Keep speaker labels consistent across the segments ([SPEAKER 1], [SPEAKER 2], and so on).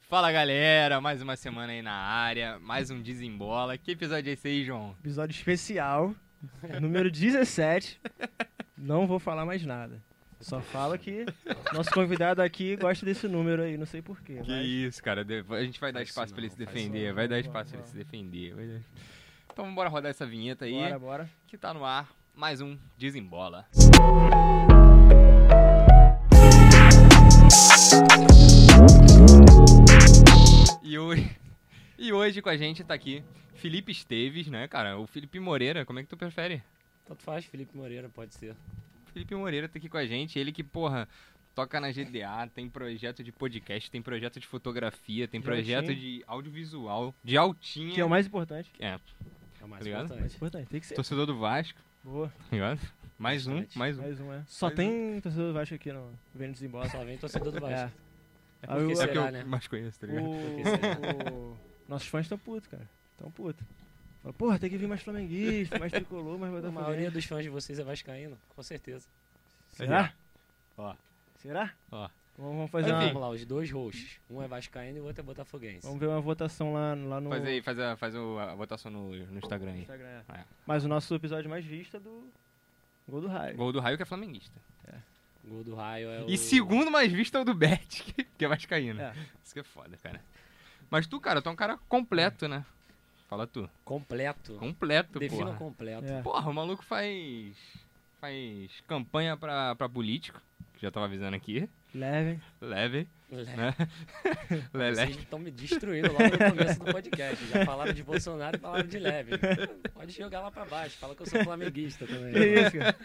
[SPEAKER 1] Fala galera, mais uma semana aí na área, mais um Desembola. Que episódio é esse aí, João?
[SPEAKER 2] Episódio especial, número 17. Não vou falar mais nada. Só falo que nosso convidado aqui gosta desse número aí, não sei porquê.
[SPEAKER 1] Que isso, cara, de- a gente vai dar
[SPEAKER 3] Faz isso
[SPEAKER 1] espaço pra ele
[SPEAKER 3] não,
[SPEAKER 1] se
[SPEAKER 3] faz isso
[SPEAKER 1] defender,
[SPEAKER 2] não,
[SPEAKER 1] vai dar
[SPEAKER 2] vamos,
[SPEAKER 1] espaço pra ele
[SPEAKER 2] vamos,
[SPEAKER 1] se defender. vai dar- Então bora rodar essa vinheta aí,
[SPEAKER 2] Bora, bora.
[SPEAKER 1] que tá no ar, mais um Desembola. E hoje, e hoje com a gente tá aqui Felipe Esteves, né, cara? O Felipe Moreira, como é que tu prefere?
[SPEAKER 3] Tanto faz, Felipe Moreira, pode ser.
[SPEAKER 1] Felipe Moreira tá aqui com a gente, ele que, porra, toca na GDA, tem projeto de podcast, tem projeto de fotografia, tem
[SPEAKER 2] De
[SPEAKER 1] projeto
[SPEAKER 2] altinha.
[SPEAKER 1] de audiovisual, de altinha.
[SPEAKER 2] Que é o mais importante.
[SPEAKER 1] É,
[SPEAKER 3] É o mais
[SPEAKER 1] Obrigado.
[SPEAKER 2] Mais
[SPEAKER 3] importante.
[SPEAKER 2] importante, tem que ser.
[SPEAKER 1] torcedor do Vasco,
[SPEAKER 2] Boa,
[SPEAKER 1] tá ligado? Mais um,
[SPEAKER 3] Exatamente.
[SPEAKER 1] mais um.
[SPEAKER 2] mais um, é. Só
[SPEAKER 1] Mais Tá
[SPEAKER 2] tem torcedor do Vasco aqui no Vênus Embora.
[SPEAKER 3] Só vem torcedor do
[SPEAKER 2] É.
[SPEAKER 3] Vasco. É
[SPEAKER 2] Aí
[SPEAKER 3] porque
[SPEAKER 2] o-
[SPEAKER 1] É porque
[SPEAKER 3] será,
[SPEAKER 1] eu
[SPEAKER 3] né?
[SPEAKER 1] mais conheço, tá ligado?
[SPEAKER 3] Porque
[SPEAKER 2] é
[SPEAKER 3] será?
[SPEAKER 2] O, o- nossos fãs estão putos, cara. Estão putos. Fala, porra, tem que vir mais flamenguista, mais tricolor, mais
[SPEAKER 3] A
[SPEAKER 2] botafoguense.
[SPEAKER 3] maioria dos fãs de vocês é vascaíno, com certeza.
[SPEAKER 2] Será?
[SPEAKER 1] Ó.
[SPEAKER 2] Será?
[SPEAKER 1] Ó.
[SPEAKER 2] Vamos vamos fazer uma...
[SPEAKER 3] Então Vamos lá, os dois roxos. Um é vascaíno e o outro é botafoguense.
[SPEAKER 2] é. Vamos ver uma votação lá, lá no
[SPEAKER 1] Faz aí, faz a, faz o- a votação no, no Instagram aí.
[SPEAKER 2] Instagram.
[SPEAKER 1] Ah, é.
[SPEAKER 2] Mas o nosso episódio mais visto é do Gol do Raio.
[SPEAKER 1] Gol do Raio que é flamenguista.
[SPEAKER 3] Gol do Raio é o...
[SPEAKER 1] E segundo mais visto é o do Bet, que- que é vascaíno.
[SPEAKER 2] É.
[SPEAKER 1] Isso que é foda, cara. Mas tu, cara, tu é um cara completo, né? Fala tu.
[SPEAKER 3] Completo.
[SPEAKER 1] Completo,
[SPEAKER 3] Defina
[SPEAKER 1] porra.
[SPEAKER 3] o completo.
[SPEAKER 2] É.
[SPEAKER 1] Porra, o maluco faz. faz campanha pra, pra político, que já tava avisando aqui.
[SPEAKER 2] Levem.
[SPEAKER 1] Leve,
[SPEAKER 3] Le-
[SPEAKER 1] né? É Lele.
[SPEAKER 3] Vocês estão me destruindo logo no começo do podcast. Já falaram de Bolsonaro e falaram de leve. Pode jogar lá pra baixo. Fala que eu sou flamenguista também.
[SPEAKER 2] Que É isso, cara?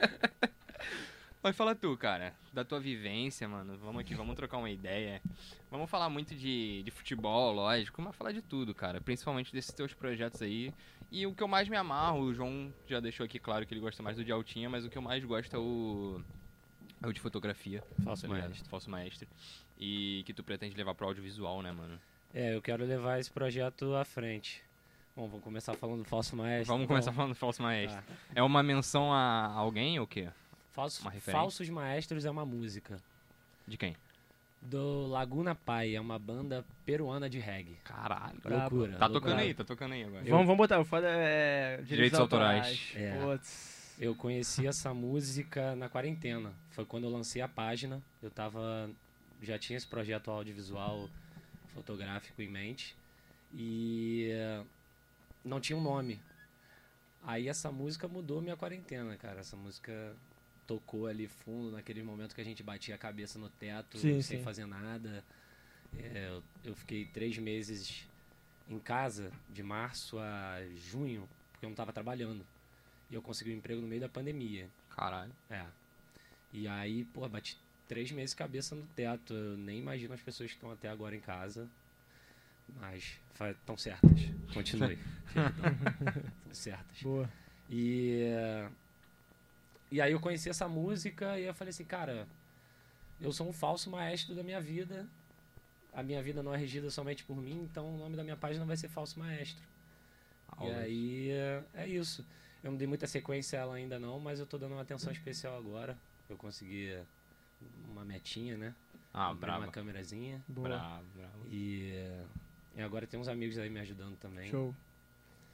[SPEAKER 1] Mas fala tu, cara, da tua vivência, mano. Vamos aqui, vamos trocar uma ideia. Vamos falar muito de, de futebol, lógico, mas falar de tudo, cara. Principalmente desses teus projetos aí. E o que eu mais me amarro, o João já deixou aqui claro que ele gosta mais do de altinha, mas o que eu mais gosto é o. é o de fotografia.
[SPEAKER 3] Falso
[SPEAKER 1] Maestro,
[SPEAKER 3] maestro.
[SPEAKER 1] Falso maestro. E que tu pretende levar pro audiovisual, né, mano?
[SPEAKER 3] É, eu quero levar esse projeto à frente. Bom, vamos começar falando do falso maestro.
[SPEAKER 1] Vamos começar falando do falso maestro.
[SPEAKER 3] é Tá.
[SPEAKER 1] É uma menção a alguém ou o quê?
[SPEAKER 3] Falso-
[SPEAKER 1] Uma referência?
[SPEAKER 3] Falsos Maestros é uma música
[SPEAKER 1] De quem?
[SPEAKER 3] do Laguna Pai, é uma banda peruana de reggae.
[SPEAKER 1] Caralho.
[SPEAKER 2] Brabo.
[SPEAKER 3] Loucura.
[SPEAKER 1] Tá
[SPEAKER 3] loucura.
[SPEAKER 1] tocando aí, tá tocando aí agora.
[SPEAKER 2] Vamos, vamos botar. O foda é.
[SPEAKER 1] Direitos autorais.
[SPEAKER 3] É.
[SPEAKER 2] Putz.
[SPEAKER 3] Eu conheci essa música na quarentena. Foi quando eu lancei a página. Eu tava. Já tinha esse projeto audiovisual fotográfico em mente. E eh, não tinha um nome. Aí essa música mudou minha quarentena, cara. Essa música tocou ali fundo, naquele momento que a gente batia a cabeça no teto,
[SPEAKER 2] Sim,
[SPEAKER 3] sem
[SPEAKER 2] sim.
[SPEAKER 3] fazer nada. É, eu, eu fiquei três meses em casa, de março a junho, porque eu não tava trabalhando. E eu consegui um emprego no meio da pandemia.
[SPEAKER 1] Caralho.
[SPEAKER 3] É. E aí, pô, bati três meses cabeça no teto. Eu nem imagino as pessoas que estão até agora em casa. Mas estão certas. Continue. Estão certas.
[SPEAKER 2] Boa.
[SPEAKER 3] E, eh, e aí eu conheci essa música e eu falei assim, cara, eu sou um falso maestro da minha vida. A minha vida não é regida somente por mim, então o nome da minha página vai ser Falso Maestro. E
[SPEAKER 1] Aulas.
[SPEAKER 3] aí eh, é isso. Eu não dei muita sequência a ela ainda não, mas eu tô dando uma atenção especial agora. Eu consegui é, uma metinha, né?
[SPEAKER 1] Ah,
[SPEAKER 3] Comprei
[SPEAKER 1] brabo.
[SPEAKER 3] Uma câmerazinha.
[SPEAKER 2] Boa.
[SPEAKER 1] Brabo, brabo.
[SPEAKER 3] E, eh, e agora tem uns amigos aí me ajudando também.
[SPEAKER 2] Show.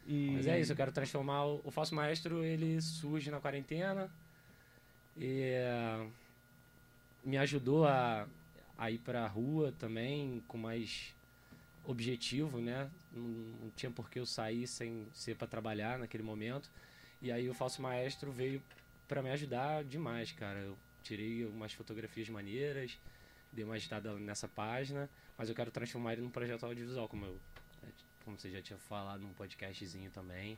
[SPEAKER 2] E...
[SPEAKER 3] Mas é isso, eu quero transformar o, o falso maestro, ele surge na quarentena e eh, me ajudou a, a ir pra rua também com mais objetivo, né? Não, não tinha por que eu sair sem ser pra trabalhar naquele momento. E aí o falso maestro veio pra me ajudar demais, cara. Eu tirei umas fotografias maneiras, dei uma agitada nessa página, mas eu quero transformar ele num projeto audiovisual, como eu né, como você já tinha falado num podcastzinho também.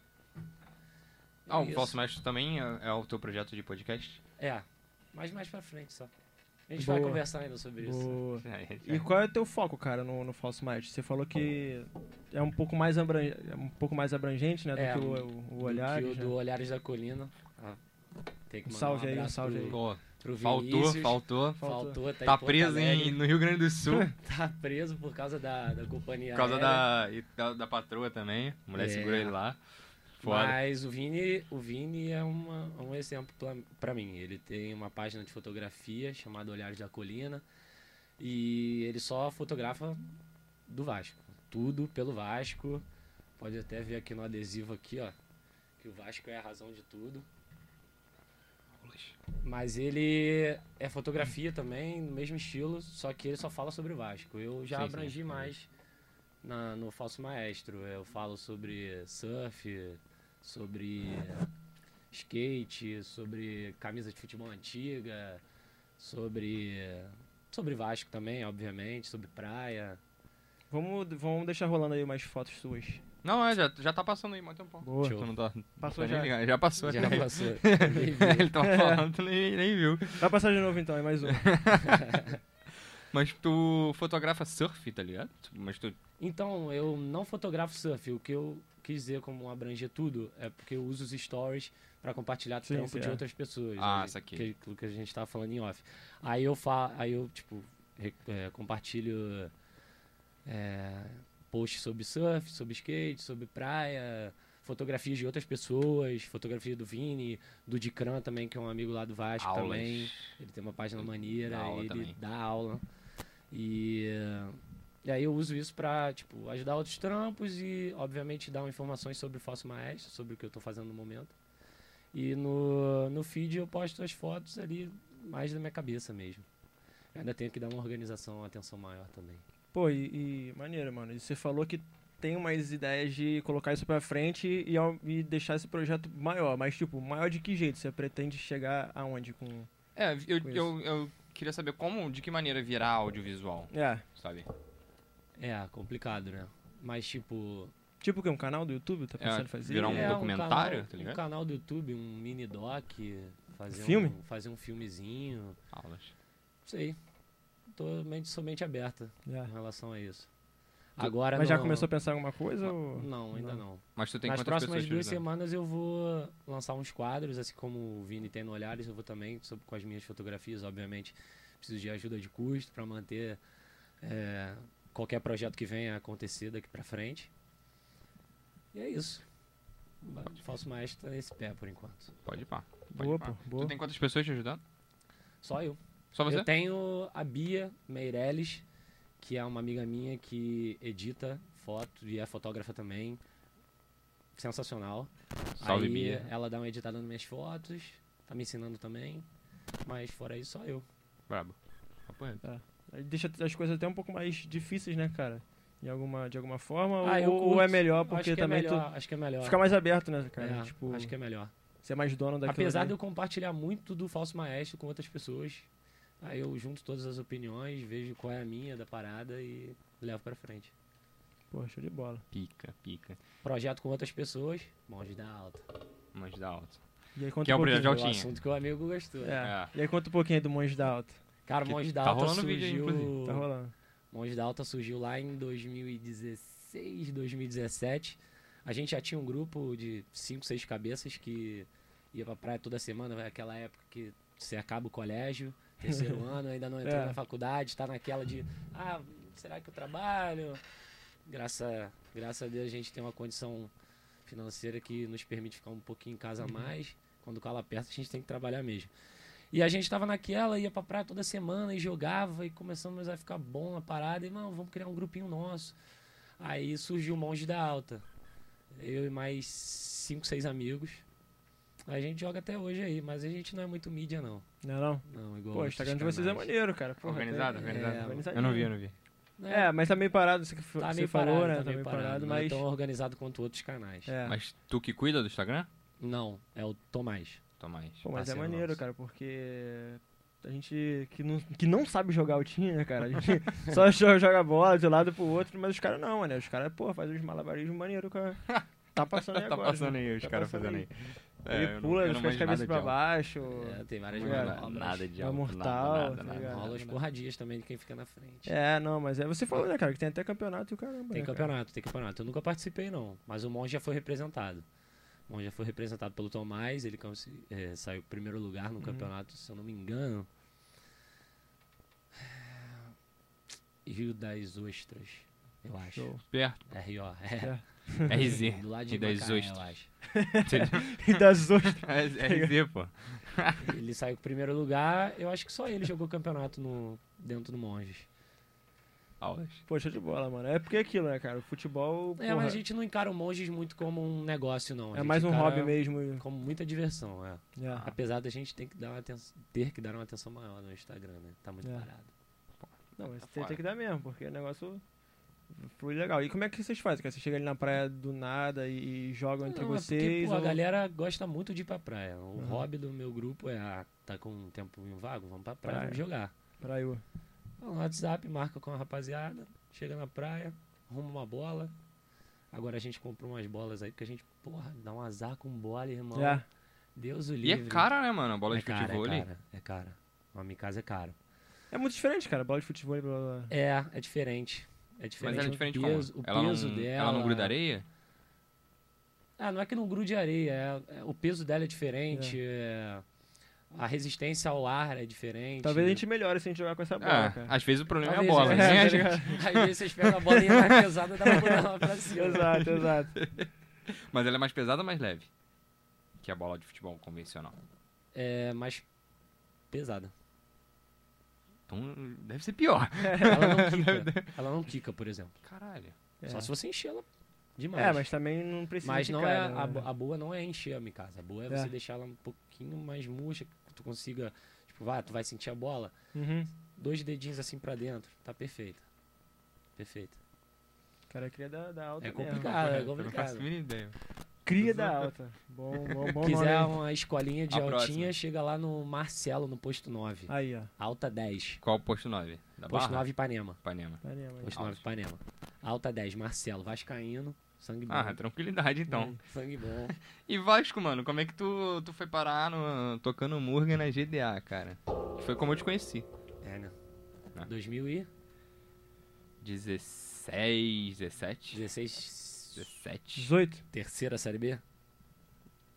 [SPEAKER 1] Ah, o
[SPEAKER 3] Isso.
[SPEAKER 1] Falso Mestre também é, é o teu projeto de podcast?
[SPEAKER 3] É, mas mais pra frente só. A gente vai
[SPEAKER 2] Boa.
[SPEAKER 3] conversar ainda sobre isso.
[SPEAKER 2] Boa.
[SPEAKER 1] É,
[SPEAKER 2] E qual é o teu foco, cara, no, no Falso Maestro? Você falou que é um pouco mais, abran... é um pouco mais abrangente, né? Do
[SPEAKER 3] É,
[SPEAKER 2] que o, o- o
[SPEAKER 3] Do
[SPEAKER 2] olhar.
[SPEAKER 3] que o
[SPEAKER 2] já.
[SPEAKER 3] do Olhares da Colina. Ah, tem que
[SPEAKER 2] Um
[SPEAKER 3] mandar
[SPEAKER 2] salve
[SPEAKER 3] um
[SPEAKER 2] aí, um
[SPEAKER 3] abraço
[SPEAKER 2] salve
[SPEAKER 3] pro,
[SPEAKER 1] Pô,
[SPEAKER 3] pro
[SPEAKER 1] faltou,
[SPEAKER 3] Vinícius.
[SPEAKER 1] faltou.
[SPEAKER 3] Faltou, tá,
[SPEAKER 1] Tá
[SPEAKER 3] em Porto
[SPEAKER 1] preso em,
[SPEAKER 3] Alegre,
[SPEAKER 1] no Rio Grande do Sul
[SPEAKER 3] Tá preso por causa da, da companhia
[SPEAKER 1] por causa
[SPEAKER 3] aérea.
[SPEAKER 1] da, e da, da patroa também. A mulher
[SPEAKER 3] É.
[SPEAKER 1] segura ele lá. Foda.
[SPEAKER 3] Mas o Vini, o Vini é uma, um exemplo pra- pra mim. Ele tem uma página de fotografia chamada Olhares da Colina e ele só fotografa do Vasco. Tudo pelo Vasco. Pode até ver aqui no adesivo aqui, ó, que o Vasco é a razão de tudo. Mas ele é fotografia também, no mesmo estilo, só que ele só fala sobre o Vasco. Eu já
[SPEAKER 1] Sim, sim,
[SPEAKER 3] abrangi
[SPEAKER 1] sim.
[SPEAKER 3] mais na- no Falso Maestro. Eu falo sobre surf, sobre skate, sobre camisa de futebol antiga, sobre sobre Vasco também, obviamente, sobre praia.
[SPEAKER 2] Vamos, vamos deixar rolando aí umas fotos suas.
[SPEAKER 1] Não, é, já, já tá passando aí, mó tempão.
[SPEAKER 2] Boa.
[SPEAKER 3] Show.
[SPEAKER 1] Tu não tá,
[SPEAKER 2] Passou
[SPEAKER 1] tá nem
[SPEAKER 2] já.
[SPEAKER 1] ligado, já passou.
[SPEAKER 3] Já
[SPEAKER 1] né?
[SPEAKER 3] passou.
[SPEAKER 1] Ele tava falando, tu nem, nem viu.
[SPEAKER 2] Vai passar de novo então, é mais um.
[SPEAKER 1] Mas tu fotografa surf, tá ligado? Mas tu.
[SPEAKER 3] Então, eu não fotografo surf. O que eu quis dizer como abranger tudo é porque eu uso os stories para compartilhar
[SPEAKER 2] Sim,
[SPEAKER 3] trampo
[SPEAKER 2] sim,
[SPEAKER 3] de
[SPEAKER 2] é.
[SPEAKER 3] outras pessoas.
[SPEAKER 1] Ah,
[SPEAKER 3] né?
[SPEAKER 1] saquei.
[SPEAKER 3] Que- Aquilo que a gente tava falando em off. Aí eu, fa aí eu tipo, re- é, compartilho é, posts sobre surf, sobre skate, sobre praia, fotografias de outras pessoas, fotografia do Vini, do Dicran também, que é um amigo lá do Vasco
[SPEAKER 1] Aulas.
[SPEAKER 3] também. Ele tem uma página maneira,
[SPEAKER 1] Dá aula
[SPEAKER 3] ele
[SPEAKER 1] também.
[SPEAKER 3] dá aula. E, eh, e aí eu uso isso pra, tipo, ajudar outros trampos e, obviamente, dar informações sobre o Falso Maestro, sobre o que eu tô fazendo no momento. E no, no feed eu posto as fotos ali mais da minha cabeça mesmo. Eu ainda tenho que dar uma organização, uma atenção maior também.
[SPEAKER 2] Pô, e, e maneiro, mano. E você falou que tem umas ideias de colocar isso pra frente e, ao- e deixar esse projeto maior. Mas, tipo, maior de que jeito? Você pretende chegar aonde? Com...
[SPEAKER 1] É, eu,
[SPEAKER 2] Com isso.
[SPEAKER 1] eu, eu queria saber como, de que maneira virar audiovisual,
[SPEAKER 2] É.
[SPEAKER 1] sabe?
[SPEAKER 3] É, complicado, né? Mas, tipo,
[SPEAKER 2] Tipo o quê? Um canal do YouTube? Tá
[SPEAKER 1] É,
[SPEAKER 2] pensando em fazer?
[SPEAKER 1] virar um
[SPEAKER 3] É,
[SPEAKER 1] documentário,
[SPEAKER 3] canal,
[SPEAKER 1] tá ligado?
[SPEAKER 3] Um canal do YouTube, um mini doc, fazer
[SPEAKER 2] Filme?
[SPEAKER 3] um, fazer um filmezinho, não
[SPEAKER 1] Aulas.
[SPEAKER 3] sei. Tô mente, sou mente aberta
[SPEAKER 2] É.
[SPEAKER 3] em relação a isso.
[SPEAKER 1] Tu-
[SPEAKER 3] Agora
[SPEAKER 2] Mas já
[SPEAKER 3] não-
[SPEAKER 2] começou a pensar em alguma coisa? Ou...
[SPEAKER 3] Não, ainda não.
[SPEAKER 1] Mas tu tem
[SPEAKER 3] Nas
[SPEAKER 1] quantas
[SPEAKER 3] próximas
[SPEAKER 1] pessoas te
[SPEAKER 3] duas
[SPEAKER 1] ajudando?
[SPEAKER 3] semanas eu vou lançar uns quadros, assim como o Vini tem no Olhares, eu vou também sobre, com as minhas fotografias, obviamente. Preciso de ajuda de custo para manter é, qualquer projeto que venha a acontecer daqui para frente. E é isso. O Falso Maestro tá nesse pé por enquanto.
[SPEAKER 1] Pode ir pá. Pode
[SPEAKER 2] Boa,
[SPEAKER 1] pá.
[SPEAKER 2] pô. Boa.
[SPEAKER 1] Tu tem quantas pessoas te ajudando?
[SPEAKER 3] Só eu.
[SPEAKER 1] Só você?
[SPEAKER 3] Eu tenho a Bia Meirelles, que é uma amiga minha que edita foto e é fotógrafa também. Sensacional.
[SPEAKER 1] Salve,
[SPEAKER 3] Aí
[SPEAKER 1] Bia.
[SPEAKER 3] Ela dá uma editada nas minhas fotos, tá me ensinando também. Mas fora isso, só eu.
[SPEAKER 2] é.
[SPEAKER 1] Brabo. Papo reto.
[SPEAKER 2] Aí Deixa as coisas até um pouco mais difíceis, né, cara? Em alguma, de alguma forma?
[SPEAKER 3] Ah, eu
[SPEAKER 2] ou, ou é
[SPEAKER 3] curto.
[SPEAKER 2] melhor
[SPEAKER 3] acho
[SPEAKER 2] porque
[SPEAKER 3] que
[SPEAKER 2] também
[SPEAKER 3] é melhor, acho que é
[SPEAKER 2] tu
[SPEAKER 3] melhor.
[SPEAKER 2] fica mais aberto, né, cara?
[SPEAKER 3] É,
[SPEAKER 2] tipo,
[SPEAKER 3] Acho que é melhor.
[SPEAKER 2] você é mais dono daquilo.
[SPEAKER 3] Apesar
[SPEAKER 2] né?
[SPEAKER 3] de eu compartilhar muito do falso maestro com outras pessoas, aí eu junto todas as opiniões, vejo qual é a minha da parada e levo pra frente.
[SPEAKER 2] Pô, show de bola.
[SPEAKER 1] Pica, pica.
[SPEAKER 3] Projeto com outras pessoas, monge da alta.
[SPEAKER 1] Mas dá alto.
[SPEAKER 2] E aí, conta
[SPEAKER 1] Que é um
[SPEAKER 2] um
[SPEAKER 1] projeto
[SPEAKER 2] pouquinho.
[SPEAKER 1] de
[SPEAKER 3] Foi o
[SPEAKER 1] altinha.
[SPEAKER 3] assunto que o amigo gostou.
[SPEAKER 2] É.
[SPEAKER 1] É.
[SPEAKER 2] E aí conta um pouquinho aí do Monge da Alta.
[SPEAKER 3] Cara, o
[SPEAKER 1] Que
[SPEAKER 3] Monge da
[SPEAKER 1] tá
[SPEAKER 3] Alta
[SPEAKER 1] rolando vídeo aí,
[SPEAKER 3] surgiu.
[SPEAKER 1] inclusive.
[SPEAKER 2] Tá rolando.
[SPEAKER 3] Monge da Alta surgiu lá em 2016, 2017. A gente já tinha um grupo de 5, 6 cabeças que ia pra praia toda semana, vai aquela época que você acaba o colégio, terceiro ano, ainda não entrou
[SPEAKER 2] É.
[SPEAKER 3] na faculdade, tá naquela de, ah, será que eu trabalho? Graça, graças a Deus a gente tem uma condição financeira que nos permite ficar um pouquinho em casa
[SPEAKER 1] Uhum.
[SPEAKER 3] a mais. Quando o calo aperta, a gente tem que trabalhar mesmo. E a gente tava naquela, ia pra praia toda semana e jogava e começamos a ficar bom na parada. E, mano, vamos criar um grupinho nosso. Aí surgiu o Monge da Alta. Eu e mais cinco, seis amigos. A gente joga até hoje aí, mas a gente não é muito mídia, não.
[SPEAKER 2] Não é não?
[SPEAKER 3] Não, igual
[SPEAKER 2] Pô, o
[SPEAKER 3] outros
[SPEAKER 2] Instagram de vocês é
[SPEAKER 3] canais.
[SPEAKER 2] maneiro, cara. Porra,
[SPEAKER 1] Organizado,
[SPEAKER 2] tem-
[SPEAKER 1] organizado.
[SPEAKER 2] É, organizadinho.
[SPEAKER 1] Eu não vi, né? eu não vi.
[SPEAKER 2] É, mas tá meio parado, isso que f-
[SPEAKER 3] tá
[SPEAKER 2] você
[SPEAKER 3] meio
[SPEAKER 2] falou,
[SPEAKER 3] parado,
[SPEAKER 2] né?
[SPEAKER 3] Tá meio parado, não é
[SPEAKER 2] mas...
[SPEAKER 3] tão organizado quanto outros canais.
[SPEAKER 2] É.
[SPEAKER 1] Mas tu que cuida do Instagram?
[SPEAKER 3] Não, é o Tomás.
[SPEAKER 1] Tomás.
[SPEAKER 2] Pô, mas é
[SPEAKER 3] parceiro
[SPEAKER 2] maneiro,
[SPEAKER 3] nosso.
[SPEAKER 2] cara, porque... A gente que não, que não sabe jogar o time, né, cara? A gente só jo- joga bola de um lado pro outro, mas os caras não, mano. Os caras, pô, fazem uns malabarismos maneiros, cara. Tá passando aí
[SPEAKER 1] Tá
[SPEAKER 2] agora.
[SPEAKER 1] passando
[SPEAKER 2] né?
[SPEAKER 1] aí os
[SPEAKER 2] Tá
[SPEAKER 1] caras
[SPEAKER 2] passando
[SPEAKER 1] fazendo aí. É, eu
[SPEAKER 2] Ele
[SPEAKER 1] não-
[SPEAKER 2] pula,
[SPEAKER 1] eu
[SPEAKER 2] ele
[SPEAKER 1] não
[SPEAKER 2] fica
[SPEAKER 1] manjo nada
[SPEAKER 2] de cabeça
[SPEAKER 1] de
[SPEAKER 2] pra
[SPEAKER 1] aula.
[SPEAKER 2] baixo.
[SPEAKER 3] É, tem várias
[SPEAKER 2] Não
[SPEAKER 1] Não
[SPEAKER 2] é
[SPEAKER 1] manjo
[SPEAKER 3] manobras.
[SPEAKER 1] Nada de
[SPEAKER 2] É
[SPEAKER 1] alto,
[SPEAKER 2] mortal,
[SPEAKER 1] nada,
[SPEAKER 2] tá
[SPEAKER 1] nada, nada.
[SPEAKER 2] ligado?
[SPEAKER 1] nada.
[SPEAKER 3] Rola as porradinhas também de quem fica na frente.
[SPEAKER 2] É, não, mas é, você falou, né, cara, que tem até campeonato e o caramba, né,
[SPEAKER 3] Tem
[SPEAKER 2] cara?
[SPEAKER 3] campeonato, tem campeonato. Eu nunca participei, não. Mas o Monge já foi representado. O Monge já foi representado pelo Tomás. Ele consi- eh, saiu em primeiro lugar
[SPEAKER 2] Uhum.
[SPEAKER 3] no campeonato, se eu não me engano. É, Rio das Ostras, eu acho.
[SPEAKER 2] Show.
[SPEAKER 1] Perto.
[SPEAKER 3] R.O. É.
[SPEAKER 2] É.
[SPEAKER 1] RZ.
[SPEAKER 3] Do lado de
[SPEAKER 1] Rio das
[SPEAKER 3] Macaé, eu
[SPEAKER 1] Ostras.
[SPEAKER 3] acho.
[SPEAKER 2] E das outras.
[SPEAKER 3] Tá
[SPEAKER 1] RZ, pô.
[SPEAKER 3] Ele saiu em primeiro lugar. Eu acho que só ele jogou campeonato no, dentro do Monges.
[SPEAKER 1] aulas.
[SPEAKER 2] Poxa de bola, mano. É porque é aquilo, né, cara? O futebol.
[SPEAKER 3] É, mas
[SPEAKER 2] porra,
[SPEAKER 3] a gente não encara o monges muito como um negócio, não.
[SPEAKER 2] é
[SPEAKER 3] A gente
[SPEAKER 2] mais um
[SPEAKER 3] encara
[SPEAKER 2] hobby mesmo. e-
[SPEAKER 3] Como muita diversão, é.
[SPEAKER 2] É.
[SPEAKER 3] Apesar da gente ter que dar uma atenção, ter que dar uma atenção maior no Instagram, né? Tá muito
[SPEAKER 2] É.
[SPEAKER 3] parado.
[SPEAKER 2] Não, mas tem,
[SPEAKER 1] fora.
[SPEAKER 2] tem que dar mesmo, porque o negócio flui legal. E como é que vocês fazem? Cara? Vocês chegam ali na praia do nada e, e jogam entre
[SPEAKER 3] Não, é porque,
[SPEAKER 2] vocês?
[SPEAKER 3] pô, a
[SPEAKER 2] ou-
[SPEAKER 3] galera gosta muito de ir pra praia. O
[SPEAKER 2] Aham.
[SPEAKER 3] hobby do meu grupo é, ah, tá com um tempo vago, vamos pra praia,
[SPEAKER 2] Praia.
[SPEAKER 3] vamos jogar.
[SPEAKER 2] Praiu.
[SPEAKER 3] Então, no WhatsApp, marca com a rapaziada, chega na praia, arruma uma bola. Agora a gente comprou umas bolas aí, porque a gente, porra, dá um azar com bola, irmão.
[SPEAKER 2] É.
[SPEAKER 3] Deus o
[SPEAKER 1] E
[SPEAKER 3] livre.
[SPEAKER 1] é cara, né, mano? A bola
[SPEAKER 3] é
[SPEAKER 1] de
[SPEAKER 3] cara,
[SPEAKER 1] futebol.
[SPEAKER 3] É cara, é cara. Uma Mikasa é caro.
[SPEAKER 2] É muito diferente, cara. Bola de futebol. Blá, blá, blá.
[SPEAKER 3] É, é diferente. É diferente.
[SPEAKER 1] Mas ela é diferente
[SPEAKER 3] o
[SPEAKER 1] como?
[SPEAKER 3] peso, o
[SPEAKER 1] ela,
[SPEAKER 3] peso
[SPEAKER 1] não,
[SPEAKER 3] dela. é
[SPEAKER 1] ela não gruda areia?
[SPEAKER 3] Ah, não é que não grude areia. é- é- o peso dela é diferente. é, a resistência ao ar é diferente.
[SPEAKER 2] Talvez a gente melhore se a gente jogar com essa bola,
[SPEAKER 1] Ah,
[SPEAKER 2] cara.
[SPEAKER 1] às vezes o problema
[SPEAKER 3] tá Talvez,
[SPEAKER 1] é a bola,
[SPEAKER 3] é,
[SPEAKER 1] né?
[SPEAKER 2] tá
[SPEAKER 1] A gente-
[SPEAKER 2] ligado?
[SPEAKER 3] Às vezes vocês pegam a bolinha mais pesada da bola pra cima.
[SPEAKER 2] Exato, exato.
[SPEAKER 1] Mas ela é mais pesada ou mais leve? Que a bola de futebol convencional.
[SPEAKER 3] É mais pesada.
[SPEAKER 1] Então deve ser pior.
[SPEAKER 3] Ela não quica. ela não quica, por exemplo.
[SPEAKER 1] Caralho.
[SPEAKER 2] É.
[SPEAKER 3] Só se você encher ela demais.
[SPEAKER 2] É, mas também não precisa
[SPEAKER 3] Mas não é,
[SPEAKER 2] ficar,
[SPEAKER 3] a,
[SPEAKER 2] né?
[SPEAKER 3] bo- a boa não é encher a Mikasa. A boa é,
[SPEAKER 2] É.
[SPEAKER 3] você deixar ela um pouquinho mais murcha, que tu consiga. Tipo, vá, tu vai sentir a bola.
[SPEAKER 2] Uhum.
[SPEAKER 3] Dois dedinhos assim pra dentro. Tá perfeita. Perfeita.
[SPEAKER 2] Cara, cria da, da alta
[SPEAKER 3] É
[SPEAKER 2] mesmo.
[SPEAKER 3] complicado, é
[SPEAKER 1] Eu não faço a
[SPEAKER 3] complicado.
[SPEAKER 1] mínima ideia.
[SPEAKER 2] Cria da alta. Bom, bom, bom
[SPEAKER 3] Quiser
[SPEAKER 2] nome.
[SPEAKER 3] uma escolinha de
[SPEAKER 1] A
[SPEAKER 3] altinha,
[SPEAKER 1] próxima.
[SPEAKER 3] chega lá no Marcelo, no posto 9.
[SPEAKER 2] Aí, ó.
[SPEAKER 3] Alta 10.
[SPEAKER 1] Qual o posto 9? Da
[SPEAKER 3] Posto
[SPEAKER 1] Barra?
[SPEAKER 3] 9 Ipanema.
[SPEAKER 1] Ipanema.
[SPEAKER 2] Maneiro, maneiro.
[SPEAKER 3] Posto 9 Ipanema. Alta 10, Marcelo, Vascaíno. Sangue bom.
[SPEAKER 1] Ah, tranquilidade então.
[SPEAKER 3] Sangue bom.
[SPEAKER 1] E Vasco, mano, como é que tu, tu foi parar no, tocando Murga na GDA, cara? Que Foi como eu te conheci.
[SPEAKER 3] É, né?
[SPEAKER 1] Ah.
[SPEAKER 3] 2016.
[SPEAKER 1] 16, 17? 17.
[SPEAKER 2] 18?
[SPEAKER 3] Terceira série B?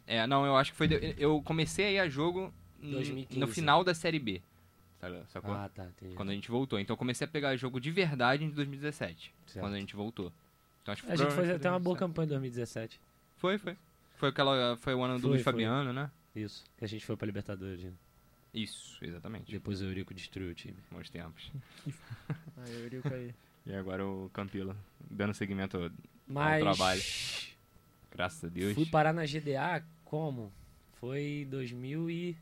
[SPEAKER 1] É, não, eu acho que foi. de- Eu comecei a ir a jogo n-
[SPEAKER 3] 2015.
[SPEAKER 1] no final da Série B. Sabe- Sacou?
[SPEAKER 3] Ah, tá. Entendi.
[SPEAKER 1] Quando a gente voltou. Então eu comecei a pegar jogo de verdade em 2017.
[SPEAKER 3] Certo.
[SPEAKER 1] Quando a gente voltou. Então acho que
[SPEAKER 3] A gente fez
[SPEAKER 1] provavelmente
[SPEAKER 3] até uma boa
[SPEAKER 1] 2017.
[SPEAKER 3] campanha em 2017.
[SPEAKER 1] Foi, foi. Foi aquela. Foi o ano do
[SPEAKER 3] Foi,
[SPEAKER 1] Luiz
[SPEAKER 3] foi.
[SPEAKER 1] Fabiano, né?
[SPEAKER 3] Isso. Que a gente foi pra Libertadores. né?
[SPEAKER 1] Isso, exatamente.
[SPEAKER 3] Depois o Eurico destruiu o time.
[SPEAKER 1] Bons tempos.
[SPEAKER 2] Aí, eu Eurico aí.
[SPEAKER 1] E agora o Campilo. Dando seguimento,
[SPEAKER 3] Mas.
[SPEAKER 1] trabalho. graças a Deus.
[SPEAKER 3] Fui parar na GDA como? Foi 2011.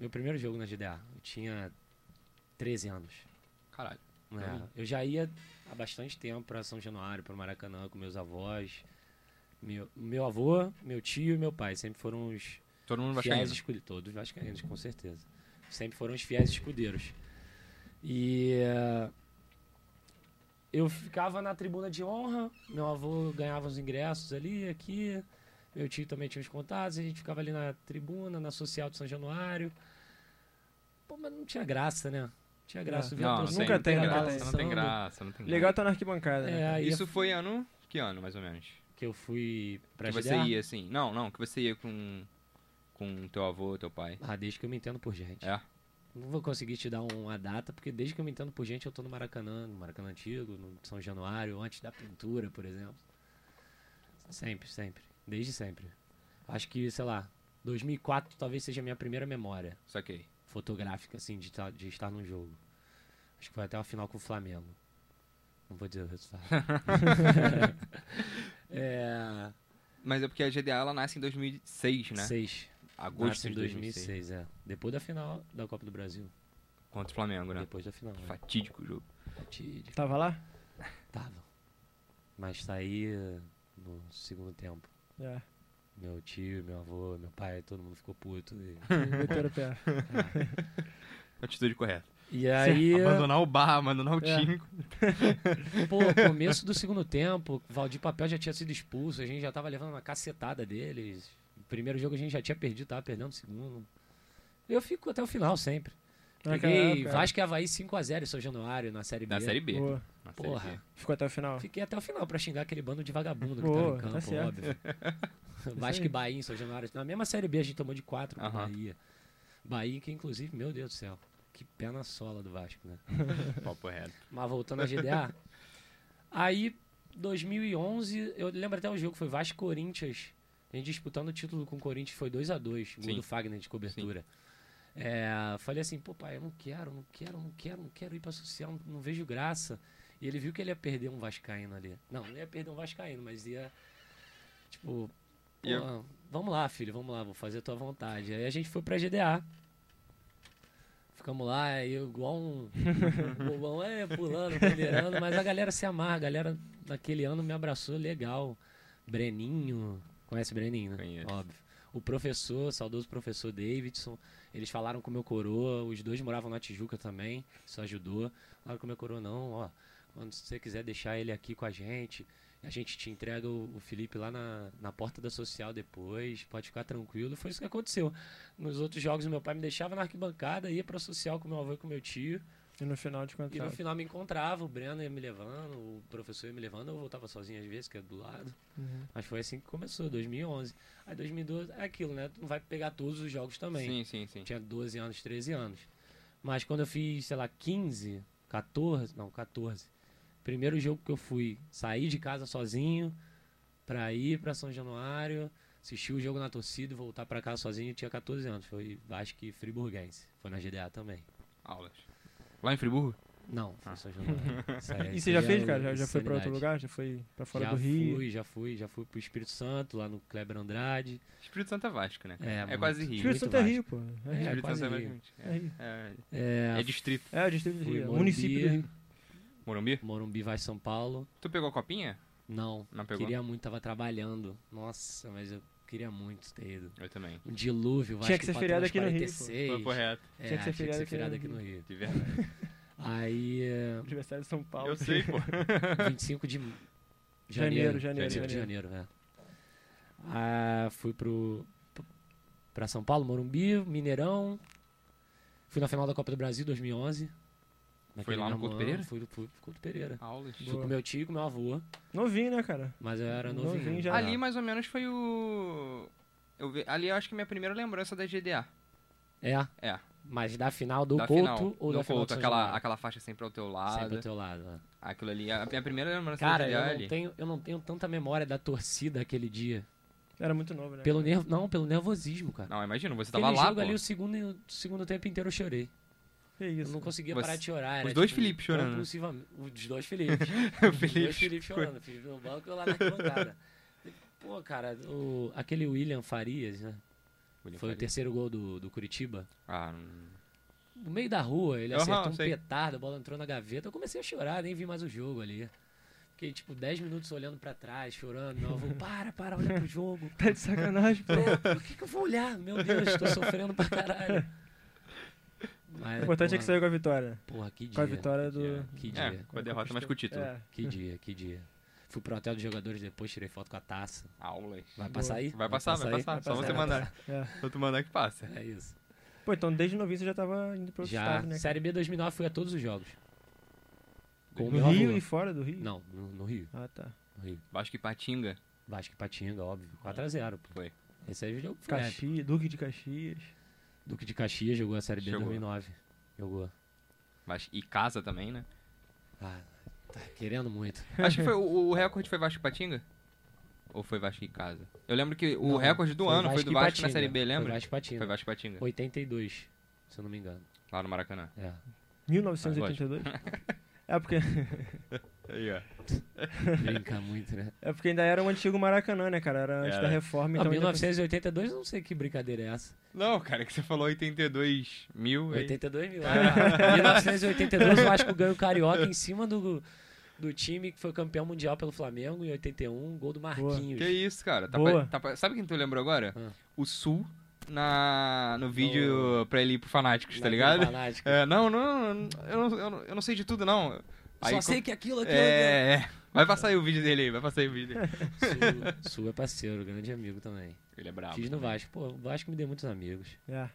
[SPEAKER 3] Meu primeiro jogo na GDA. Eu tinha 13 anos.
[SPEAKER 1] Caralho.
[SPEAKER 3] É,
[SPEAKER 1] Então-
[SPEAKER 3] eu já ia há bastante tempo para São Januário, para Maracanã, com meus avós. Meu, meu avô, meu tio e meu pai sempre foram os
[SPEAKER 1] Todo mundo vai né?
[SPEAKER 3] fiéis escudeiros. Todos vascaínos, com certeza. Sempre foram os fiéis escudeiros. E eh, eu ficava na tribuna de honra, meu avô ganhava os ingressos ali, aqui, meu tio também tinha os contatos, a gente ficava ali na tribuna, na social de São Januário. Pô, mas não tinha graça, né? Não tinha
[SPEAKER 2] Não,
[SPEAKER 3] graça. o Vitor
[SPEAKER 1] É. Não, não
[SPEAKER 3] sempre
[SPEAKER 2] Nunca
[SPEAKER 1] tem,
[SPEAKER 2] tem,
[SPEAKER 1] não
[SPEAKER 2] nunca
[SPEAKER 3] tava
[SPEAKER 1] graça,
[SPEAKER 2] tem.
[SPEAKER 1] não tem
[SPEAKER 3] dançando.
[SPEAKER 1] graça, não tem graça.
[SPEAKER 2] Legal tá na arquibancada, né?
[SPEAKER 3] É,
[SPEAKER 2] cara?
[SPEAKER 3] aí
[SPEAKER 1] Isso
[SPEAKER 3] eu-
[SPEAKER 1] foi ano. Que ano, mais ou menos?
[SPEAKER 3] que eu fui pra
[SPEAKER 1] que
[SPEAKER 3] GDA.
[SPEAKER 1] você ia assim. Não, não, que você ia com. Com teu avô, teu pai.
[SPEAKER 3] Ah, desde que eu me entendo por gente.
[SPEAKER 1] É.
[SPEAKER 3] Não vou conseguir te dar uma data, porque desde que eu me entendo por gente, eu tô no Maracanã, no Maracanã Antigo, no São Januário, antes da pintura, por exemplo. Sempre, sempre. Desde sempre. Acho que, sei lá, 2004 talvez seja a minha primeira memória
[SPEAKER 1] Saquei.
[SPEAKER 3] fotográfica, assim, de, tá- de estar num jogo. Acho que foi até uma final com o Flamengo. Não vou dizer o resultado. é...
[SPEAKER 1] Mas é porque a GDA ela nasce em 2006, né?
[SPEAKER 3] Seis.
[SPEAKER 1] Agosto
[SPEAKER 3] Nasce em
[SPEAKER 1] de 2006.
[SPEAKER 3] 2006, é. Depois da final da Copa do Brasil.
[SPEAKER 1] Contra o Flamengo, né?
[SPEAKER 3] Depois da final. né?
[SPEAKER 1] Fatídico jogo.
[SPEAKER 3] Fatídico.
[SPEAKER 2] Tava lá?
[SPEAKER 3] Tava. Mas saí eh, no segundo tempo.
[SPEAKER 2] É.
[SPEAKER 3] Uhum. Meu tio, meu avô, meu pai, todo mundo ficou puto. E,
[SPEAKER 2] Meteram o pé.
[SPEAKER 1] Atitude correta.
[SPEAKER 3] e uh, aí,
[SPEAKER 1] Abandonar o bar, abandonar o
[SPEAKER 2] É.
[SPEAKER 1] time.
[SPEAKER 3] pô, começo do segundo tempo, o Valdir Papel já tinha sido expulso, a gente já tava levando uma cacetada deles. O primeiro jogo a gente já tinha perdido, tava perdendo o segundo. Eu fico até o final sempre.
[SPEAKER 2] Naquela
[SPEAKER 3] Peguei
[SPEAKER 2] época, é.
[SPEAKER 3] Vasco e Havaí 5x0 em São Januário na Série B.
[SPEAKER 1] Na Série B.
[SPEAKER 2] Boa.
[SPEAKER 1] Na Série
[SPEAKER 3] é Porra.
[SPEAKER 1] B.
[SPEAKER 2] Ficou até o final.
[SPEAKER 3] Fiquei até o final pra xingar aquele bando de vagabundo que
[SPEAKER 2] Pô,
[SPEAKER 3] tava em
[SPEAKER 2] tá
[SPEAKER 3] campo,
[SPEAKER 2] certo.
[SPEAKER 3] óbvio. Vasco e
[SPEAKER 2] aí.
[SPEAKER 3] Bahia em São Januário. Na mesma Série B a gente tomou de 4 pro
[SPEAKER 1] Aham.
[SPEAKER 3] Bahia. Bahia que, inclusive, meu Deus do céu, que pé na sola do Vasco, né?
[SPEAKER 1] Papo reto.
[SPEAKER 3] Mas voltando à GDA. aí, 2011, eu lembro até o jogo, foi Vasco e Corinthians. A gente disputando o título com o Corinthians, foi 2 a 2 gol
[SPEAKER 1] Sim.
[SPEAKER 3] do Fagner de cobertura. É, falei assim, pô, pai, eu não quero, não quero, não quero, não quero ir pra social, não, não vejo graça. E ele viu que ele ia perder um Vascaíno ali. Não, não ia perder um Vascaíno, mas ia. Tipo, pô,
[SPEAKER 1] Ia-
[SPEAKER 3] vamos lá, filho, vamos lá, vou fazer a tua vontade. Aí a gente foi pra GDA. Ficamos lá, e eu igual um um bobão, é, pulando, peneirando, mas a galera se amarra, a galera naquele ano me abraçou legal. Breninho, conhece o Breninho, né?
[SPEAKER 1] Conheço.
[SPEAKER 3] Óbvio. O professor, saudoso professor Davidson, eles falaram com o meu coroa, os dois moravam na Tijuca também, isso ajudou. Falaram com o meu coroa, não, ó, quando você quiser deixar ele aqui com a gente, a gente te entrega o, o Felipe lá na, na porta da social depois, pode ficar tranquilo. E Foi isso que aconteceu. Nos outros jogos, meu pai me deixava na arquibancada, ia pra social com meu avô e com meu tio.
[SPEAKER 2] E no final de
[SPEAKER 3] E no
[SPEAKER 2] contas.
[SPEAKER 3] final me encontrava, o Breno ia me levando, o professor ia me levando, eu voltava sozinho às vezes, que era do lado.
[SPEAKER 2] Uhum.
[SPEAKER 3] Mas foi assim que começou, 2011. Aí 2012 é aquilo, né? Tu não vai pegar todos os jogos também.
[SPEAKER 1] Sim, sim, sim.
[SPEAKER 3] Eu tinha 12 anos, 13 anos. Mas quando eu fiz, sei lá, 15, 14, não, 14. Primeiro jogo que eu fui, saí de casa sozinho pra ir pra São Januário, assistir o jogo na torcida e voltar pra casa sozinho, eu tinha 14 anos. Foi Vasco e Friburguense. Foi na GDA também.
[SPEAKER 1] Aulas. Lá em Friburgo?
[SPEAKER 3] Não, foi São Januário. Isso aí
[SPEAKER 2] E você já
[SPEAKER 3] seria
[SPEAKER 2] fez, cara? Já, já foi pra
[SPEAKER 3] insanidade.
[SPEAKER 2] outro lugar? Já foi pra fora
[SPEAKER 3] É, já
[SPEAKER 2] do Rio?
[SPEAKER 3] fui, já fui, já fui pro Espírito Santo, lá no Kleber Andrade.
[SPEAKER 1] Espírito Santo é Vasco, né?
[SPEAKER 3] É, muito.
[SPEAKER 1] quase Rio.
[SPEAKER 2] Espírito
[SPEAKER 3] muito
[SPEAKER 2] Santo é
[SPEAKER 3] Vasco.
[SPEAKER 2] Rio, pô. É Rio.
[SPEAKER 1] Espírito
[SPEAKER 3] quase
[SPEAKER 1] Santo é
[SPEAKER 3] Rio.
[SPEAKER 1] Vasco.
[SPEAKER 2] É Rio.
[SPEAKER 1] É,
[SPEAKER 3] É,
[SPEAKER 1] é distrito.
[SPEAKER 2] É, o distrito do
[SPEAKER 3] Fui
[SPEAKER 2] Rio. é o
[SPEAKER 3] Morumbi.
[SPEAKER 2] Município do Rio.
[SPEAKER 1] Morumbi?
[SPEAKER 3] Morumbi vai São Paulo.
[SPEAKER 1] Tu pegou a copinha?
[SPEAKER 3] Não,
[SPEAKER 1] Não pegou?
[SPEAKER 3] queria muito, tava trabalhando. Nossa, mas eu queria muito ter ido.
[SPEAKER 1] Eu também.
[SPEAKER 3] Um
[SPEAKER 2] Tinha
[SPEAKER 3] dilúvio, Vasco
[SPEAKER 2] que ser
[SPEAKER 3] empatou
[SPEAKER 2] feriado
[SPEAKER 3] nos
[SPEAKER 2] aqui no Rio, pô.
[SPEAKER 3] 46.
[SPEAKER 1] Foi correto,
[SPEAKER 3] É,
[SPEAKER 2] Tinha que ser feriado aqui
[SPEAKER 3] feriado
[SPEAKER 2] no
[SPEAKER 3] aqui no Rio.
[SPEAKER 1] de verdade.
[SPEAKER 3] Aí, é,
[SPEAKER 2] Aniversário de São Paulo.
[SPEAKER 1] Eu sei, pô.
[SPEAKER 3] 25 de
[SPEAKER 2] Janeiro,
[SPEAKER 3] janeiro.
[SPEAKER 2] janeiro,
[SPEAKER 3] 25 de janeiro, é. Ah, fui pro para São Paulo, Morumbi, Mineirão. Fui na final da Copa do Brasil 2011. Naquele
[SPEAKER 1] lá no
[SPEAKER 3] mesmo
[SPEAKER 1] Couto
[SPEAKER 3] ano,
[SPEAKER 1] Pereira?
[SPEAKER 3] Fui no fui pro Couto Pereira.
[SPEAKER 1] Aulas.
[SPEAKER 3] Fui com meu tio e com meu avô,
[SPEAKER 2] Novinho, né, cara?
[SPEAKER 3] mas eu era
[SPEAKER 2] Novinho
[SPEAKER 3] novinho.
[SPEAKER 2] já.
[SPEAKER 3] É.
[SPEAKER 1] Ali mais ou menos foi o. Eu vi- Ali eu acho que minha primeira lembrança da GDA.
[SPEAKER 3] É,
[SPEAKER 1] É,
[SPEAKER 3] mas da final do
[SPEAKER 1] da
[SPEAKER 3] Couto
[SPEAKER 1] final.
[SPEAKER 3] ou
[SPEAKER 1] do
[SPEAKER 3] da final do
[SPEAKER 1] Couto,
[SPEAKER 3] São
[SPEAKER 1] aquela,
[SPEAKER 3] Januário?
[SPEAKER 1] aquela faixa sempre ao teu
[SPEAKER 3] Sempre
[SPEAKER 1] lado.
[SPEAKER 3] ao teu lado. é.
[SPEAKER 1] Aquilo ali. A minha primeira lembrança
[SPEAKER 3] Cara,
[SPEAKER 1] da GDA é
[SPEAKER 3] eu não,
[SPEAKER 1] ali.
[SPEAKER 3] tenho, eu não tenho tanta memória da torcida aquele dia.
[SPEAKER 2] Era muito novo, né?
[SPEAKER 3] Pelo nervo, não, pelo nervosismo, cara.
[SPEAKER 1] Não, imagina, você
[SPEAKER 3] Aquele
[SPEAKER 1] tava lá,
[SPEAKER 3] jogo
[SPEAKER 1] pô.
[SPEAKER 3] ali, o segundo, o segundo tempo inteiro eu chorei.
[SPEAKER 2] Que
[SPEAKER 3] Eu
[SPEAKER 2] isso.
[SPEAKER 3] não conseguia
[SPEAKER 1] Você-
[SPEAKER 3] parar de chorar.
[SPEAKER 1] Os
[SPEAKER 3] era,
[SPEAKER 1] dois
[SPEAKER 3] tipo,
[SPEAKER 1] Felipe chorando. né?
[SPEAKER 3] compulsivamente- Os dois Felipe.
[SPEAKER 1] O
[SPEAKER 3] Os dois
[SPEAKER 1] Felipe.
[SPEAKER 3] Felipe chorando. Felipe no banco e eu lá na bancada. Pô, cara, o- aquele William Farias, né?
[SPEAKER 1] William
[SPEAKER 3] Foi o
[SPEAKER 1] Faria.
[SPEAKER 3] terceiro gol do, do Curitiba.
[SPEAKER 1] Ah, não-
[SPEAKER 3] No meio da rua, ele
[SPEAKER 1] Aham,
[SPEAKER 3] acertou um
[SPEAKER 1] sei.
[SPEAKER 3] petardo, a bola entrou na gaveta. Eu comecei a chorar, nem vi mais o jogo ali. Fiquei, tipo, 10 minutos olhando pra trás, chorando. Meu avô, para, para, olha pro jogo.
[SPEAKER 2] Tá de sacanagem, pô.
[SPEAKER 3] Pô, por que, que eu vou olhar? Meu Deus, tô sofrendo pra caralho.
[SPEAKER 2] O
[SPEAKER 3] Mas,
[SPEAKER 2] importante é que
[SPEAKER 3] porra,
[SPEAKER 2] saiu com a vitória.
[SPEAKER 3] Porra, que dia.
[SPEAKER 2] Com a vitória do.
[SPEAKER 3] Que dia.
[SPEAKER 1] É, com a derrota, mas com o título.
[SPEAKER 2] É.
[SPEAKER 3] Que dia, que dia. Fui pro hotel dos jogadores depois, tirei foto com a taça.
[SPEAKER 1] Aulas.
[SPEAKER 3] Vai
[SPEAKER 2] Boa.
[SPEAKER 3] passar aí?
[SPEAKER 1] Vai passar, vai
[SPEAKER 3] aí?
[SPEAKER 1] passar. Só
[SPEAKER 2] passar,
[SPEAKER 1] você
[SPEAKER 2] vai
[SPEAKER 1] mandar.
[SPEAKER 2] É.
[SPEAKER 1] Só tu mandar que passa.
[SPEAKER 3] É isso.
[SPEAKER 2] Pô, então desde novinho você já tava indo pra outro
[SPEAKER 3] Já,
[SPEAKER 2] estado, né?
[SPEAKER 3] Série B 2009 fui a todos os jogos. Com o
[SPEAKER 2] No
[SPEAKER 3] meu
[SPEAKER 2] Rio
[SPEAKER 3] avô.
[SPEAKER 2] e fora do Rio?
[SPEAKER 3] Não, no, no Rio.
[SPEAKER 2] Ah, tá.
[SPEAKER 3] No Rio.
[SPEAKER 1] Acho que Patinga.
[SPEAKER 3] Vasco e Patinga, óbvio. 4x0, pô.
[SPEAKER 1] Foi.
[SPEAKER 3] Esse aí é o jogo foi épico.
[SPEAKER 2] Caxias, Duque de Caxias.
[SPEAKER 3] Duque de Caxias jogou a Série B em
[SPEAKER 1] Jogou.
[SPEAKER 3] 2009. Jogou.
[SPEAKER 1] Mas- E casa também, né?
[SPEAKER 3] Ah, tá querendo muito.
[SPEAKER 1] Acho que foi o, o recorde foi Vasco e Patinga? Ou foi Vasco e Casa? Eu lembro que o
[SPEAKER 3] Não,
[SPEAKER 1] recorde do ano foi do
[SPEAKER 3] e
[SPEAKER 1] Vasco na
[SPEAKER 3] Patinga.
[SPEAKER 1] Série B,
[SPEAKER 3] Foi
[SPEAKER 1] lembra?
[SPEAKER 3] Vasco e Patinga.
[SPEAKER 1] Foi Vasco e Patinga,
[SPEAKER 3] 82, se eu não me engano.
[SPEAKER 1] lá no Maracanã.
[SPEAKER 3] É.
[SPEAKER 2] 1982? É porque,
[SPEAKER 1] Aí, ó.
[SPEAKER 3] Brinca muito, né?
[SPEAKER 2] é porque ainda era o antigo Maracanã, né, cara? Era antes
[SPEAKER 1] Era.
[SPEAKER 2] da reforma,
[SPEAKER 3] Não,
[SPEAKER 2] então. ainda-
[SPEAKER 3] 1982, eu não sei que brincadeira é essa.
[SPEAKER 1] Não, cara, que você falou 82 mil. aí-
[SPEAKER 3] 82 mil. Ah,
[SPEAKER 1] É.
[SPEAKER 3] 1982, eu acho que ganho o Carioca em cima do, do time que foi campeão mundial pelo Flamengo em 81, gol do Marquinhos.
[SPEAKER 1] Que isso, cara. Tá
[SPEAKER 2] Boa.
[SPEAKER 1] pa- tá pa- Sabe quem tu lembrou agora?
[SPEAKER 3] Ah.
[SPEAKER 1] O Sul na... no vídeo pra ele ir pro Fanáticos, tá
[SPEAKER 3] Na
[SPEAKER 1] ligado?
[SPEAKER 3] Fanática.
[SPEAKER 1] É, não, não, não, eu não, eu não, eu não sei de tudo, não.
[SPEAKER 3] Só
[SPEAKER 1] Aí,
[SPEAKER 3] sei que aquilo, aquilo, aquilo.
[SPEAKER 1] É, é. Vai passar aí o vídeo dele aí, vai passar aí o vídeo dele.
[SPEAKER 3] Sul, Sul é parceiro, grande amigo também.
[SPEAKER 1] Ele é
[SPEAKER 2] Tá
[SPEAKER 1] brabo.
[SPEAKER 3] Fiz no Vasco. Pô, o Vasco me deu muitos amigos.
[SPEAKER 2] É.
[SPEAKER 3] Não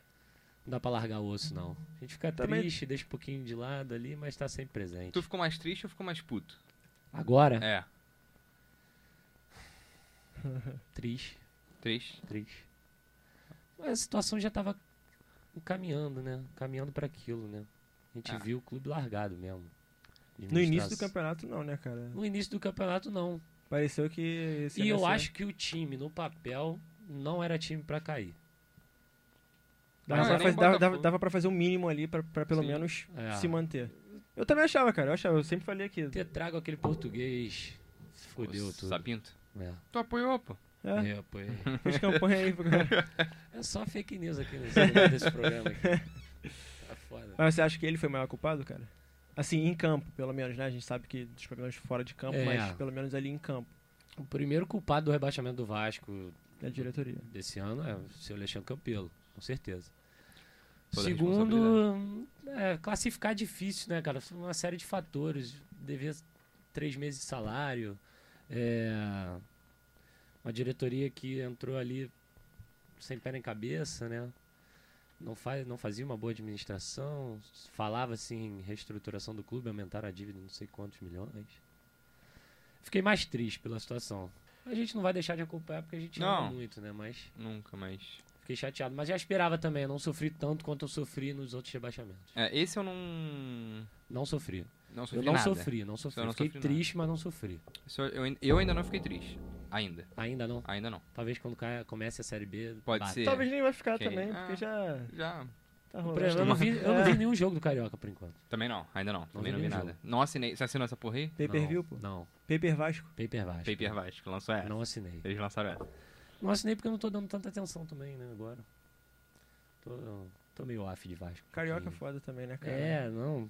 [SPEAKER 3] dá pra largar o osso, não. A gente fica
[SPEAKER 2] Também-
[SPEAKER 3] triste, deixa um pouquinho de lado ali, mas tá sempre presente.
[SPEAKER 1] Tu ficou mais triste ou ficou mais puto?
[SPEAKER 3] Agora,
[SPEAKER 1] É.
[SPEAKER 3] triste.
[SPEAKER 1] Triste.
[SPEAKER 3] Triste. Mas a situação já tava caminhando, né? Caminhando pra aquilo, né? A gente
[SPEAKER 1] Ah.
[SPEAKER 3] viu o clube largado mesmo.
[SPEAKER 2] Tá. No início do
[SPEAKER 3] Administração.
[SPEAKER 2] campeonato, não, né, cara?
[SPEAKER 3] No início do campeonato, não.
[SPEAKER 2] Pareceu que. esse
[SPEAKER 3] E eu
[SPEAKER 2] ia ser-
[SPEAKER 3] acho que o time, no papel, não era time pra cair.
[SPEAKER 2] Dava,
[SPEAKER 1] Não,
[SPEAKER 2] pra,
[SPEAKER 1] nem
[SPEAKER 2] faz- dava, dava,
[SPEAKER 1] Botafogo.
[SPEAKER 2] dava pra fazer um mínimo ali pra, pra pelo
[SPEAKER 1] Sim.
[SPEAKER 2] menos
[SPEAKER 3] É.
[SPEAKER 2] se manter. Eu também achava, cara. Eu achava, eu sempre falei aqui.
[SPEAKER 3] Te trago aquele português. Fudeu tudo.
[SPEAKER 1] Sapinto?
[SPEAKER 3] É.
[SPEAKER 1] Tu apoiou, pô.
[SPEAKER 2] É,
[SPEAKER 3] Eu apoiei.
[SPEAKER 2] fez campanha aí. cara.
[SPEAKER 3] É só fake news aqui nesse, nesse programa. Aqui. Tá foda.
[SPEAKER 2] Mas você acha que ele foi o maior culpado, cara? Assim, em campo, pelo menos, né? A gente sabe que dos problemas fora de campo,
[SPEAKER 3] É.
[SPEAKER 2] mas pelo menos ali em campo,
[SPEAKER 3] O primeiro culpado do rebaixamento do Vasco
[SPEAKER 2] da diretoria.
[SPEAKER 3] desse ano é o seu Alexandre Campelo, com certeza.
[SPEAKER 1] Toda a
[SPEAKER 3] Segundo, é, classificar é difícil, né, cara? São Uma série de fatores. Dever três meses de salário. é, uma diretoria que entrou ali sem pé nem cabeça, né? Não, faz, não fazia uma boa administração. Falava assim em reestruturação do clube, aumentar a dívida em não sei quantos milhões. Fiquei mais triste pela situação. A gente não vai deixar de acompanhar porque a gente ama
[SPEAKER 1] Não.
[SPEAKER 3] muito, né? Mas.
[SPEAKER 1] Nunca, mas.
[SPEAKER 3] Fiquei chateado, mas já esperava também. Eu não sofri tanto quanto eu sofri nos outros rebaixamentos.
[SPEAKER 1] É, esse eu não.
[SPEAKER 3] Não sofri.
[SPEAKER 1] Não sofri
[SPEAKER 3] Eu não
[SPEAKER 1] nada.
[SPEAKER 3] sofri, não sofri.
[SPEAKER 1] Eu não
[SPEAKER 3] fiquei
[SPEAKER 1] sofri
[SPEAKER 3] triste, mas não sofri.
[SPEAKER 1] Isso eu- eu, ain- eu ainda não fiquei triste. Ainda.
[SPEAKER 3] Ainda não.
[SPEAKER 1] Ainda não.
[SPEAKER 3] Talvez quando caia- comece a Série B.
[SPEAKER 1] Pode
[SPEAKER 3] bata.
[SPEAKER 1] ser.
[SPEAKER 2] Talvez nem vai ficar
[SPEAKER 1] É. Quem-
[SPEAKER 2] também,
[SPEAKER 1] Ah.
[SPEAKER 2] porque já
[SPEAKER 1] Já.
[SPEAKER 2] tá
[SPEAKER 3] Por exemplo, Eu
[SPEAKER 2] rolando.
[SPEAKER 3] não, vi, eu não
[SPEAKER 1] É.
[SPEAKER 3] vi nenhum jogo do Carioca por enquanto.
[SPEAKER 1] Também não, ainda não. Também
[SPEAKER 3] vi
[SPEAKER 1] não vi
[SPEAKER 3] nenhum
[SPEAKER 1] nada. Não assinei. Você assinou essa porra aí?
[SPEAKER 2] Pay per view, pô.
[SPEAKER 3] Não.
[SPEAKER 2] Pay per Vasco.
[SPEAKER 3] Paper Vasco.
[SPEAKER 1] Paper Vasco, lançou essa.
[SPEAKER 2] É.
[SPEAKER 3] Não assinei.
[SPEAKER 1] Eles lançaram essa.
[SPEAKER 3] Não assinei porque eu não tô dando tanta atenção também, né, agora. Tô, tô meio off de Vasco. um
[SPEAKER 2] Carioca é
[SPEAKER 3] pouquinho.
[SPEAKER 2] foda também, né, cara?
[SPEAKER 3] É, não.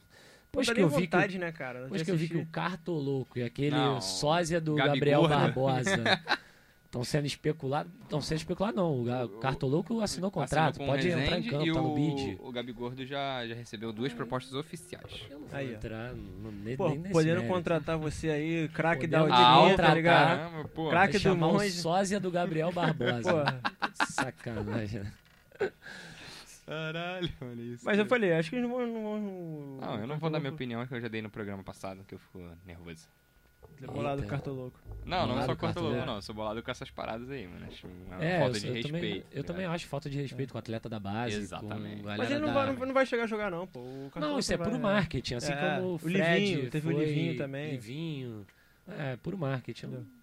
[SPEAKER 2] Pô,
[SPEAKER 3] Depois que
[SPEAKER 2] daria
[SPEAKER 3] eu vi que o
[SPEAKER 2] vontade, né, cara?
[SPEAKER 3] Depois
[SPEAKER 2] De
[SPEAKER 3] que eu vi que
[SPEAKER 2] assistir.
[SPEAKER 3] o Cartolouco e aquele
[SPEAKER 1] Não,
[SPEAKER 3] sósia do
[SPEAKER 1] Gabi
[SPEAKER 3] Gabriel
[SPEAKER 1] Gorda.
[SPEAKER 3] Barbosa estão sendo especulados. Estão sendo especulados, não. O Ga- O Cartolouco assinou contrato,
[SPEAKER 1] Assinou com o
[SPEAKER 3] pode entrar em
[SPEAKER 1] Rezende
[SPEAKER 3] campo,
[SPEAKER 1] e
[SPEAKER 3] tá
[SPEAKER 1] o-
[SPEAKER 3] no bid.
[SPEAKER 1] O Gabi Gordo já, já recebeu duas propostas oficiais.
[SPEAKER 3] Eu não vou
[SPEAKER 2] Aí, ó.
[SPEAKER 3] entrar no, nem,
[SPEAKER 2] Pô,
[SPEAKER 3] nem nesse
[SPEAKER 2] podendo
[SPEAKER 3] mérito.
[SPEAKER 2] contratar você aí, craque da
[SPEAKER 3] Podendo
[SPEAKER 2] audiência, tá
[SPEAKER 3] contratar.
[SPEAKER 2] ligado?
[SPEAKER 1] Caramba, pô.
[SPEAKER 2] Craque
[SPEAKER 3] Vai
[SPEAKER 2] do
[SPEAKER 3] chamar o
[SPEAKER 2] monge.
[SPEAKER 3] sósia do Gabriel Barbosa.
[SPEAKER 2] Porra.
[SPEAKER 3] Sacanagem. né?
[SPEAKER 1] Caralho, olha isso.
[SPEAKER 2] Mas eu falei, acho que eles não vão. Não, vão-
[SPEAKER 1] Não, eu não vou dar minha opinião, que eu já dei no programa passado, que eu fico nervoso.
[SPEAKER 2] Debolado do
[SPEAKER 3] Eita.
[SPEAKER 2] cartoloco.
[SPEAKER 1] Não, não
[SPEAKER 3] Bolado
[SPEAKER 1] sou
[SPEAKER 3] com a
[SPEAKER 1] cortolobo,
[SPEAKER 3] turma.
[SPEAKER 1] não. Eu sou bolado com essas paradas aí, mano. Acho uma
[SPEAKER 3] É,
[SPEAKER 1] falta
[SPEAKER 3] eu,
[SPEAKER 1] de
[SPEAKER 3] eu
[SPEAKER 1] respeito.
[SPEAKER 3] também, eu
[SPEAKER 1] tá
[SPEAKER 3] também
[SPEAKER 1] ligado?
[SPEAKER 3] acho falta de respeito com o atleta da base.
[SPEAKER 1] Exatamente.
[SPEAKER 3] Com
[SPEAKER 1] Mas
[SPEAKER 2] Mas
[SPEAKER 3] galera
[SPEAKER 2] ele não
[SPEAKER 3] da-
[SPEAKER 2] vai, não, vai chegar a jogar, não, pô. O
[SPEAKER 3] Não,
[SPEAKER 2] Cartoloco
[SPEAKER 3] isso é
[SPEAKER 2] vai-
[SPEAKER 3] puro marketing, assim
[SPEAKER 2] É,
[SPEAKER 3] como o
[SPEAKER 2] o
[SPEAKER 3] Fred
[SPEAKER 2] Livinho, teve o
[SPEAKER 3] foi,
[SPEAKER 2] Livinho também.
[SPEAKER 3] Livinho. É, puro marketing. Eu não,
[SPEAKER 2] Entendeu?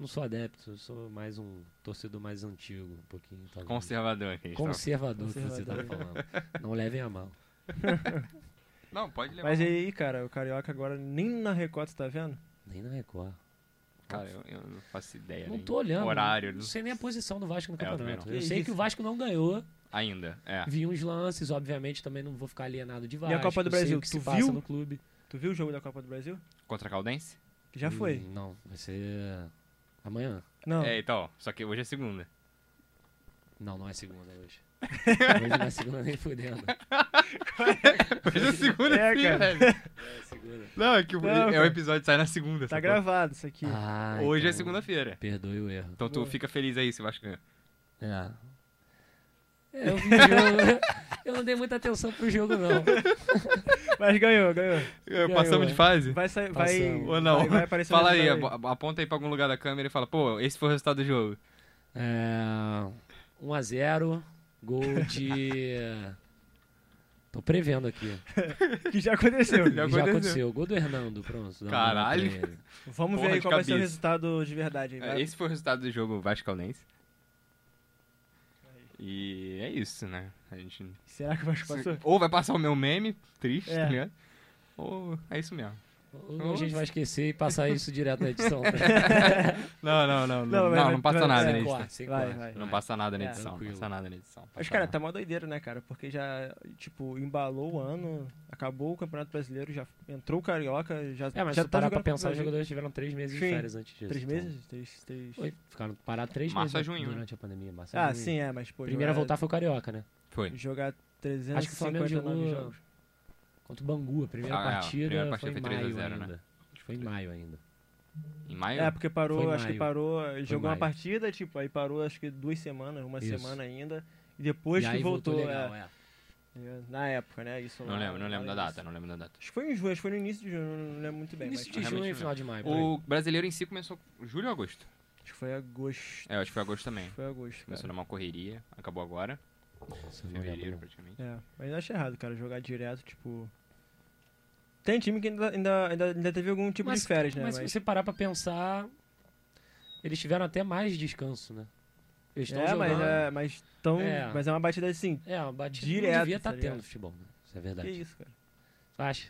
[SPEAKER 3] não sou adepto, eu sou mais um torcedor mais antigo, um pouquinho. talvez.
[SPEAKER 1] Conservador aqui. tá?
[SPEAKER 3] Conservador, que você tá
[SPEAKER 2] Conservador.
[SPEAKER 3] falando. Não levem a mal.
[SPEAKER 1] Não, pode
[SPEAKER 3] é
[SPEAKER 1] levar.
[SPEAKER 2] Mas aí, cara, o Carioca agora nem na Record, você tá vendo?
[SPEAKER 3] Nem na Record.
[SPEAKER 1] Cara, eu, eu não faço ideia.
[SPEAKER 3] Não
[SPEAKER 1] nem
[SPEAKER 3] tô olhando.
[SPEAKER 1] Horário,
[SPEAKER 3] Não
[SPEAKER 1] não-
[SPEAKER 3] sei nem a posição do Vasco no
[SPEAKER 1] É, eu também
[SPEAKER 3] campeonato.
[SPEAKER 1] não.
[SPEAKER 3] Eu
[SPEAKER 2] Que
[SPEAKER 3] sei que
[SPEAKER 2] isso.
[SPEAKER 3] o Vasco não ganhou.
[SPEAKER 1] Ainda, é.
[SPEAKER 3] Vi uns lances, obviamente, também não vou ficar alienado de Vasco.
[SPEAKER 2] Copa do
[SPEAKER 3] sei
[SPEAKER 2] Brasil,
[SPEAKER 3] o que se
[SPEAKER 2] tu
[SPEAKER 3] passa
[SPEAKER 2] viu?
[SPEAKER 3] no clube.
[SPEAKER 2] Tu viu o jogo da Copa do Brasil?
[SPEAKER 1] Contra a Caldense?
[SPEAKER 2] Que já foi.
[SPEAKER 3] Hum, não, vai ser amanhã.
[SPEAKER 2] Não.
[SPEAKER 1] É, então, só que hoje é segunda.
[SPEAKER 3] Não, não é segunda hoje. hoje não é segunda nem fudendo.
[SPEAKER 1] Hoje é segunda
[SPEAKER 2] É,
[SPEAKER 1] sim,
[SPEAKER 2] cara.
[SPEAKER 1] velho.
[SPEAKER 3] É segunda.
[SPEAKER 1] Não, é que o-
[SPEAKER 2] Não,
[SPEAKER 1] é o
[SPEAKER 2] cara.
[SPEAKER 1] episódio sai na segunda.
[SPEAKER 2] tá
[SPEAKER 1] sacou?
[SPEAKER 2] gravado isso aqui.
[SPEAKER 3] Ah,
[SPEAKER 1] Hoje é
[SPEAKER 3] então,
[SPEAKER 1] segunda-feira.
[SPEAKER 3] Perdoe o erro.
[SPEAKER 1] Então tu
[SPEAKER 2] Boa.
[SPEAKER 1] fica feliz aí, se Vasco ganha.
[SPEAKER 3] É. Eu, vi o jogo, eu não dei muita atenção pro jogo, não.
[SPEAKER 2] Mas ganhou, ganhou.
[SPEAKER 1] É,
[SPEAKER 3] Ganhou,
[SPEAKER 1] Passamos de
[SPEAKER 3] é.
[SPEAKER 1] fase?
[SPEAKER 2] Vai sair. Vai,
[SPEAKER 3] Passamos.
[SPEAKER 1] Ou não?
[SPEAKER 2] Vai, vai aparecer
[SPEAKER 1] fala
[SPEAKER 2] no
[SPEAKER 1] aí,
[SPEAKER 2] resultado
[SPEAKER 1] ap- aponta aí pra algum lugar da câmera e fala, pô, esse foi o resultado do jogo.
[SPEAKER 3] É, 1x0, gol de. Tô prevendo aqui.
[SPEAKER 2] Que já aconteceu.
[SPEAKER 1] Já
[SPEAKER 3] Já,
[SPEAKER 1] aconteceu.
[SPEAKER 3] aconteceu. Gol do Hernando, pronto. dá uma olhada
[SPEAKER 1] Caralho.
[SPEAKER 3] pra ele.
[SPEAKER 2] Vamos
[SPEAKER 1] Porra
[SPEAKER 2] ver aí
[SPEAKER 1] de
[SPEAKER 2] qual vai ser o
[SPEAKER 1] cabeça.
[SPEAKER 2] resultado de verdade. aí,
[SPEAKER 1] É,
[SPEAKER 2] vai.
[SPEAKER 1] Esse foi o resultado do jogo Vasco Caldense. E é isso, né? A gente...
[SPEAKER 2] Será que o Vasco passou?
[SPEAKER 1] Ou vai passar o meu meme, triste,
[SPEAKER 2] É.
[SPEAKER 1] tá ligado? Ou é isso mesmo.
[SPEAKER 3] Ou a gente vai esquecer e passar isso direto na edição.
[SPEAKER 1] Não, não, não. Não,
[SPEAKER 2] Não,
[SPEAKER 1] não,
[SPEAKER 2] vai- vai-
[SPEAKER 1] passa nada
[SPEAKER 2] vai- vai-
[SPEAKER 1] na
[SPEAKER 3] sem
[SPEAKER 1] edição.
[SPEAKER 3] corte, sem
[SPEAKER 2] Vai,
[SPEAKER 3] corte.
[SPEAKER 2] vai.
[SPEAKER 1] Não passa nada na
[SPEAKER 2] É,
[SPEAKER 1] edição. Não
[SPEAKER 3] tranquilo.
[SPEAKER 1] passa nada na edição.
[SPEAKER 2] Mas,
[SPEAKER 1] passa
[SPEAKER 2] cara,
[SPEAKER 1] nada.
[SPEAKER 2] tá mó doideira, né, cara? Porque já, tipo, embalou o ano, acabou o Campeonato Brasileiro, já entrou o Carioca, já,
[SPEAKER 3] É, mas
[SPEAKER 2] já tá
[SPEAKER 3] se parar pra
[SPEAKER 2] jogando
[SPEAKER 3] pensar, os
[SPEAKER 2] Brasil.
[SPEAKER 3] jogadores tiveram três meses de
[SPEAKER 2] Sim.
[SPEAKER 3] férias antes disso.
[SPEAKER 2] Três
[SPEAKER 3] então.
[SPEAKER 2] meses? Três, três...
[SPEAKER 3] Oi, Ficaram parados três
[SPEAKER 1] Março a
[SPEAKER 3] meses né,
[SPEAKER 1] junho, né?
[SPEAKER 3] durante a pandemia. Março a
[SPEAKER 2] Ah,
[SPEAKER 3] junho.
[SPEAKER 2] sim, é, mas, pô...
[SPEAKER 3] Primeiro a
[SPEAKER 2] jogar-
[SPEAKER 3] voltar foi o Carioca, né?
[SPEAKER 1] Foi.
[SPEAKER 2] Jogar
[SPEAKER 3] Acho que o Flamengo
[SPEAKER 2] 359
[SPEAKER 3] jogou-
[SPEAKER 2] jogos.
[SPEAKER 3] Contra o Bangu, a primeira
[SPEAKER 1] Ah, é, a
[SPEAKER 3] partida.
[SPEAKER 1] primeira
[SPEAKER 3] foi,
[SPEAKER 1] partida
[SPEAKER 3] em
[SPEAKER 1] foi
[SPEAKER 3] maio
[SPEAKER 1] 3 a 0, né?
[SPEAKER 3] ainda. Acho que Foi em maio ainda.
[SPEAKER 1] Em maio?
[SPEAKER 2] É, porque parou,
[SPEAKER 3] Foi em
[SPEAKER 2] acho que
[SPEAKER 3] maio.
[SPEAKER 2] parou, jogou uma
[SPEAKER 3] maio.
[SPEAKER 2] partida, tipo, aí parou acho que duas semanas, uma
[SPEAKER 3] Isso.
[SPEAKER 2] semana ainda, e depois
[SPEAKER 3] e
[SPEAKER 2] que
[SPEAKER 3] aí voltou,
[SPEAKER 2] voltou,
[SPEAKER 3] legal,
[SPEAKER 2] é,
[SPEAKER 3] é.
[SPEAKER 2] é, na época, né, isso
[SPEAKER 1] Não
[SPEAKER 2] lá,
[SPEAKER 1] lembro, não
[SPEAKER 2] lá
[SPEAKER 1] lembro da
[SPEAKER 2] no
[SPEAKER 1] data,
[SPEAKER 2] início.
[SPEAKER 1] não lembro da data.
[SPEAKER 2] Acho que foi em junho, acho que foi no início de junho, não lembro muito bem,
[SPEAKER 3] Início
[SPEAKER 2] mas
[SPEAKER 3] de
[SPEAKER 1] mas
[SPEAKER 3] junho,
[SPEAKER 1] realmente
[SPEAKER 3] final de maio. É por aí.
[SPEAKER 1] O brasileiro em si começou julho ou agosto?
[SPEAKER 2] acho que foi agosto,
[SPEAKER 1] É, acho que foi agosto também.
[SPEAKER 2] foi agosto,
[SPEAKER 1] Começou
[SPEAKER 3] É.
[SPEAKER 2] cara.
[SPEAKER 1] numa correria, acabou agora.
[SPEAKER 3] Nossa, não
[SPEAKER 1] Fevereiro,
[SPEAKER 3] lembro.
[SPEAKER 1] praticamente.
[SPEAKER 2] É, mas eu acho errado, cara, jogar direto, tipo... Tem time que ainda, ainda, ainda, ainda teve algum tipo
[SPEAKER 3] Mas-
[SPEAKER 2] de férias, né,
[SPEAKER 3] Mas
[SPEAKER 2] mas...
[SPEAKER 3] se você parar pra pensar, eles tiveram até mais descanso, né? Eles estão
[SPEAKER 2] É, mas
[SPEAKER 3] jogando.
[SPEAKER 2] é, mas, tão,
[SPEAKER 3] É.
[SPEAKER 2] mas é uma batida assim.
[SPEAKER 3] É, uma batida
[SPEAKER 2] Direto,
[SPEAKER 3] não devia estar
[SPEAKER 2] tá ligado?
[SPEAKER 3] tendo no futebol, né? Isso é
[SPEAKER 2] Que
[SPEAKER 3] verdade.
[SPEAKER 2] isso, cara.
[SPEAKER 3] Tu acha?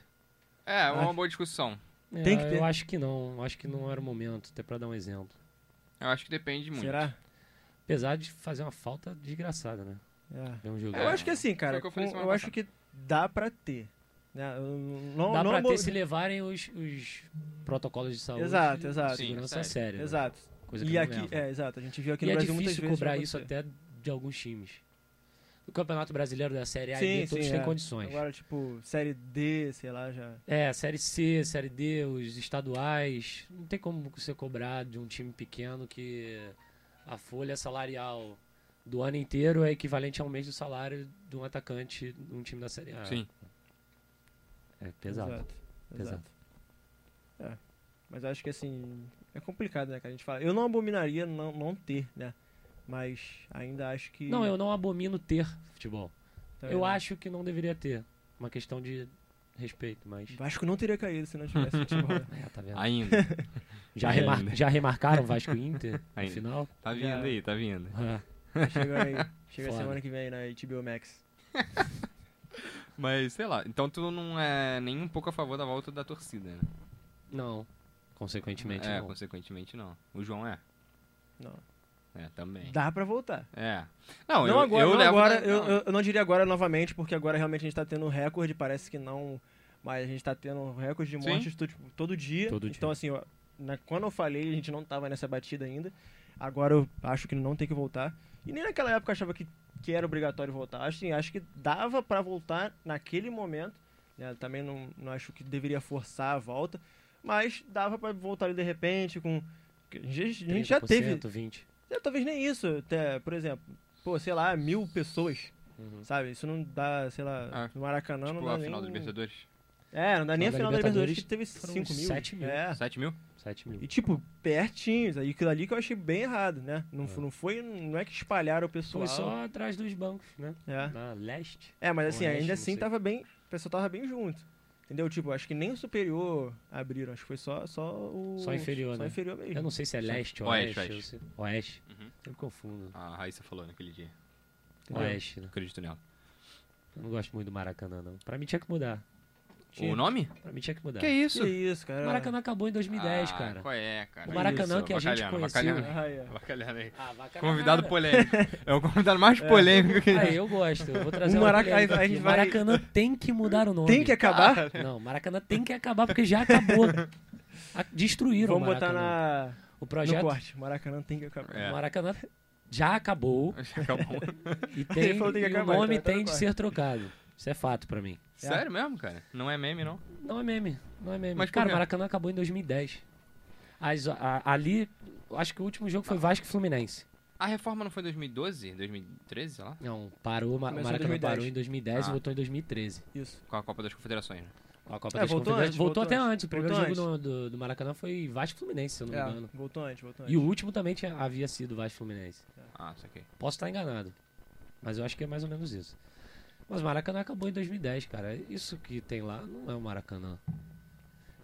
[SPEAKER 1] É, é uma boa discussão.
[SPEAKER 3] É,
[SPEAKER 2] Tem que ter.
[SPEAKER 3] Eu acho que não. Acho que não era o momento, até pra dar um exemplo.
[SPEAKER 1] Eu acho que depende muito.
[SPEAKER 2] Será?
[SPEAKER 3] Apesar de fazer uma falta desgraçada, né?
[SPEAKER 2] É.
[SPEAKER 3] Ver um jogo.
[SPEAKER 1] É,
[SPEAKER 2] Eu acho que assim, cara,
[SPEAKER 1] que eu
[SPEAKER 2] com-
[SPEAKER 1] falei
[SPEAKER 2] eu,
[SPEAKER 1] semana
[SPEAKER 2] acho
[SPEAKER 1] passada.
[SPEAKER 2] que dá pra ter. né? Eu Não,
[SPEAKER 3] Dá
[SPEAKER 2] não
[SPEAKER 3] pra
[SPEAKER 2] bo-
[SPEAKER 3] ter se levarem os, os protocolos de saúde.
[SPEAKER 2] Exato,
[SPEAKER 3] e
[SPEAKER 2] exato.
[SPEAKER 3] Segurança
[SPEAKER 1] Sim,
[SPEAKER 3] séria. né?
[SPEAKER 2] Exato.
[SPEAKER 3] Coisa que
[SPEAKER 2] E
[SPEAKER 3] não
[SPEAKER 2] aqui,
[SPEAKER 3] leva.
[SPEAKER 2] é, exato. A gente viu aqui
[SPEAKER 3] e
[SPEAKER 2] no
[SPEAKER 3] é
[SPEAKER 2] Brasil muitas
[SPEAKER 3] difícil
[SPEAKER 2] vezes.
[SPEAKER 3] cobrar isso
[SPEAKER 2] acontecer.
[SPEAKER 3] até de alguns times. No Campeonato Brasileiro da Série A e
[SPEAKER 2] Sim,
[SPEAKER 3] B, todos
[SPEAKER 2] sim,
[SPEAKER 3] têm
[SPEAKER 2] é.
[SPEAKER 3] condições.
[SPEAKER 2] Agora, tipo, série D, sei lá, já.
[SPEAKER 3] É, Série C, Série D, os estaduais. Não tem como você cobrar de um time pequeno que a folha salarial do ano inteiro é equivalente ao mês do salário de um atacante de um time da Série A.
[SPEAKER 1] Sim.
[SPEAKER 3] É pesado.
[SPEAKER 2] Exato.
[SPEAKER 3] Pesado.
[SPEAKER 2] exato. É. Mas acho que assim, é complicado, né, cara? A gente fala. Eu não abominaria não, não ter, né? Mas ainda acho que. Então, é,
[SPEAKER 3] Não, eu não abomino ter futebol.
[SPEAKER 2] também
[SPEAKER 3] eu
[SPEAKER 2] não.
[SPEAKER 3] acho que não deveria ter. Uma questão de respeito, mas.
[SPEAKER 2] Vasco não teria caído se não tivesse tipo, futebol.
[SPEAKER 3] É, tá vendo?
[SPEAKER 1] Ainda.
[SPEAKER 3] Já,
[SPEAKER 1] Ainda.
[SPEAKER 3] remar- já remarcaram Vasco e Inter no
[SPEAKER 1] é, né? Ainda.
[SPEAKER 3] final?
[SPEAKER 1] Tá
[SPEAKER 2] Já.
[SPEAKER 1] vindo aí, tá vindo.
[SPEAKER 3] Ah,
[SPEAKER 2] Chega aí. Chega
[SPEAKER 3] Foda.
[SPEAKER 2] semana que vem na HBO Max.
[SPEAKER 1] Mas sei lá, então tu não é nem um pouco a favor da volta da torcida, né?
[SPEAKER 3] não. É. Consequentemente,
[SPEAKER 1] é,
[SPEAKER 3] não.
[SPEAKER 1] consequentemente não. O João é.
[SPEAKER 2] Não.
[SPEAKER 1] É, também.
[SPEAKER 2] Dá pra voltar.
[SPEAKER 1] É. Não,
[SPEAKER 2] não
[SPEAKER 1] eu,
[SPEAKER 2] agora,
[SPEAKER 1] eu
[SPEAKER 2] não
[SPEAKER 1] levo
[SPEAKER 2] agora.
[SPEAKER 1] na-
[SPEAKER 2] eu,
[SPEAKER 1] não. Tipo,
[SPEAKER 2] eu- eu não diria agora novamente, porque agora realmente a gente tá tendo um recorde, parece que não. Mas a gente tá tendo um recorde de
[SPEAKER 1] Sim.
[SPEAKER 2] mortes to- tipo, todo dia.
[SPEAKER 3] Todo
[SPEAKER 2] então, assim, ó, na- quando eu falei, a gente não tava nessa batida ainda. Agora eu acho que não tem que voltar. E nem naquela época eu achava que, que era obrigatório voltar. Acho, assim, acho que dava pra voltar naquele momento. né? Também não, não acho que deveria forçar a volta. Mas dava pra voltar ali de repente com. A gente, a gente já teve.
[SPEAKER 3] 30%, 20.
[SPEAKER 2] É, talvez nem isso. Até, por exemplo, pô, sei lá, mil pessoas,
[SPEAKER 3] Uhum.
[SPEAKER 2] sabe? Isso não dá, sei lá,
[SPEAKER 1] Ah,
[SPEAKER 2] no Maracanã
[SPEAKER 1] Tipo,
[SPEAKER 2] não dá
[SPEAKER 1] a
[SPEAKER 2] nem...
[SPEAKER 1] final do Libertadores.
[SPEAKER 2] É, não dá nem a final
[SPEAKER 3] Final
[SPEAKER 2] da
[SPEAKER 3] da
[SPEAKER 2] Libertadores, que teve
[SPEAKER 3] foram
[SPEAKER 2] 5
[SPEAKER 3] uns
[SPEAKER 2] mil.
[SPEAKER 3] sete mil.
[SPEAKER 2] É.
[SPEAKER 1] 7 mil?
[SPEAKER 3] 7 mil.
[SPEAKER 2] E, tipo, pertinhos. Aí aquilo ali que eu achei bem errado, né? Não, f-
[SPEAKER 3] É.
[SPEAKER 2] não foi... Não é que espalharam o pessoal.
[SPEAKER 3] Foi só atrás dos bancos, né?
[SPEAKER 2] É.
[SPEAKER 3] Na leste.
[SPEAKER 2] É, mas
[SPEAKER 3] Ou
[SPEAKER 2] assim,
[SPEAKER 3] leste,
[SPEAKER 2] ainda
[SPEAKER 3] não
[SPEAKER 2] assim
[SPEAKER 3] sei.
[SPEAKER 2] tava bem. O pessoal tava bem junto. Entendeu? Tipo, acho que nem o superior abriram. Acho que foi só, só o.
[SPEAKER 3] Só inferior,
[SPEAKER 2] só
[SPEAKER 3] né?
[SPEAKER 2] inferior mesmo.
[SPEAKER 3] Eu não sei se é leste ou
[SPEAKER 1] Oeste,
[SPEAKER 3] oeste.
[SPEAKER 1] oeste.
[SPEAKER 3] Oeste. oeste.
[SPEAKER 1] Uhum.
[SPEAKER 3] Eu me confundo.
[SPEAKER 1] A Raíssa falou naquele dia.
[SPEAKER 2] entendeu?
[SPEAKER 3] Oeste, né?
[SPEAKER 1] Não acredito nela.
[SPEAKER 3] Eu não gosto muito do Maracanã, não. Pra mim tinha que mudar.
[SPEAKER 2] Tinha-
[SPEAKER 1] O nome?
[SPEAKER 3] Pra mim tinha que mudar.
[SPEAKER 1] Que isso?
[SPEAKER 2] Que isso, cara.
[SPEAKER 3] O Maracanã acabou em 2010,
[SPEAKER 1] Ah,
[SPEAKER 3] cara.
[SPEAKER 1] Qual é, cara?
[SPEAKER 3] O Maracanã
[SPEAKER 1] Isso,
[SPEAKER 3] que a gente
[SPEAKER 1] avacalhando,
[SPEAKER 3] conheceu-
[SPEAKER 1] avacalhando.
[SPEAKER 2] Ah, é.
[SPEAKER 1] Avacalhando aí.
[SPEAKER 3] Ah, vaca
[SPEAKER 1] né? Convidado
[SPEAKER 3] nada.
[SPEAKER 1] polêmico. É o convidado mais
[SPEAKER 2] É.
[SPEAKER 1] polêmico que
[SPEAKER 3] Ah, eu gosto. Eu vou trazer
[SPEAKER 2] O
[SPEAKER 3] uma
[SPEAKER 2] Maraca-
[SPEAKER 3] polêmica
[SPEAKER 2] a- a
[SPEAKER 3] aqui.
[SPEAKER 2] gente vai-
[SPEAKER 3] Maracanã tem que mudar o nome.
[SPEAKER 2] Tem que acabar?
[SPEAKER 3] Não, Maracanã tem que acabar porque já acabou. A- Destruíram
[SPEAKER 2] Vamos
[SPEAKER 3] o
[SPEAKER 2] botar
[SPEAKER 3] Maracanã.
[SPEAKER 2] na.
[SPEAKER 3] O
[SPEAKER 2] No
[SPEAKER 3] projeto
[SPEAKER 2] corte, Maracanã tem que acabar.
[SPEAKER 1] É.
[SPEAKER 3] O Maracanã já acabou
[SPEAKER 1] Acabou.
[SPEAKER 2] É.
[SPEAKER 3] e, tem,
[SPEAKER 2] falou que tem que
[SPEAKER 3] e
[SPEAKER 2] acabar,
[SPEAKER 3] o nome
[SPEAKER 2] então tá no
[SPEAKER 3] tem de
[SPEAKER 2] corte.
[SPEAKER 3] ser trocado. Isso é fato pra mim.
[SPEAKER 1] Sério mesmo, cara? Não é meme, não?
[SPEAKER 3] Não é meme, não é meme.
[SPEAKER 1] Mas
[SPEAKER 3] Mas,
[SPEAKER 1] por
[SPEAKER 3] cara,
[SPEAKER 1] quê?
[SPEAKER 3] o Maracanã acabou em 2010. As- a- ali, eu acho que o último jogo foi Vasco e Fluminense.
[SPEAKER 1] A reforma não foi em 2012? 2013, sei lá?
[SPEAKER 3] Não, parou, ma- o
[SPEAKER 2] Começou em
[SPEAKER 3] Maracanã
[SPEAKER 2] 2010.
[SPEAKER 3] parou em 2010
[SPEAKER 1] Ah.
[SPEAKER 3] e voltou em 2013.
[SPEAKER 2] Isso.
[SPEAKER 1] Com a Copa das Confederações, né?
[SPEAKER 3] A Copa
[SPEAKER 2] É,
[SPEAKER 3] das
[SPEAKER 2] voltou
[SPEAKER 3] Confederações-
[SPEAKER 2] antes, voltou
[SPEAKER 3] voltou até
[SPEAKER 2] antes.
[SPEAKER 3] antes. O primeiro
[SPEAKER 2] Voltou
[SPEAKER 3] jogo do, do- do Maracanã foi Vasco e Fluminense, se eu não me engano.
[SPEAKER 2] É, voltou antes, voltou antes.
[SPEAKER 3] E o último também tinha- havia sido Vasco e Fluminense.
[SPEAKER 1] Ah, saquei.
[SPEAKER 3] Posso estar enganado, mas eu acho que é mais ou menos isso. Mas o Maracanã acabou em 2010, cara. Isso que tem lá não é o Maracanã.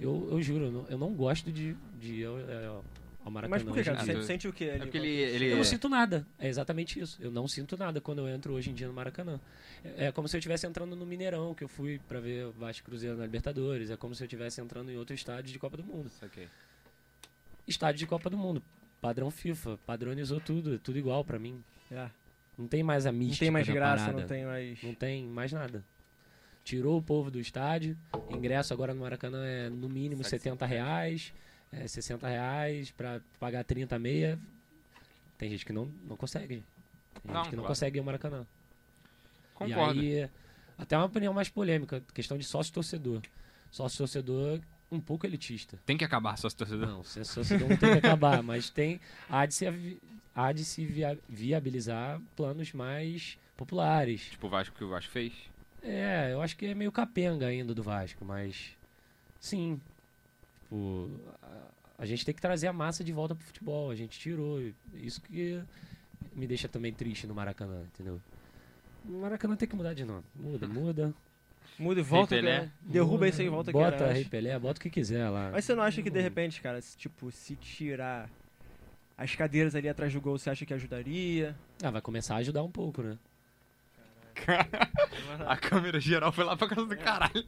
[SPEAKER 3] Eu, eu juro, eu não, eu não gosto de, de ir ao, é, ao- ao Maracanã.
[SPEAKER 2] Mas por que,
[SPEAKER 3] hoje em
[SPEAKER 2] cara?
[SPEAKER 1] Ah,
[SPEAKER 3] dia.
[SPEAKER 2] Você
[SPEAKER 1] do-
[SPEAKER 2] sente o quê ali?
[SPEAKER 1] É porque ele, ele
[SPEAKER 3] Eu não sinto nada. É exatamente isso. Eu não sinto nada quando eu entro hoje em dia no Maracanã. É, é como se eu estivesse entrando no Mineirão, que eu fui pra ver o Vasco e Cruzeiro na Libertadores. É como se eu estivesse entrando em outro estádio de Copa do Mundo.
[SPEAKER 1] Saquei.
[SPEAKER 3] Estádio de Copa do Mundo. Padrão FIFA. Padronizou tudo. É tudo igual pra mim.
[SPEAKER 2] É.
[SPEAKER 3] Não tem mais a
[SPEAKER 2] Não
[SPEAKER 3] mística
[SPEAKER 2] tem mais
[SPEAKER 3] da
[SPEAKER 2] graça,
[SPEAKER 3] parada.
[SPEAKER 2] não tem mais.
[SPEAKER 3] Não tem mais nada. Tirou o povo do estádio. Ingresso agora no Maracanã é no mínimo
[SPEAKER 1] Sete-
[SPEAKER 3] 70 reais, é 60 reais pra pagar 30 a meia. Tem gente que não, não consegue. Tem
[SPEAKER 1] Não,
[SPEAKER 3] gente que não
[SPEAKER 1] claro.
[SPEAKER 3] consegue ir ao Maracanã.
[SPEAKER 1] Concordo.
[SPEAKER 3] E aí, até uma opinião mais polêmica, questão de sócio-torcedor. Sócio-torcedor um pouco elitista.
[SPEAKER 1] Tem que acabar só se torcedor.
[SPEAKER 3] Não, ser sócio-torcedor não tem que acabar, mas tem há de se, vi- há de se via- viabilizar planos mais populares.
[SPEAKER 1] Tipo o Vasco que o Vasco fez.
[SPEAKER 3] É, eu acho que é meio capenga ainda do Vasco, mas sim. Tipo, a, a gente tem que trazer a massa de volta pro futebol, a gente tirou. e Isso que me deixa também triste no Maracanã, entendeu? O Maracanã tem que mudar de nome. Muda, muda.
[SPEAKER 2] Muda e volta.
[SPEAKER 1] Rei Pelé.
[SPEAKER 2] cara. Derruba
[SPEAKER 3] muda,
[SPEAKER 2] isso aí e volta que
[SPEAKER 3] Bota
[SPEAKER 2] era
[SPEAKER 3] Rei
[SPEAKER 2] antes.
[SPEAKER 3] Pelé, bota o que quiser lá.
[SPEAKER 2] Mas você não acha que de repente, cara, se, tipo, se tirar As cadeiras ali atrás do gol, você acha que ajudaria?
[SPEAKER 3] Ah, vai começar a ajudar um pouco, né?
[SPEAKER 1] A câmera geral foi lá pra casa do caralho.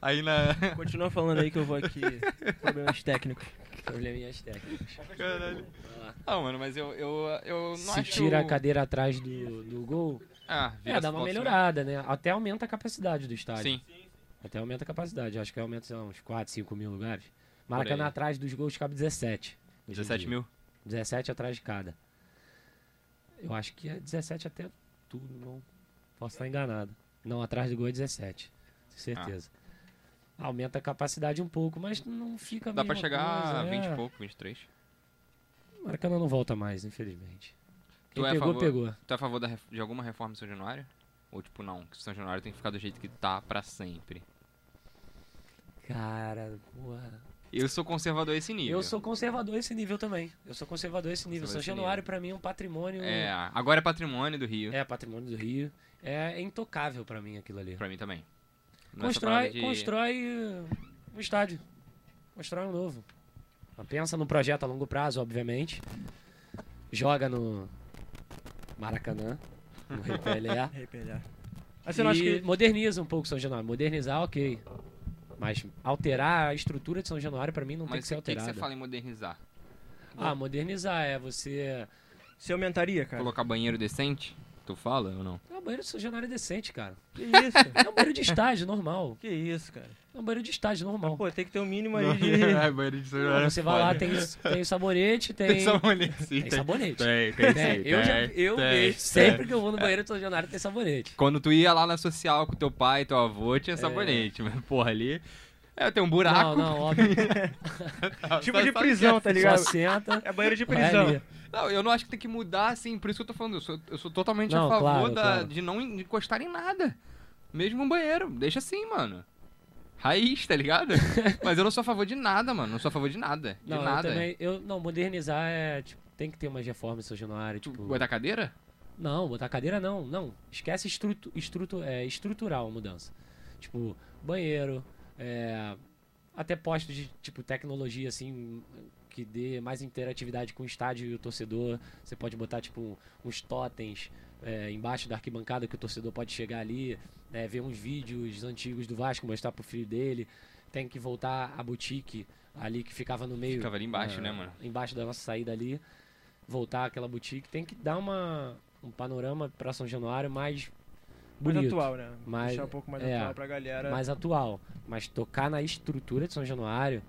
[SPEAKER 1] Aí na.
[SPEAKER 2] Continua falando aí que eu vou aqui. Problemas técnicos.
[SPEAKER 3] Probleminhas técnicas.
[SPEAKER 1] Caralho. Ah, mano, mas eu, eu, eu não
[SPEAKER 3] Se
[SPEAKER 1] acho.
[SPEAKER 3] tira a cadeira atrás do, do gol,
[SPEAKER 1] Ah, vira
[SPEAKER 3] é, dá uma
[SPEAKER 1] Xbox, né?
[SPEAKER 3] melhorada, né? Até aumenta a capacidade do estádio.
[SPEAKER 1] Sim.
[SPEAKER 3] Até aumenta a capacidade. Acho que aumenta sei lá, uns 4, 5 mil lugares.
[SPEAKER 1] Por
[SPEAKER 3] Maracanã
[SPEAKER 1] aí.
[SPEAKER 3] atrás dos gols cabe 17. hoje em
[SPEAKER 1] 17
[SPEAKER 3] dia.
[SPEAKER 1] mil.
[SPEAKER 3] 17 atrás de cada. Eu acho que é 17 até tudo, não posso estar enganado. Não, atrás do gol é 17, com certeza. Aumenta a capacidade um pouco, mas não fica a
[SPEAKER 1] Ah. Dá pra
[SPEAKER 3] mesma
[SPEAKER 1] chegar a
[SPEAKER 3] coisa,
[SPEAKER 1] 20
[SPEAKER 3] é.
[SPEAKER 1] e pouco, 23.
[SPEAKER 3] Maracanã não volta mais, infelizmente. Quem
[SPEAKER 1] Tu é a
[SPEAKER 3] pegou,
[SPEAKER 1] favor?
[SPEAKER 3] pegou.
[SPEAKER 1] Tu é a favor da ref- de alguma reforma em São Januário? Ou tipo, não, que São Januário tem que ficar do jeito que tá pra sempre.
[SPEAKER 3] Cara, porra.
[SPEAKER 1] Eu sou conservador a esse nível.
[SPEAKER 3] Eu sou conservador esse nível também. Eu sou conservador esse nível.
[SPEAKER 1] Conservador
[SPEAKER 3] São
[SPEAKER 1] esse
[SPEAKER 3] Januário, pra mim, é um patrimônio.
[SPEAKER 1] É, agora é patrimônio do Rio.
[SPEAKER 3] é patrimônio do Rio. É, intocável pra mim aquilo ali.
[SPEAKER 1] Pra mim também. Não é essa
[SPEAKER 3] Constrói,
[SPEAKER 1] parada de-
[SPEAKER 3] constrói uh, um estádio. Constrói um novo. Pensa num projeto a longo prazo, obviamente. Joga no Maracanã, no Rei Pelé.
[SPEAKER 2] Arrepelhar. Mas você não acha
[SPEAKER 3] e
[SPEAKER 2] que.
[SPEAKER 3] moderniza um pouco São Januário. Modernizar, ok. Mas alterar a estrutura de São Januário, pra mim, não tem que
[SPEAKER 1] Mas
[SPEAKER 3] ser
[SPEAKER 1] o que, que
[SPEAKER 3] alterada.
[SPEAKER 1] você fala em modernizar?
[SPEAKER 3] ah, modernizar é você...
[SPEAKER 2] Você aumentaria, cara?
[SPEAKER 1] Colocar banheiro decente? Tu fala ou não?
[SPEAKER 3] É um banheiro de São Januário decente, cara.
[SPEAKER 2] Que isso?
[SPEAKER 3] É um banheiro de estádio, normal.
[SPEAKER 2] que isso, cara?
[SPEAKER 3] É um banheiro de estádio, normal.
[SPEAKER 2] Pô, tem que ter um mínimo aí de.
[SPEAKER 1] É, banheiro de São
[SPEAKER 3] Você vai lá, tem, tem sabonete,
[SPEAKER 1] Tem sabonete, sim.
[SPEAKER 3] tem sabonete.
[SPEAKER 1] assim. Tem, tem,
[SPEAKER 3] É,
[SPEAKER 1] sim,
[SPEAKER 3] eu já,
[SPEAKER 1] tem,
[SPEAKER 3] eu
[SPEAKER 1] tem,
[SPEAKER 3] vejo
[SPEAKER 1] tem.
[SPEAKER 3] sempre que eu vou no banheiro do São Januário tem sabonete.
[SPEAKER 1] Quando tu ia lá na social com teu pai, teu avô, tinha sabonete. Mas, porra, ali... É, tem um buraco.
[SPEAKER 3] É.
[SPEAKER 1] Tá
[SPEAKER 3] Não, não, óbvio.
[SPEAKER 2] tipo de
[SPEAKER 1] é?
[SPEAKER 2] prisão, tá
[SPEAKER 3] Só
[SPEAKER 2] ligado?
[SPEAKER 3] senta.
[SPEAKER 2] É banheiro de
[SPEAKER 3] vai
[SPEAKER 2] prisão.
[SPEAKER 3] ali.
[SPEAKER 1] Não, eu não acho que tem que mudar, assim, por isso que eu tô falando. Eu sou, eu sou totalmente
[SPEAKER 3] Não,
[SPEAKER 1] a favor
[SPEAKER 3] claro,
[SPEAKER 1] da-
[SPEAKER 3] claro.
[SPEAKER 1] de não encostar em nada. Mesmo um banheiro, deixa assim, mano. Raiz, tá ligado? Mas eu não sou a favor de nada, mano. Não sou a favor de nada. De
[SPEAKER 3] Não, eu
[SPEAKER 1] nada.
[SPEAKER 3] também- eu- não, modernizar é, tipo, tem que ter umas reformas em São Januário,
[SPEAKER 1] Tu
[SPEAKER 3] tipo...
[SPEAKER 1] botar cadeira?
[SPEAKER 3] Não, botar cadeira não, não. Esquece estrutu, estrutu, é, estrutural a mudança. Tipo, banheiro, é, até postos de tipo tecnologia assim que dê mais interatividade com o estádio e o torcedor. Você pode botar tipo uns totens é, embaixo da arquibancada que o torcedor pode chegar ali, né, ver uns vídeos antigos do Vasco, mostrar pro filho dele. Tem que voltar a boutique ali que ficava no meio.
[SPEAKER 1] Ficava ali embaixo,
[SPEAKER 3] é,
[SPEAKER 1] né, mano?
[SPEAKER 3] Embaixo da nossa saída ali. Voltar àquela boutique. Tem que dar uma, um panorama pra São Januário mais
[SPEAKER 2] Mais
[SPEAKER 3] bonito.
[SPEAKER 2] atual, né?
[SPEAKER 3] Mas-
[SPEAKER 2] Deixar um pouco mais
[SPEAKER 3] é.
[SPEAKER 2] atual pra galera.
[SPEAKER 3] mais atual. Mas tocar na estrutura de São Januário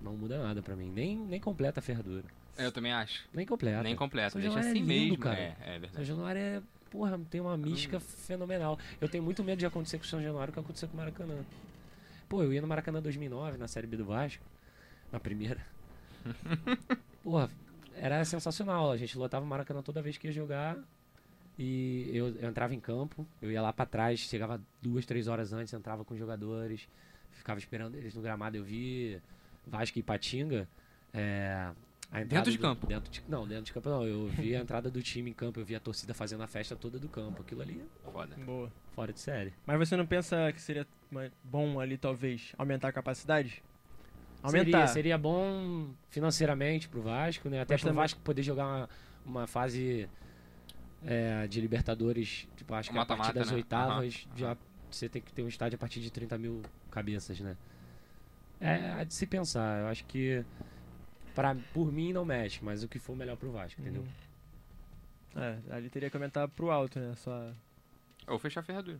[SPEAKER 3] não muda nada pra mim. Nem, nem completa a ferradura.
[SPEAKER 1] É, Eu também acho.
[SPEAKER 3] Nem completa.
[SPEAKER 1] Nem completo.
[SPEAKER 3] São
[SPEAKER 1] Deixa
[SPEAKER 3] Januário é
[SPEAKER 1] assim
[SPEAKER 3] lindo,
[SPEAKER 1] mesmo.
[SPEAKER 3] cara.
[SPEAKER 1] É, é
[SPEAKER 3] São
[SPEAKER 1] verdade.
[SPEAKER 3] Januário é. Porra, tem uma mística fenomenal. Eu tenho muito medo de acontecer com o São Januário o que aconteceu com o Maracanã. Pô, eu ia no Maracanã 2009, na Série B do Vasco. Na primeira. porra, era sensacional. A gente lotava o Maracanã toda vez que ia jogar. E eu, eu entrava em campo, eu ia lá pra trás, chegava duas, três horas antes, entrava com os jogadores, ficava esperando eles no gramado. Eu vi Vasco e é, Patinga.
[SPEAKER 1] Dentro de campo?
[SPEAKER 3] Dentro de, não, dentro de campo não. Eu vi a entrada do time em campo, eu vi a torcida fazendo a festa toda do campo. Aquilo ali é
[SPEAKER 1] Foda.
[SPEAKER 2] Boa.
[SPEAKER 3] fora de série.
[SPEAKER 2] Mas você não pensa que seria ma- bom ali, talvez, aumentar a capacidade?
[SPEAKER 3] Seria,
[SPEAKER 2] Aumentar.
[SPEAKER 3] seria bom financeiramente pro Vasco, né? Até
[SPEAKER 2] Mas
[SPEAKER 3] pro
[SPEAKER 2] também-
[SPEAKER 3] Vasco poder jogar uma, uma fase é, de Libertadores, tipo, acho que a partir
[SPEAKER 1] Mata-mata,
[SPEAKER 3] das
[SPEAKER 1] né?
[SPEAKER 3] oitavas
[SPEAKER 1] Aham,
[SPEAKER 3] já você tem que ter um estádio a partir de 30 mil cabeças, né? É a de se pensar. Eu acho que pra, por mim não mexe, mas o que for melhor pro Vasco, entendeu?
[SPEAKER 2] Uhum. É, ali teria que aumentar pro alto, né? Só...
[SPEAKER 1] Ou fechar a ferradura.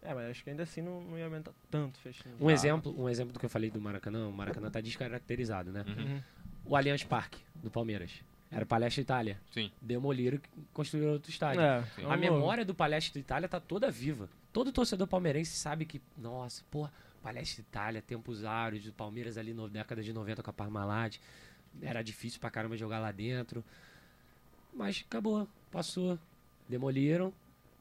[SPEAKER 2] É, mas acho que ainda assim não, não ia aumentar tanto fechando.
[SPEAKER 3] Um
[SPEAKER 1] Tá.
[SPEAKER 3] exemplo, um exemplo do que eu falei do Maracanã, o Maracanã tá descaracterizado, né?
[SPEAKER 1] Uhum.
[SPEAKER 2] Uhum.
[SPEAKER 3] O Allianz Parque do Palmeiras. Era Palestra Itália.
[SPEAKER 1] Sim.
[SPEAKER 3] Demoliram e construíram outro estádio.
[SPEAKER 2] É,
[SPEAKER 1] Sim.
[SPEAKER 2] é um
[SPEAKER 3] A
[SPEAKER 2] novo.
[SPEAKER 3] memória do Palestra Itália tá toda viva. Todo torcedor palmeirense sabe que, nossa, porra, Palestra Itália, tempos áureos, o Palmeiras ali na década de 90 com a Parmalat. Era difícil pra caramba jogar lá dentro. Mas acabou, passou. Demoliram,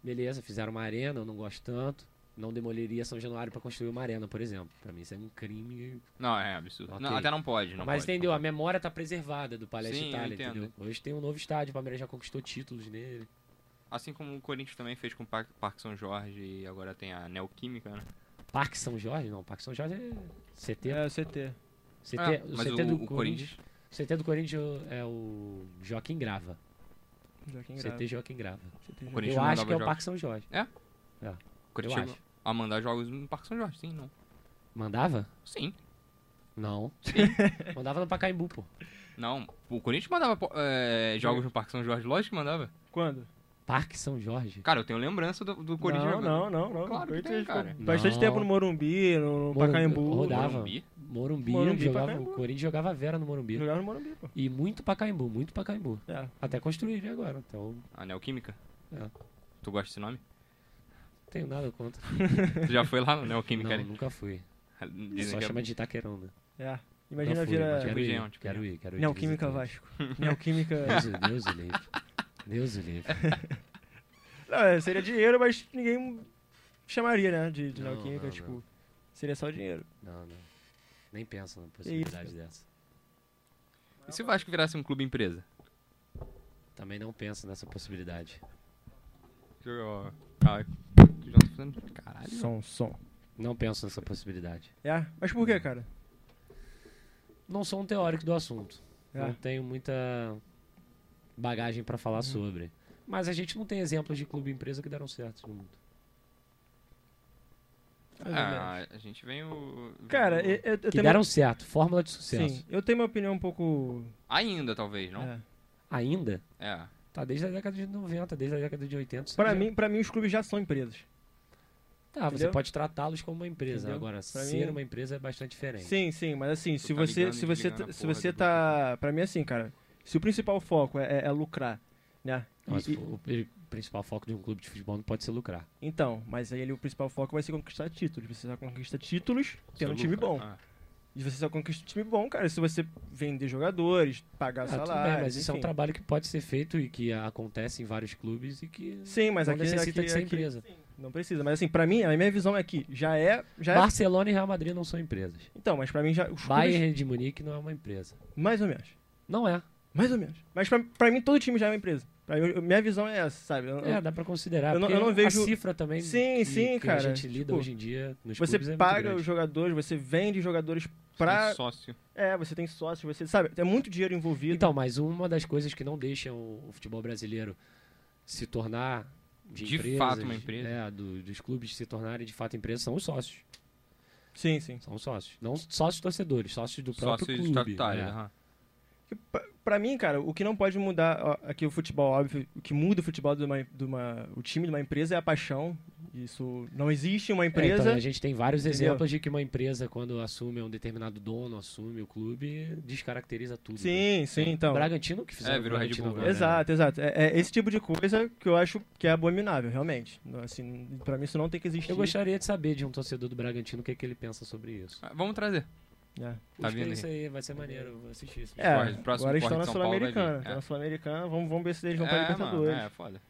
[SPEAKER 3] beleza, fizeram uma arena, eu não gosto tanto. Não demoliria São Januário pra construir uma arena, por exemplo. Pra mim isso é um crime.
[SPEAKER 1] Não, é absurdo. Não,
[SPEAKER 3] Ok.
[SPEAKER 1] até não pode, não
[SPEAKER 3] Mas
[SPEAKER 1] pode.
[SPEAKER 3] entendeu? A memória tá preservada do Palestra
[SPEAKER 1] Sim, eu
[SPEAKER 3] Itália,
[SPEAKER 1] entendo.
[SPEAKER 3] entendeu? Hoje tem um novo estádio, o Palmeiras já conquistou títulos nele.
[SPEAKER 1] Assim como o Corinthians também fez com o Par- Parque São Jorge e agora tem a Neoquímica, né?
[SPEAKER 3] Parque São Jorge? Não, Parque São Jorge é CT,
[SPEAKER 2] É, o CT.
[SPEAKER 3] CT,
[SPEAKER 1] Ah,
[SPEAKER 3] o
[SPEAKER 1] mas
[SPEAKER 3] CT
[SPEAKER 1] o,
[SPEAKER 3] do
[SPEAKER 1] o
[SPEAKER 3] Corinthians.
[SPEAKER 1] Corinthians.
[SPEAKER 3] CT do Corinthians é o Joaquim Grava.
[SPEAKER 2] Joaquim Grava.
[SPEAKER 3] CT Joaquim Grava.
[SPEAKER 2] CT
[SPEAKER 1] Corinthians.
[SPEAKER 3] Eu
[SPEAKER 1] não
[SPEAKER 3] acho
[SPEAKER 1] dava
[SPEAKER 3] que é o
[SPEAKER 1] jogos.
[SPEAKER 3] Parque São Jorge.
[SPEAKER 1] Curitiba
[SPEAKER 3] acho.
[SPEAKER 1] a mandar jogos no Parque São Jorge, sim, não.
[SPEAKER 3] Mandava?
[SPEAKER 1] Sim.
[SPEAKER 3] Não. Mandava no Pacaembu, pô.
[SPEAKER 1] Não, o Corinthians mandava po- é, jogos no Parque São Jorge, lógico que mandava.
[SPEAKER 2] Quando?
[SPEAKER 3] Parque São Jorge.
[SPEAKER 1] Cara, eu tenho lembrança do, do Corinthians
[SPEAKER 2] Não,
[SPEAKER 1] jogando.
[SPEAKER 2] não, não, não.
[SPEAKER 1] Claro que
[SPEAKER 2] Corinthians
[SPEAKER 1] tem, cara.
[SPEAKER 2] ficou Bastante
[SPEAKER 3] Não.
[SPEAKER 2] tempo no Morumbi, no, no
[SPEAKER 3] Moru-
[SPEAKER 2] Pacaembu.
[SPEAKER 3] rodava.
[SPEAKER 1] Morumbi?
[SPEAKER 3] Morumbi,
[SPEAKER 2] Morumbi,
[SPEAKER 3] jogava,
[SPEAKER 2] Pacaembu.
[SPEAKER 3] o Corinthians jogava Vera no Morumbi.
[SPEAKER 2] Jogava no Morumbi, pô.
[SPEAKER 3] E muito Pacaembu, muito Pacaembu.
[SPEAKER 2] É.
[SPEAKER 3] Até construir agora, então
[SPEAKER 1] A Neoquímica?
[SPEAKER 3] É.
[SPEAKER 1] Tu gosta desse nome?
[SPEAKER 3] não tenho nada contra.
[SPEAKER 1] Tu já foi lá no Neoquímica? né?
[SPEAKER 3] Não, nunca fui.
[SPEAKER 1] Dizem
[SPEAKER 3] Só
[SPEAKER 1] que é
[SPEAKER 3] chama de Itaquerão, né?
[SPEAKER 2] É.
[SPEAKER 3] Nunca
[SPEAKER 2] Imagina
[SPEAKER 3] fui, mas
[SPEAKER 2] virar
[SPEAKER 1] Tipo
[SPEAKER 3] Quero
[SPEAKER 1] engenhão,
[SPEAKER 3] ir,
[SPEAKER 1] tipo
[SPEAKER 3] quero ir, quero ir.
[SPEAKER 2] Neoquímica
[SPEAKER 3] de visitante.
[SPEAKER 2] Vasco. Neoquímica.
[SPEAKER 3] Deus, Deus o livre. Deus o livre.
[SPEAKER 2] Não, é, seria dinheiro, mas ninguém chamaria, né? De, de
[SPEAKER 3] Não,
[SPEAKER 2] neoquímica,
[SPEAKER 3] não,
[SPEAKER 2] tipo. Seria só dinheiro.
[SPEAKER 3] Não, não. Nem penso
[SPEAKER 2] É
[SPEAKER 3] na possibilidade dessa.
[SPEAKER 1] E se o Vasco virasse um clube empresa?
[SPEAKER 3] Também não penso nessa possibilidade.
[SPEAKER 1] Caralho. Tu já tá fazendo- Caralho.
[SPEAKER 2] Som, som.
[SPEAKER 3] Não penso nessa possibilidade.
[SPEAKER 2] É? Mas por que, cara?
[SPEAKER 3] Não sou um teórico do assunto. Não
[SPEAKER 2] É.
[SPEAKER 3] tenho muita bagagem pra
[SPEAKER 2] Hum.
[SPEAKER 3] falar sobre. Mas a gente não tem exemplos de clube e empresa que deram certo no mundo.
[SPEAKER 1] Ah, a gente vem o. vem
[SPEAKER 2] Cara,
[SPEAKER 1] o-
[SPEAKER 2] eu, eu- eu
[SPEAKER 3] Que
[SPEAKER 2] tenho.
[SPEAKER 3] deram
[SPEAKER 2] uma...
[SPEAKER 3] certo, fórmula de sucesso.
[SPEAKER 2] Sim, eu tenho uma opinião um pouco.
[SPEAKER 1] Ainda talvez, não?
[SPEAKER 2] é.
[SPEAKER 3] Ainda,
[SPEAKER 1] É.
[SPEAKER 3] tá desde a década de 90, desde a década de 80. isso
[SPEAKER 2] Pra,
[SPEAKER 3] já-
[SPEAKER 2] mim, pra mim, os clubes já são empresas.
[SPEAKER 3] Tá, você
[SPEAKER 2] entendeu?
[SPEAKER 3] pode tratá-los como uma empresa.
[SPEAKER 2] Entendeu?
[SPEAKER 3] Agora,
[SPEAKER 2] Pra
[SPEAKER 3] ser
[SPEAKER 2] mim-
[SPEAKER 3] uma empresa é bastante diferente.
[SPEAKER 2] Sim, sim, mas assim, se
[SPEAKER 1] tá
[SPEAKER 2] você.
[SPEAKER 1] ligando e
[SPEAKER 2] Se você,
[SPEAKER 1] desligando
[SPEAKER 2] tá-
[SPEAKER 1] a
[SPEAKER 2] se
[SPEAKER 1] porra
[SPEAKER 2] você
[SPEAKER 1] do
[SPEAKER 2] tá. Pra mim, assim, cara, se o principal foco é, é- é lucrar, né? E-
[SPEAKER 3] Mas
[SPEAKER 2] e-
[SPEAKER 3] o pri- principal foco de um clube de futebol não pode ser lucrar.
[SPEAKER 2] então, mas aí ele, o principal foco vai ser conquistar títulos. Você só conquista títulos
[SPEAKER 1] Seu
[SPEAKER 2] tendo um time
[SPEAKER 1] lucro.
[SPEAKER 2] bom.
[SPEAKER 1] Ah,
[SPEAKER 2] E você só conquista um time bom, cara, se você vender jogadores, pagar
[SPEAKER 3] Ah, tudo
[SPEAKER 2] salário.
[SPEAKER 3] bem, mas isso é um
[SPEAKER 2] enfim.
[SPEAKER 3] trabalho que pode ser feito e que ah, acontece em vários clubes e que
[SPEAKER 2] Sim, mas
[SPEAKER 3] não
[SPEAKER 2] aqui, é
[SPEAKER 3] necessita
[SPEAKER 2] aqui,
[SPEAKER 3] de ser
[SPEAKER 2] aqui-
[SPEAKER 3] empresa.
[SPEAKER 2] Não precisa, mas assim, pra mim, a minha visão é que já é. Já é-
[SPEAKER 3] Barcelona e Real Madrid não são empresas.
[SPEAKER 2] Então, mas pra mim já. Os clubes,
[SPEAKER 3] Bayern de Munique não é uma empresa.
[SPEAKER 2] mais ou menos.
[SPEAKER 3] Não é.
[SPEAKER 2] Mais ou menos. Mas pra, pra mim todo time já é uma empresa. Pra mim, eu- minha visão é essa, sabe? Eu- eu-
[SPEAKER 3] É, dá pra considerar.
[SPEAKER 2] eu não-
[SPEAKER 3] porque
[SPEAKER 2] eu não vejo-
[SPEAKER 3] A cifra também
[SPEAKER 2] Sim,
[SPEAKER 3] que,
[SPEAKER 2] sim,
[SPEAKER 3] que
[SPEAKER 2] cara,
[SPEAKER 3] a gente lida
[SPEAKER 2] tipo,
[SPEAKER 3] hoje em dia nos
[SPEAKER 2] você
[SPEAKER 3] clubes é muito
[SPEAKER 2] paga
[SPEAKER 3] grande.
[SPEAKER 2] os jogadores, você vende jogadores
[SPEAKER 1] você
[SPEAKER 2] pra.
[SPEAKER 1] tem Sócio.
[SPEAKER 2] É, você tem sócios, você. Sabe? É muito dinheiro envolvido.
[SPEAKER 3] Então, mas uma das coisas que não deixa o, o futebol brasileiro se tornar de,
[SPEAKER 1] De
[SPEAKER 3] empresas,
[SPEAKER 1] fato uma empresa.
[SPEAKER 3] é, do- dos clubes se tornarem de fato empresas são os sócios.
[SPEAKER 2] Sim, sim.
[SPEAKER 3] São sócios. Não sócios torcedores, sócios do próprio
[SPEAKER 1] Sócios
[SPEAKER 3] clube.
[SPEAKER 1] estatutários.
[SPEAKER 3] né?
[SPEAKER 1] aham.
[SPEAKER 2] Que pra- Pra mim, cara, o que não pode mudar ó, aqui o futebol, óbvio, o que muda o futebol de uma, de uma- o time de uma empresa é a paixão. Isso não existe uma
[SPEAKER 3] É, então,
[SPEAKER 2] empresa.
[SPEAKER 3] a gente tem vários
[SPEAKER 2] Entendeu?
[SPEAKER 3] exemplos de que uma empresa, quando assume um determinado dono, assume o clube, descaracteriza tudo. né?
[SPEAKER 2] sim, sim, então.
[SPEAKER 3] O Bragantino que fizeram
[SPEAKER 1] É, virou
[SPEAKER 3] com
[SPEAKER 1] Red
[SPEAKER 3] o Bragantino
[SPEAKER 1] Bull,
[SPEAKER 3] agora, né?
[SPEAKER 2] Exato, exato. É, é esse tipo de coisa que eu acho que é abominável, realmente. Não, Assim, para mim isso não tem que existir.
[SPEAKER 3] Eu gostaria de saber de um torcedor do Bragantino o que, é que ele pensa sobre isso.
[SPEAKER 1] Ah, Vamos trazer.
[SPEAKER 2] É.
[SPEAKER 1] Tá
[SPEAKER 3] Busca
[SPEAKER 1] vindo aí.
[SPEAKER 3] isso aí, vai ser maneiro, eu vou assistir isso.
[SPEAKER 2] É,
[SPEAKER 1] Corre, próximo
[SPEAKER 2] agora estão
[SPEAKER 1] corre
[SPEAKER 2] na
[SPEAKER 1] de São Paulo vai vir.
[SPEAKER 2] Sul-Americana. Estão
[SPEAKER 1] É.
[SPEAKER 2] na Sul-Americana, vamos, vamos ver se eles vão pra
[SPEAKER 1] É, mano,
[SPEAKER 2] Libertadores.
[SPEAKER 1] é foda.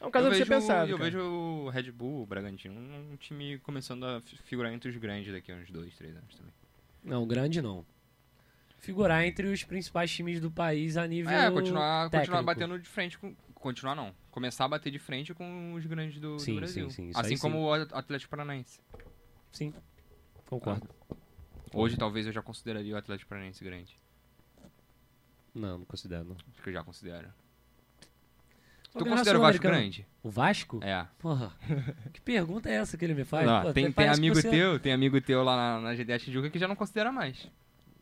[SPEAKER 2] É um caso
[SPEAKER 1] eu
[SPEAKER 2] a ser
[SPEAKER 1] vejo,
[SPEAKER 2] pensado.
[SPEAKER 1] Eu
[SPEAKER 2] cara.
[SPEAKER 1] vejo o Red Bull, o Bragantino, um time começando a fi- figurar entre os grandes daqui a uns dois, três anos também.
[SPEAKER 3] Não, grande não. Figurar entre os principais times do país a nível.
[SPEAKER 1] É, continuar, continuar
[SPEAKER 3] técnico.
[SPEAKER 1] batendo de frente com. Continuar não. Começar a bater de frente com os grandes do, do
[SPEAKER 3] Sim, sim,
[SPEAKER 1] Brasil.
[SPEAKER 3] sim, isso
[SPEAKER 1] assim
[SPEAKER 3] aí
[SPEAKER 1] como o At- Atlético Paranaense.
[SPEAKER 3] Sim, concordo.
[SPEAKER 1] Hoje talvez eu já consideraria o Atlético Paranaense grande.
[SPEAKER 3] Não, não considero. Não.
[SPEAKER 1] Acho que eu já considero.
[SPEAKER 3] Vou
[SPEAKER 1] Tu
[SPEAKER 3] ganhar a
[SPEAKER 1] considera o Vasco
[SPEAKER 3] Sul-Americana.
[SPEAKER 1] grande?
[SPEAKER 3] O Vasco?
[SPEAKER 1] É.
[SPEAKER 3] Porra, que pergunta é essa que ele me faz?
[SPEAKER 1] Não,
[SPEAKER 3] Pô,
[SPEAKER 1] tem tem
[SPEAKER 3] parece que
[SPEAKER 1] amigo
[SPEAKER 3] você-
[SPEAKER 1] teu, tem amigo teu lá na, na GDA Tijuca que já não considera mais.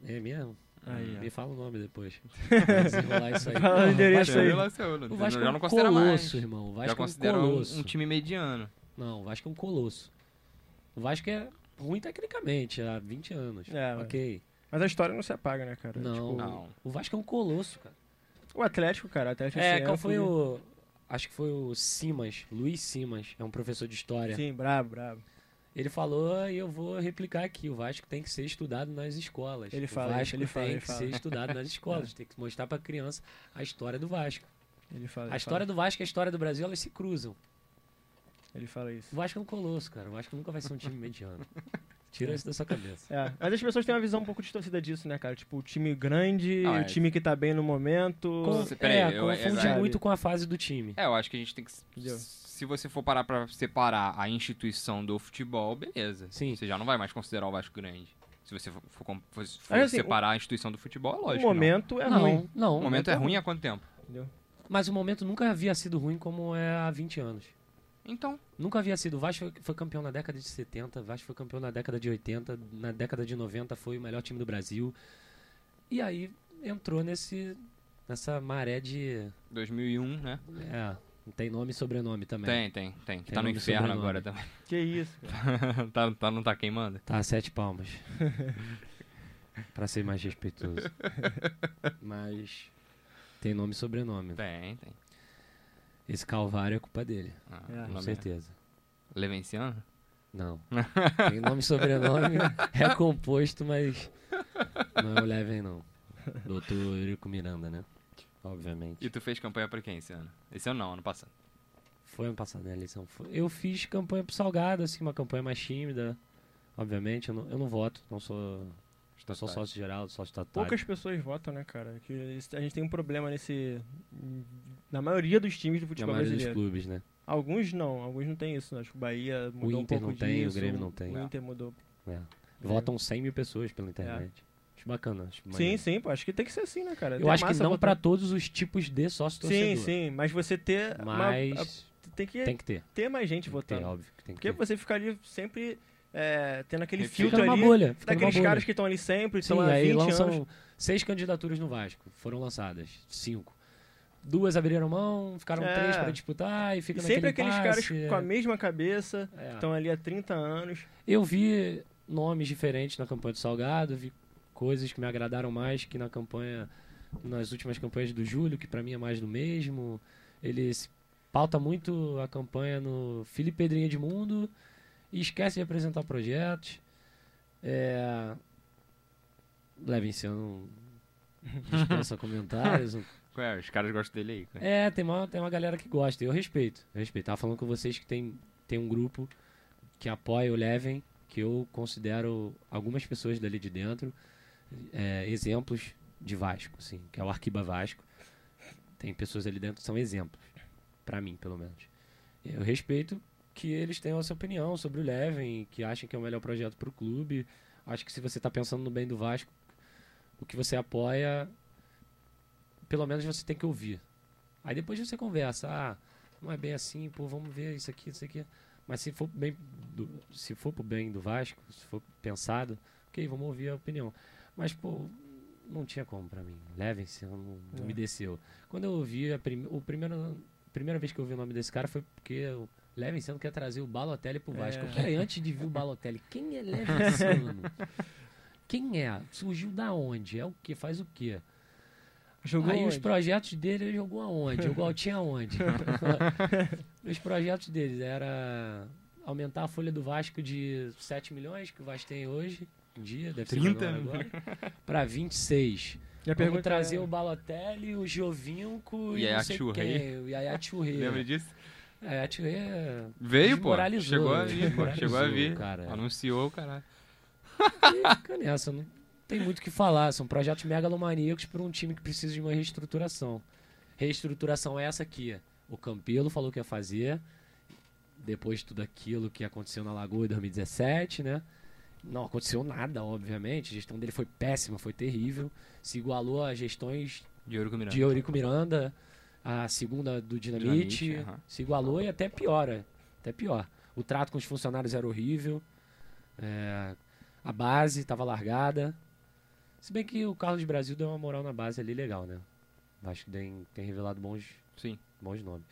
[SPEAKER 3] É mesmo?
[SPEAKER 2] Aí, ó.
[SPEAKER 3] Me fala o nome depois. Vai desenrolar isso aí.
[SPEAKER 2] Fala o
[SPEAKER 3] Porra,
[SPEAKER 2] endereço
[SPEAKER 3] Vasco-
[SPEAKER 2] aí.
[SPEAKER 1] Já relaciona,
[SPEAKER 3] O
[SPEAKER 1] entendeu?
[SPEAKER 3] Vasco é
[SPEAKER 1] já
[SPEAKER 3] um
[SPEAKER 1] não considera mais.
[SPEAKER 3] colosso, irmão. O
[SPEAKER 1] já
[SPEAKER 3] Vasco é um
[SPEAKER 1] considera um-
[SPEAKER 3] colosso.
[SPEAKER 1] um time mediano.
[SPEAKER 3] Não, o Vasco é um colosso. O Vasco é ruim tecnicamente há 20 anos.
[SPEAKER 2] É,
[SPEAKER 3] ok.
[SPEAKER 2] Mas a história não se apaga, né, cara?
[SPEAKER 3] Não.
[SPEAKER 2] Tipo,
[SPEAKER 1] Não.
[SPEAKER 3] O Vasco é um colosso, cara.
[SPEAKER 2] o Atlético, cara, o Atlético
[SPEAKER 3] É,
[SPEAKER 2] esse
[SPEAKER 3] qual
[SPEAKER 2] ano
[SPEAKER 3] foi o. Acho que foi o Simas, Luiz Simas, é um professor de história.
[SPEAKER 2] Sim, brabo, brabo.
[SPEAKER 3] Ele falou, e eu vou replicar aqui: o Vasco tem que ser estudado nas escolas.
[SPEAKER 2] Ele
[SPEAKER 3] o
[SPEAKER 2] fala
[SPEAKER 3] Vasco
[SPEAKER 2] isso, ele
[SPEAKER 3] tem
[SPEAKER 2] fala, ele
[SPEAKER 3] que
[SPEAKER 2] fala. É.
[SPEAKER 3] ser estudado nas escolas. Tem que mostrar pra criança a história do Vasco.
[SPEAKER 2] Ele fala.
[SPEAKER 3] A
[SPEAKER 2] ele
[SPEAKER 3] história do Vasco e a história do Brasil, elas se cruzam.
[SPEAKER 2] fala- Ele fala isso.
[SPEAKER 3] O Vasco é um colosso, cara. O Vasco nunca vai ser um time mediano. Tira isso da sua cabeça.
[SPEAKER 2] É, mas as pessoas têm uma visão um pouco distorcida disso, né, cara? Tipo, o time grande,
[SPEAKER 1] Ah, é.
[SPEAKER 2] o time que tá bem no momento.
[SPEAKER 3] Com,
[SPEAKER 1] Você- peraí,
[SPEAKER 3] é,
[SPEAKER 1] eu-
[SPEAKER 3] confunde
[SPEAKER 2] exato.
[SPEAKER 3] muito com a fase do time.
[SPEAKER 1] É, eu acho que a gente tem que.
[SPEAKER 2] Entendeu?
[SPEAKER 1] Se você for parar pra separar a instituição do futebol, beleza.
[SPEAKER 3] Sim.
[SPEAKER 1] Você já não vai mais considerar o Vasco grande. Se você for, for, com- for- for
[SPEAKER 2] Mas, assim,
[SPEAKER 1] separar a instituição do futebol, é
[SPEAKER 2] O
[SPEAKER 1] lógico. que não.
[SPEAKER 2] momento é
[SPEAKER 3] não,
[SPEAKER 2] ruim.
[SPEAKER 1] O
[SPEAKER 3] não.
[SPEAKER 1] momento é ruim há quanto tempo?
[SPEAKER 2] Entendeu?
[SPEAKER 3] Mas o momento nunca havia sido ruim como é há 20 anos.
[SPEAKER 1] Então,
[SPEAKER 3] Nunca havia sido. O Vasco foi- foi campeão na década de 70, o Vasco foi campeão na década de 80, na década de 90 foi o melhor time do Brasil. E aí entrou nesse nessa maré de.
[SPEAKER 1] 2001, né?
[SPEAKER 3] É, tem nome e sobrenome também.
[SPEAKER 1] Tem, tem, tem.
[SPEAKER 3] Tem
[SPEAKER 1] Tá no
[SPEAKER 3] nome e
[SPEAKER 1] inferno
[SPEAKER 3] sobrenome.
[SPEAKER 1] agora também.
[SPEAKER 2] Que isso, cara.
[SPEAKER 1] tá, tá- não tá queimando?
[SPEAKER 3] Tá, sete palmas. pra ser mais respeitoso. Mas tem nome e sobrenome. né?
[SPEAKER 1] Tem, tem.
[SPEAKER 3] Esse calvário é culpa dele,
[SPEAKER 1] Ah, o
[SPEAKER 2] É,
[SPEAKER 3] com
[SPEAKER 1] nome é
[SPEAKER 3] certeza.
[SPEAKER 1] Levenciano?
[SPEAKER 3] Não. tem nome e sobrenome, é composto, mas não é o Levin, não. Doutor Eurico Miranda, né?
[SPEAKER 1] E
[SPEAKER 3] Obviamente.
[SPEAKER 1] tu fez campanha pra quem esse ano? Esse ano não, ano passado.
[SPEAKER 3] Foi ano passado, né, a eleição? Foi- Eu fiz campanha pro Salgado, assim, uma campanha mais tímida. Obviamente, eu não, eu não voto, não sou, não
[SPEAKER 1] Tá.
[SPEAKER 3] sou sócio geral, sócio estatutário.
[SPEAKER 2] Tá Poucas pessoas votam, né, cara? Que isso- a gente tem um problema nesse. Na maioria dos times do
[SPEAKER 3] Na
[SPEAKER 2] futebol
[SPEAKER 3] maioria dos
[SPEAKER 2] brasileiro.
[SPEAKER 3] clubes, né?
[SPEAKER 2] Alguns não, alguns não tem isso. né? Acho que o Bahia mudou um
[SPEAKER 3] Inter
[SPEAKER 2] pouco
[SPEAKER 3] não tem, o
[SPEAKER 2] disso,
[SPEAKER 3] Grêmio não tem.
[SPEAKER 2] O Inter mudou.
[SPEAKER 3] É. Votam 100 mil pessoas pela internet. Acho bacana. Acho
[SPEAKER 2] É. Sim,
[SPEAKER 3] maneiro.
[SPEAKER 2] sim, pô, acho que tem que ser assim, né, cara?
[SPEAKER 3] Eu
[SPEAKER 2] Tem
[SPEAKER 3] acho que
[SPEAKER 2] massa
[SPEAKER 3] não pra
[SPEAKER 2] votando.
[SPEAKER 3] todos os tipos de sócio
[SPEAKER 2] Sim,
[SPEAKER 3] torcedor.
[SPEAKER 2] sim, mas você ter. uma-
[SPEAKER 3] Mas
[SPEAKER 2] a- tem que
[SPEAKER 3] tem que ter.
[SPEAKER 2] ter mais gente
[SPEAKER 3] Tem que ter,
[SPEAKER 2] votando.
[SPEAKER 3] óbvio que tem que
[SPEAKER 2] porque
[SPEAKER 3] ter.
[SPEAKER 2] você fica ali sempre é, tendo aquele
[SPEAKER 1] Fica
[SPEAKER 2] filtro
[SPEAKER 3] fica numa
[SPEAKER 2] ali.
[SPEAKER 3] bolha. Fica numa
[SPEAKER 2] Daqueles
[SPEAKER 3] bolha.
[SPEAKER 2] caras que estão ali sempre,
[SPEAKER 3] Sim,
[SPEAKER 2] estão há
[SPEAKER 3] aí um-
[SPEAKER 2] 20
[SPEAKER 3] lançam
[SPEAKER 2] anos.
[SPEAKER 3] seis candidaturas no Vasco. Foram lançadas. Cinco. Duas abriram mão, ficaram
[SPEAKER 2] É.
[SPEAKER 3] três pra disputar e fica
[SPEAKER 2] E sempre
[SPEAKER 3] naquele
[SPEAKER 2] aqueles
[SPEAKER 3] impasse.
[SPEAKER 2] caras com a mesma cabeça,
[SPEAKER 3] É.
[SPEAKER 2] estão ali há 30 anos.
[SPEAKER 3] Eu vi nomes diferentes na campanha do Salgado, vi coisas que me agradaram mais que na campanha, nas últimas campanhas do Júlio, que pra mim é mais do mesmo. Ele se pauta muito a campanha no Felipe Pedrinha de Mundo e esquece de apresentar projetos. É... Levem se não dispensa comentários. um
[SPEAKER 1] Qual é? Os caras gostam dele aí. cara.
[SPEAKER 3] É, tem uma, tem uma galera que gosta, eu respeito. Eu respeito. Tava falando com vocês que tem, tem um grupo que apoia o Levin, que eu considero algumas pessoas dali de dentro é, exemplos de Vasco, assim, que é o Arquiba Vasco. Tem pessoas ali dentro que são exemplos, pra mim, pelo menos. Eu respeito que eles tenham essa opinião sobre o Levin, que acham que é o melhor projeto pro clube. Acho que se você tá pensando no bem do Vasco, o que você apoia, pelo menos você tem que ouvir. Aí depois você conversa, ah, não é bem assim, pô, vamos ver isso aqui, isso aqui. Mas se for bem do, se for pro bem do Vasco, se for pensado, ok, vamos ouvir a opinião. Mas pô, não tinha como pra mim. Levem-se, eu não, não me
[SPEAKER 2] É.
[SPEAKER 3] desceu. Quando eu ouvi a prim, o primeiro primeira vez que eu ouvi o nome desse cara foi porque eu Levenson quer trazer o Balotelli pro Vasco.
[SPEAKER 2] É.
[SPEAKER 3] Eu falei, antes de vir o Balotelli, quem é Levenson? quem é? Surgiu da onde? É o que? Faz o quê?
[SPEAKER 2] Jogou
[SPEAKER 3] Aí os
[SPEAKER 2] onde?
[SPEAKER 3] projetos dele ele jogou aonde? Jogou altinha aonde? os projetos deles era aumentar a folha do Vasco de 7 milhões que o Vasco tem hoje em dia, deve ser
[SPEAKER 1] 30
[SPEAKER 3] menor agora, para 26.
[SPEAKER 2] E a
[SPEAKER 3] Vamos
[SPEAKER 2] pergunta
[SPEAKER 3] trazer
[SPEAKER 2] é-
[SPEAKER 3] o Balotelli, o Jovinco e,
[SPEAKER 1] E aí
[SPEAKER 3] não
[SPEAKER 1] a
[SPEAKER 3] sei
[SPEAKER 1] Tchurra
[SPEAKER 3] quem, o Yaya Churré.
[SPEAKER 1] Lembra disso?
[SPEAKER 3] Yaya é Tchurré
[SPEAKER 1] Veio, pô.
[SPEAKER 3] Desmoralizou,
[SPEAKER 1] Chegou a
[SPEAKER 3] né?
[SPEAKER 1] vir, pô. Chegou a
[SPEAKER 3] Desmoralizou,
[SPEAKER 1] vir.
[SPEAKER 3] cara.
[SPEAKER 1] Anunciou, caralho.
[SPEAKER 3] E fica nessa, não tem muito o que falar. São projetos megalomaníacos para um time que precisa de uma reestruturação. Reestruturação é essa aqui. O Campelo falou que ia fazer, depois de tudo aquilo que aconteceu na Lagoa em 2017, né? Não aconteceu nada, obviamente. A gestão dele foi péssima, foi terrível. Se igualou a gestões
[SPEAKER 1] De Eurico Miranda.
[SPEAKER 3] de Eurico Miranda, a segunda do Dinamite,
[SPEAKER 1] Dinamite, aham.
[SPEAKER 3] se igualou e até piora. Até pior. O trato com os funcionários era horrível. é, a base estava largada. Se bem que o Carlos Brasil deu uma moral na base ali legal, né? Acho que tem, tem revelado bons,
[SPEAKER 1] Sim.
[SPEAKER 3] bons nomes.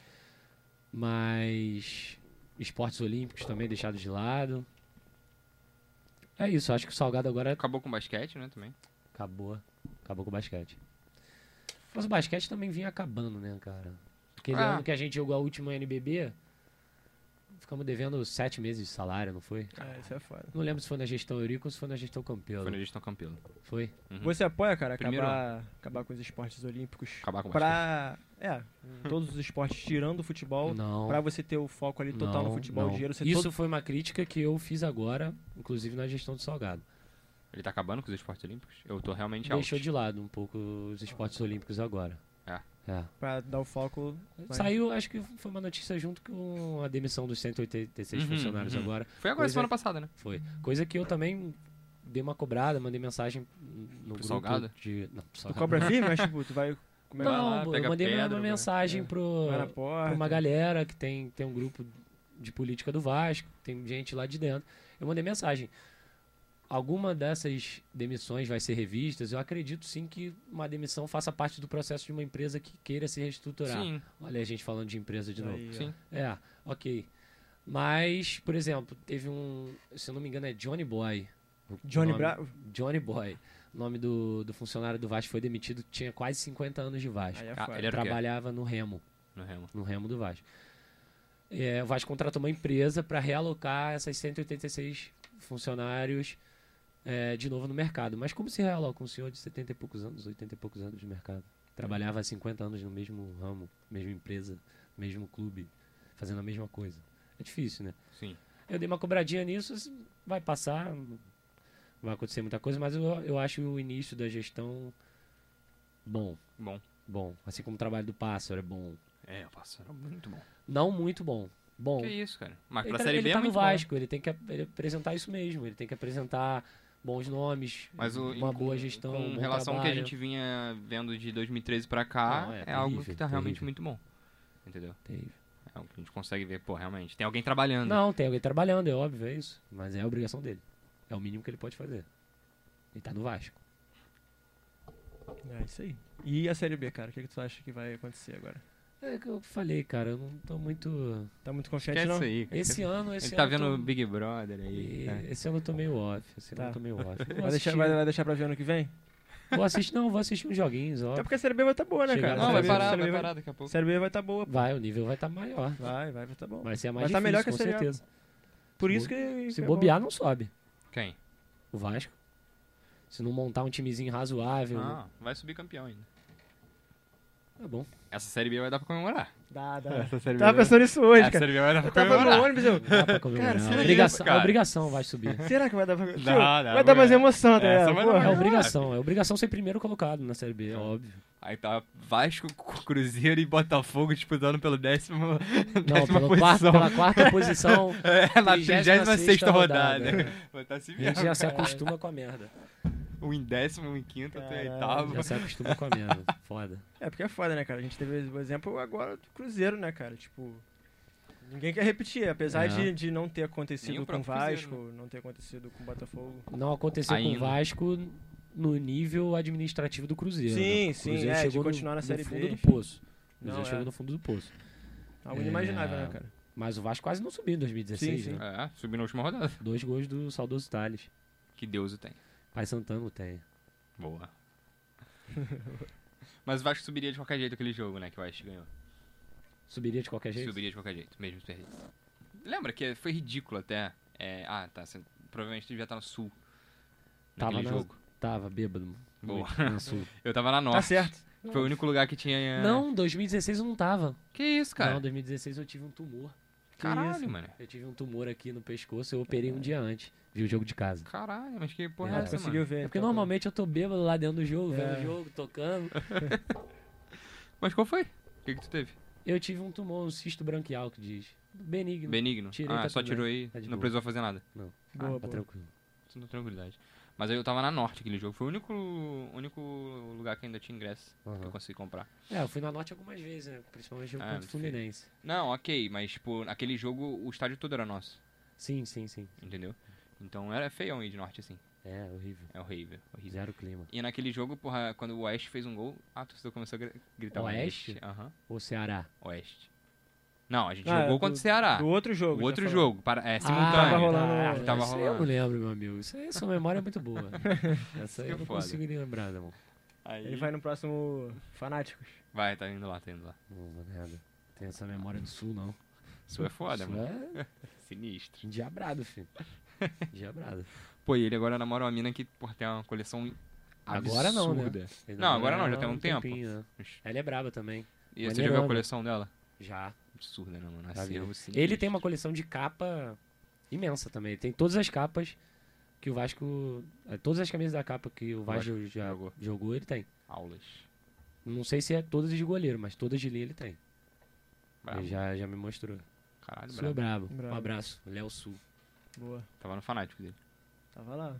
[SPEAKER 3] Mas esportes olímpicos também deixados de lado. É isso, acho que o Salgado agora
[SPEAKER 1] Acabou com basquete, né, também.
[SPEAKER 3] Acabou. Acabou com o basquete. Mas o basquete também vinha acabando, né, cara? Aquele
[SPEAKER 1] Ah.
[SPEAKER 3] ano que a gente jogou a última NBB, ficamos devendo sete meses de salário, não foi?
[SPEAKER 2] É, isso é foda.
[SPEAKER 3] Não lembro se foi na gestão Eurico ou se foi na gestão Campelo.
[SPEAKER 1] Foi no gestão Campelo.
[SPEAKER 3] Foi?
[SPEAKER 1] Uhum.
[SPEAKER 2] Você apoia, cara,
[SPEAKER 1] Primeiro-
[SPEAKER 2] acabar, acabar com os esportes olímpicos?
[SPEAKER 1] Acabar com basquete.
[SPEAKER 2] pra. É, todos os esportes tirando o futebol.
[SPEAKER 3] Uhum. Não.
[SPEAKER 2] Então, Pra você ter o foco ali total no
[SPEAKER 3] não,
[SPEAKER 2] futebol,
[SPEAKER 3] não.
[SPEAKER 2] o dinheiro ser
[SPEAKER 3] Isso
[SPEAKER 2] todo.
[SPEAKER 3] foi uma crítica que eu fiz agora, inclusive na gestão do Salgado.
[SPEAKER 1] Ele tá acabando com os esportes olímpicos? Eu tô realmente
[SPEAKER 3] Deixou
[SPEAKER 1] out.
[SPEAKER 3] de lado um pouco os esportes olímpicos agora.
[SPEAKER 1] É.
[SPEAKER 3] É.
[SPEAKER 2] Pra dar o foco. Mas-
[SPEAKER 3] Saiu, acho que foi uma notícia junto com a demissão dos 186
[SPEAKER 1] Uhum,
[SPEAKER 3] funcionários
[SPEAKER 1] uhum.
[SPEAKER 3] agora.
[SPEAKER 1] Foi agora,
[SPEAKER 3] Pois é.
[SPEAKER 1] semana passada, né?
[SPEAKER 3] Foi. Coisa que eu também dei uma cobrada, mandei mensagem no grupo
[SPEAKER 1] Salgado?
[SPEAKER 3] de... Não, pro
[SPEAKER 2] Tu
[SPEAKER 3] Salgado.
[SPEAKER 2] cobra firme, mas tipo, tu vai comer
[SPEAKER 1] Vai
[SPEAKER 3] Não,
[SPEAKER 1] lá,
[SPEAKER 3] pô,
[SPEAKER 1] pega
[SPEAKER 3] eu mandei
[SPEAKER 1] pedra,
[SPEAKER 3] uma
[SPEAKER 1] vai-
[SPEAKER 3] mensagem
[SPEAKER 1] é.
[SPEAKER 3] pro,
[SPEAKER 2] lá na
[SPEAKER 3] pra
[SPEAKER 2] porta.
[SPEAKER 3] uma galera que tem, tem um grupo de política do Vasco, tem gente lá de dentro. Eu mandei mensagem. Alguma dessas demissões vai ser revistas? Eu acredito sim que uma demissão faça parte do processo de uma empresa que queira se reestruturar.
[SPEAKER 1] Sim,
[SPEAKER 3] Olha a gente falando de empresa de novo.
[SPEAKER 2] Aí, ó.
[SPEAKER 1] sim.
[SPEAKER 3] É, ok. Mas, por exemplo, teve um. Se eu não me engano, é Johnny Boy. O
[SPEAKER 2] Johnny
[SPEAKER 3] nome-
[SPEAKER 2] Bravo.
[SPEAKER 3] Johnny Boy. O nome do, do funcionário do Vasco foi demitido, tinha quase 50 anos de Vasco.
[SPEAKER 2] Aí é
[SPEAKER 1] Ah,
[SPEAKER 2] foda.
[SPEAKER 1] ele era o quê?
[SPEAKER 3] Trabalhava no Remo,
[SPEAKER 1] No remo.
[SPEAKER 3] no Remo do Vasco. É, o Vasco contratou uma empresa para realocar essas 186 funcionários é, de novo no mercado. Mas como se realoca um senhor de 70 e poucos anos, 80 e poucos anos de mercado? Trabalhava há 50 anos no mesmo ramo, mesma empresa, mesmo clube, fazendo a mesma coisa. É difícil, né?
[SPEAKER 1] Sim.
[SPEAKER 3] Eu dei uma cobradinha nisso, assim, vai passar, não vai acontecer muita coisa, mas eu, eu acho o início da gestão bom.
[SPEAKER 1] Bom.
[SPEAKER 3] Bom. Assim como o trabalho do Pássaro é bom.
[SPEAKER 1] É, o Pássaro é muito bom.
[SPEAKER 3] Não muito bom. Bom.
[SPEAKER 1] Que isso, cara. Mas
[SPEAKER 3] ele
[SPEAKER 1] pra
[SPEAKER 3] tá,
[SPEAKER 1] Série
[SPEAKER 3] ele
[SPEAKER 1] B é
[SPEAKER 3] tá no
[SPEAKER 1] muito bom.
[SPEAKER 3] Vasco, ele tem que ap- ele apresentar isso mesmo, ele tem que apresentar bons nomes,
[SPEAKER 1] Mas o,
[SPEAKER 3] uma
[SPEAKER 1] com-
[SPEAKER 3] boa gestão, um
[SPEAKER 1] Com
[SPEAKER 3] bom
[SPEAKER 1] relação ao que a
[SPEAKER 3] trabalho.
[SPEAKER 1] gente vinha vendo de 2013 pra cá,
[SPEAKER 3] Não, é
[SPEAKER 1] é, algo que
[SPEAKER 3] terrível,
[SPEAKER 1] tá realmente
[SPEAKER 3] terrível.
[SPEAKER 1] muito bom. Entendeu?
[SPEAKER 3] Terrível.
[SPEAKER 1] É algo que a gente consegue ver, pô, realmente. Tem alguém trabalhando.
[SPEAKER 3] Não, tem alguém trabalhando, é óbvio, é isso. Mas é a obrigação dele. É o mínimo que ele pode fazer. Ele tá no Vasco.
[SPEAKER 2] É isso aí. E a Série B, cara? O que, que tu acha que vai acontecer agora?
[SPEAKER 3] É o que eu falei, cara, eu não tô muito.
[SPEAKER 2] Tá muito confiante,
[SPEAKER 1] Esquece
[SPEAKER 2] não?
[SPEAKER 1] isso aí, cara.
[SPEAKER 3] Esse ano, esse é um
[SPEAKER 1] Ele
[SPEAKER 3] ano.
[SPEAKER 1] tá
[SPEAKER 3] eu
[SPEAKER 1] vendo o
[SPEAKER 3] tô...
[SPEAKER 1] Big Brother aí.
[SPEAKER 3] E-
[SPEAKER 1] né?
[SPEAKER 3] Esse ano eu tô meio off. Esse ano
[SPEAKER 2] Tá.
[SPEAKER 3] eu tô meio off. Vou
[SPEAKER 2] Vai deixar,
[SPEAKER 3] assistir-
[SPEAKER 2] vai, vai deixar pra ver ano que vem?
[SPEAKER 3] Vou assistir, não, vou assistir uns joguinhos, ó.
[SPEAKER 1] É
[SPEAKER 2] Até porque a Série B vai tá boa, né,
[SPEAKER 3] Chegar
[SPEAKER 2] cara?
[SPEAKER 3] lá.
[SPEAKER 1] Não,
[SPEAKER 2] Série
[SPEAKER 1] vai
[SPEAKER 2] B-
[SPEAKER 1] parar,
[SPEAKER 3] tá
[SPEAKER 2] Série
[SPEAKER 1] vai
[SPEAKER 2] B
[SPEAKER 1] parar daqui a pouco.
[SPEAKER 2] Série B vai tá boa.
[SPEAKER 3] Vai, o nível vai estar maior.
[SPEAKER 2] Vai, vai, vai tá bom.
[SPEAKER 3] Vai ser mais
[SPEAKER 2] Vai tá
[SPEAKER 3] difícil,
[SPEAKER 2] melhor que
[SPEAKER 3] com
[SPEAKER 2] a Série A.
[SPEAKER 3] certeza.
[SPEAKER 2] Por
[SPEAKER 3] se
[SPEAKER 2] isso que...
[SPEAKER 3] Se
[SPEAKER 2] que é
[SPEAKER 3] bobear, não sobe.
[SPEAKER 1] Quem?
[SPEAKER 3] O Vasco. Se não montar um timezinho razoável,
[SPEAKER 1] Ah, vai subir campeão ainda.
[SPEAKER 3] tá bom.
[SPEAKER 1] Essa Série B vai dar pra comemorar.
[SPEAKER 2] bom. Dá,
[SPEAKER 3] É,
[SPEAKER 2] dá.
[SPEAKER 1] Série
[SPEAKER 2] Tava pensando nisso hoje,
[SPEAKER 1] Essa
[SPEAKER 2] cara.
[SPEAKER 1] Série B vai dar pra
[SPEAKER 2] Eu tava no
[SPEAKER 1] comemorar.
[SPEAKER 2] ônibus, eu...
[SPEAKER 3] Dá pra comemorar.
[SPEAKER 2] Cara, será
[SPEAKER 1] que isso,
[SPEAKER 3] obrigação,
[SPEAKER 1] cara?
[SPEAKER 3] é obrigação vai subir.
[SPEAKER 2] Será que vai dar pra... Tio,
[SPEAKER 1] dá,
[SPEAKER 2] vai dar mais
[SPEAKER 1] vai.
[SPEAKER 2] emoção, tá
[SPEAKER 1] Essa
[SPEAKER 2] ligado?
[SPEAKER 1] vai dar
[SPEAKER 2] Porra.
[SPEAKER 1] mais
[SPEAKER 3] É
[SPEAKER 1] Não,
[SPEAKER 3] obrigação, é obrigação ser primeiro colocado na Série B, é óbvio.
[SPEAKER 1] Aí tá Vasco, Cruzeiro e Botafogo disputando pelo décimo,
[SPEAKER 3] Não,
[SPEAKER 1] décima
[SPEAKER 3] pela quarta,
[SPEAKER 1] posição.
[SPEAKER 3] pela quarta posição,
[SPEAKER 1] É, na
[SPEAKER 3] 36ª
[SPEAKER 1] 36 rodada.
[SPEAKER 3] rodada.
[SPEAKER 1] Vai estar se
[SPEAKER 3] a gente já
[SPEAKER 1] vendo.
[SPEAKER 3] se acostuma com a merda.
[SPEAKER 1] Um em décimo, um em quinto, outro em
[SPEAKER 2] Caralho.
[SPEAKER 1] oitavo.
[SPEAKER 3] Já se acostuma com a merda. Foda.
[SPEAKER 2] É, porque é foda, né, cara? A gente teve o exemplo agora do Cruzeiro, né, cara? Tipo, ninguém quer repetir. Apesar
[SPEAKER 3] É.
[SPEAKER 2] de, de não ter
[SPEAKER 1] Nem
[SPEAKER 2] acontecido
[SPEAKER 1] o
[SPEAKER 2] com o
[SPEAKER 1] próprio Cruzeiro, né?
[SPEAKER 2] Vasco, não ter acontecido com o Botafogo.
[SPEAKER 3] Não aconteceu
[SPEAKER 1] Ainda.
[SPEAKER 3] com o Vasco no nível administrativo do Cruzeiro.
[SPEAKER 2] Sim,
[SPEAKER 3] né? O
[SPEAKER 2] sim,
[SPEAKER 3] Cruzeiro
[SPEAKER 2] é, de
[SPEAKER 3] chegou
[SPEAKER 2] continuar
[SPEAKER 3] no,
[SPEAKER 2] na
[SPEAKER 3] no
[SPEAKER 2] Série B,
[SPEAKER 3] fundo do
[SPEAKER 2] enfim.
[SPEAKER 3] poço.
[SPEAKER 2] Não,
[SPEAKER 3] O Cruzeiro
[SPEAKER 2] é.
[SPEAKER 3] chegou no fundo do poço.
[SPEAKER 2] Algo
[SPEAKER 3] É.
[SPEAKER 2] inimaginável, né, cara?
[SPEAKER 3] Mas o Vasco quase não subiu em 2016,
[SPEAKER 2] Sim,
[SPEAKER 3] né?
[SPEAKER 1] É, subiu na última rodada.
[SPEAKER 3] Dois gols do saudoso Thales.
[SPEAKER 1] Que Deus o tem.
[SPEAKER 3] Pai Santana o tem.
[SPEAKER 1] Boa. Mas o Vasco subiria de qualquer jeito aquele jogo, né? Que o Vasco ganhou.
[SPEAKER 3] Subiria de qualquer jeito?
[SPEAKER 1] Subiria de qualquer jeito, mesmo se perdesse. Lembra que foi ridículo até. é, ah, tá. você- provavelmente devia estar no sul.
[SPEAKER 3] Tava
[SPEAKER 1] Naquele
[SPEAKER 3] na-
[SPEAKER 1] jogo.
[SPEAKER 3] Tava, bêbado.
[SPEAKER 1] Boa.
[SPEAKER 3] Noite, no sul.
[SPEAKER 1] Eu tava na norte.
[SPEAKER 2] Tá certo.
[SPEAKER 1] Foi o único lugar que tinha.
[SPEAKER 3] Não, 2016 eu não tava.
[SPEAKER 1] Que isso, É. cara?
[SPEAKER 3] Não, 2016 eu tive um tumor.
[SPEAKER 1] Caralho,
[SPEAKER 2] isso?
[SPEAKER 1] mano.
[SPEAKER 3] Eu tive um tumor aqui no pescoço, eu operei um dia antes. Vi o jogo de casa.
[SPEAKER 1] Caralho, mas que porra é,
[SPEAKER 3] É,
[SPEAKER 1] essa,
[SPEAKER 2] Conseguiu
[SPEAKER 1] mano?
[SPEAKER 2] ver.
[SPEAKER 3] É porque
[SPEAKER 2] então,
[SPEAKER 3] normalmente eu tô bêbado lá dentro do jogo,
[SPEAKER 2] É.
[SPEAKER 3] vendo o jogo, tocando.
[SPEAKER 1] Mas qual foi? O que, que tu teve?
[SPEAKER 3] Eu tive um tumor, um cisto branquial que diz. Benigno.
[SPEAKER 1] Benigno.
[SPEAKER 3] Tirei,
[SPEAKER 1] ah,
[SPEAKER 3] tá
[SPEAKER 1] só
[SPEAKER 3] tudo
[SPEAKER 1] tirou aí.
[SPEAKER 3] Tá de
[SPEAKER 1] não
[SPEAKER 3] boa.
[SPEAKER 1] precisou fazer nada.
[SPEAKER 2] tá. Boa,
[SPEAKER 3] ah, tá
[SPEAKER 2] boa.
[SPEAKER 3] tranquilo.
[SPEAKER 1] Tudo tranquilidade. Mas aí eu tava na norte aquele jogo. Foi o único, único lugar que ainda tinha ingresso que eu
[SPEAKER 3] Aham.
[SPEAKER 1] consegui comprar.
[SPEAKER 3] É, eu fui na Norte algumas vezes, né? Principalmente jogo
[SPEAKER 1] Ah,
[SPEAKER 3] contra o
[SPEAKER 1] não sei.
[SPEAKER 3] Fluminense.
[SPEAKER 1] Não, ok, mas tipo, aquele jogo o estádio todo era nosso,
[SPEAKER 3] Sim, sim, sim.
[SPEAKER 1] entendeu? Então era feião ir de norte assim.
[SPEAKER 3] É, horrível.
[SPEAKER 1] É horrível, horrível.
[SPEAKER 3] Zero clima.
[SPEAKER 1] E naquele jogo, porra, quando o Oeste fez um gol, a torcida começou a gri- gritar
[SPEAKER 3] Oeste?
[SPEAKER 1] Aham,
[SPEAKER 3] Ou Ceará.
[SPEAKER 1] Oeste. Não, a gente
[SPEAKER 2] Ah,
[SPEAKER 1] jogou
[SPEAKER 2] do-
[SPEAKER 1] contra o Ceará.
[SPEAKER 2] Do outro jogo.
[SPEAKER 1] o outro
[SPEAKER 2] tá falando.
[SPEAKER 1] jogo, para,
[SPEAKER 3] Ah,
[SPEAKER 1] é,
[SPEAKER 2] Tava
[SPEAKER 1] simultâneo.
[SPEAKER 2] rolando-
[SPEAKER 3] tá.
[SPEAKER 2] que
[SPEAKER 1] tava
[SPEAKER 3] Isso aí eu
[SPEAKER 1] rolando.
[SPEAKER 3] não lembro, meu amigo. Isso aí, sua memória é muito boa. Essa aí
[SPEAKER 1] que
[SPEAKER 3] eu não
[SPEAKER 1] é foda.
[SPEAKER 3] consigo nem lembrar, não.
[SPEAKER 1] Aí-
[SPEAKER 2] Ele vai no próximo Fanáticos.
[SPEAKER 1] Vai, tá indo lá, tá indo lá.
[SPEAKER 3] Não, vou nada. Tem essa memória do sul, não.
[SPEAKER 1] Isso é foda,
[SPEAKER 3] Sul
[SPEAKER 1] mano.
[SPEAKER 3] É
[SPEAKER 1] Sinistro.
[SPEAKER 3] endiabrado, filho. Endiabrado.
[SPEAKER 1] Pô, e ele agora namora uma mina que, porra, tem uma coleção
[SPEAKER 3] Agora não, né?
[SPEAKER 1] absurda.
[SPEAKER 3] Ele
[SPEAKER 1] Não, agora não, já
[SPEAKER 3] namorava
[SPEAKER 1] tem
[SPEAKER 3] há
[SPEAKER 1] um tempo.
[SPEAKER 3] tempinho, né? Ela é braba também.
[SPEAKER 1] E você já viu a
[SPEAKER 3] Maneirão,
[SPEAKER 1] coleção dela?
[SPEAKER 3] Já.
[SPEAKER 1] Absurda, né, mano?
[SPEAKER 3] Já vi.
[SPEAKER 1] Acervo sinistro.
[SPEAKER 3] Ele tem uma coleção de capa imensa também. Ele tem todas as capas que o Vasco. eh, Todas as camisas da capa que o Vasco,
[SPEAKER 1] Vasco
[SPEAKER 3] já
[SPEAKER 1] jogou.
[SPEAKER 3] jogou. ele tem.
[SPEAKER 1] Aulas.
[SPEAKER 3] Não sei se é todas de goleiro, mas todas de linha ele tem.
[SPEAKER 1] Brabo.
[SPEAKER 3] Ele já, já me mostrou.
[SPEAKER 1] Caralho,
[SPEAKER 3] Sul é
[SPEAKER 1] brabo.
[SPEAKER 3] brabo.
[SPEAKER 2] Brabo.
[SPEAKER 3] Um abraço. Léo Sul.
[SPEAKER 2] Boa.
[SPEAKER 1] Tava no fanático dele.
[SPEAKER 2] Tava lá.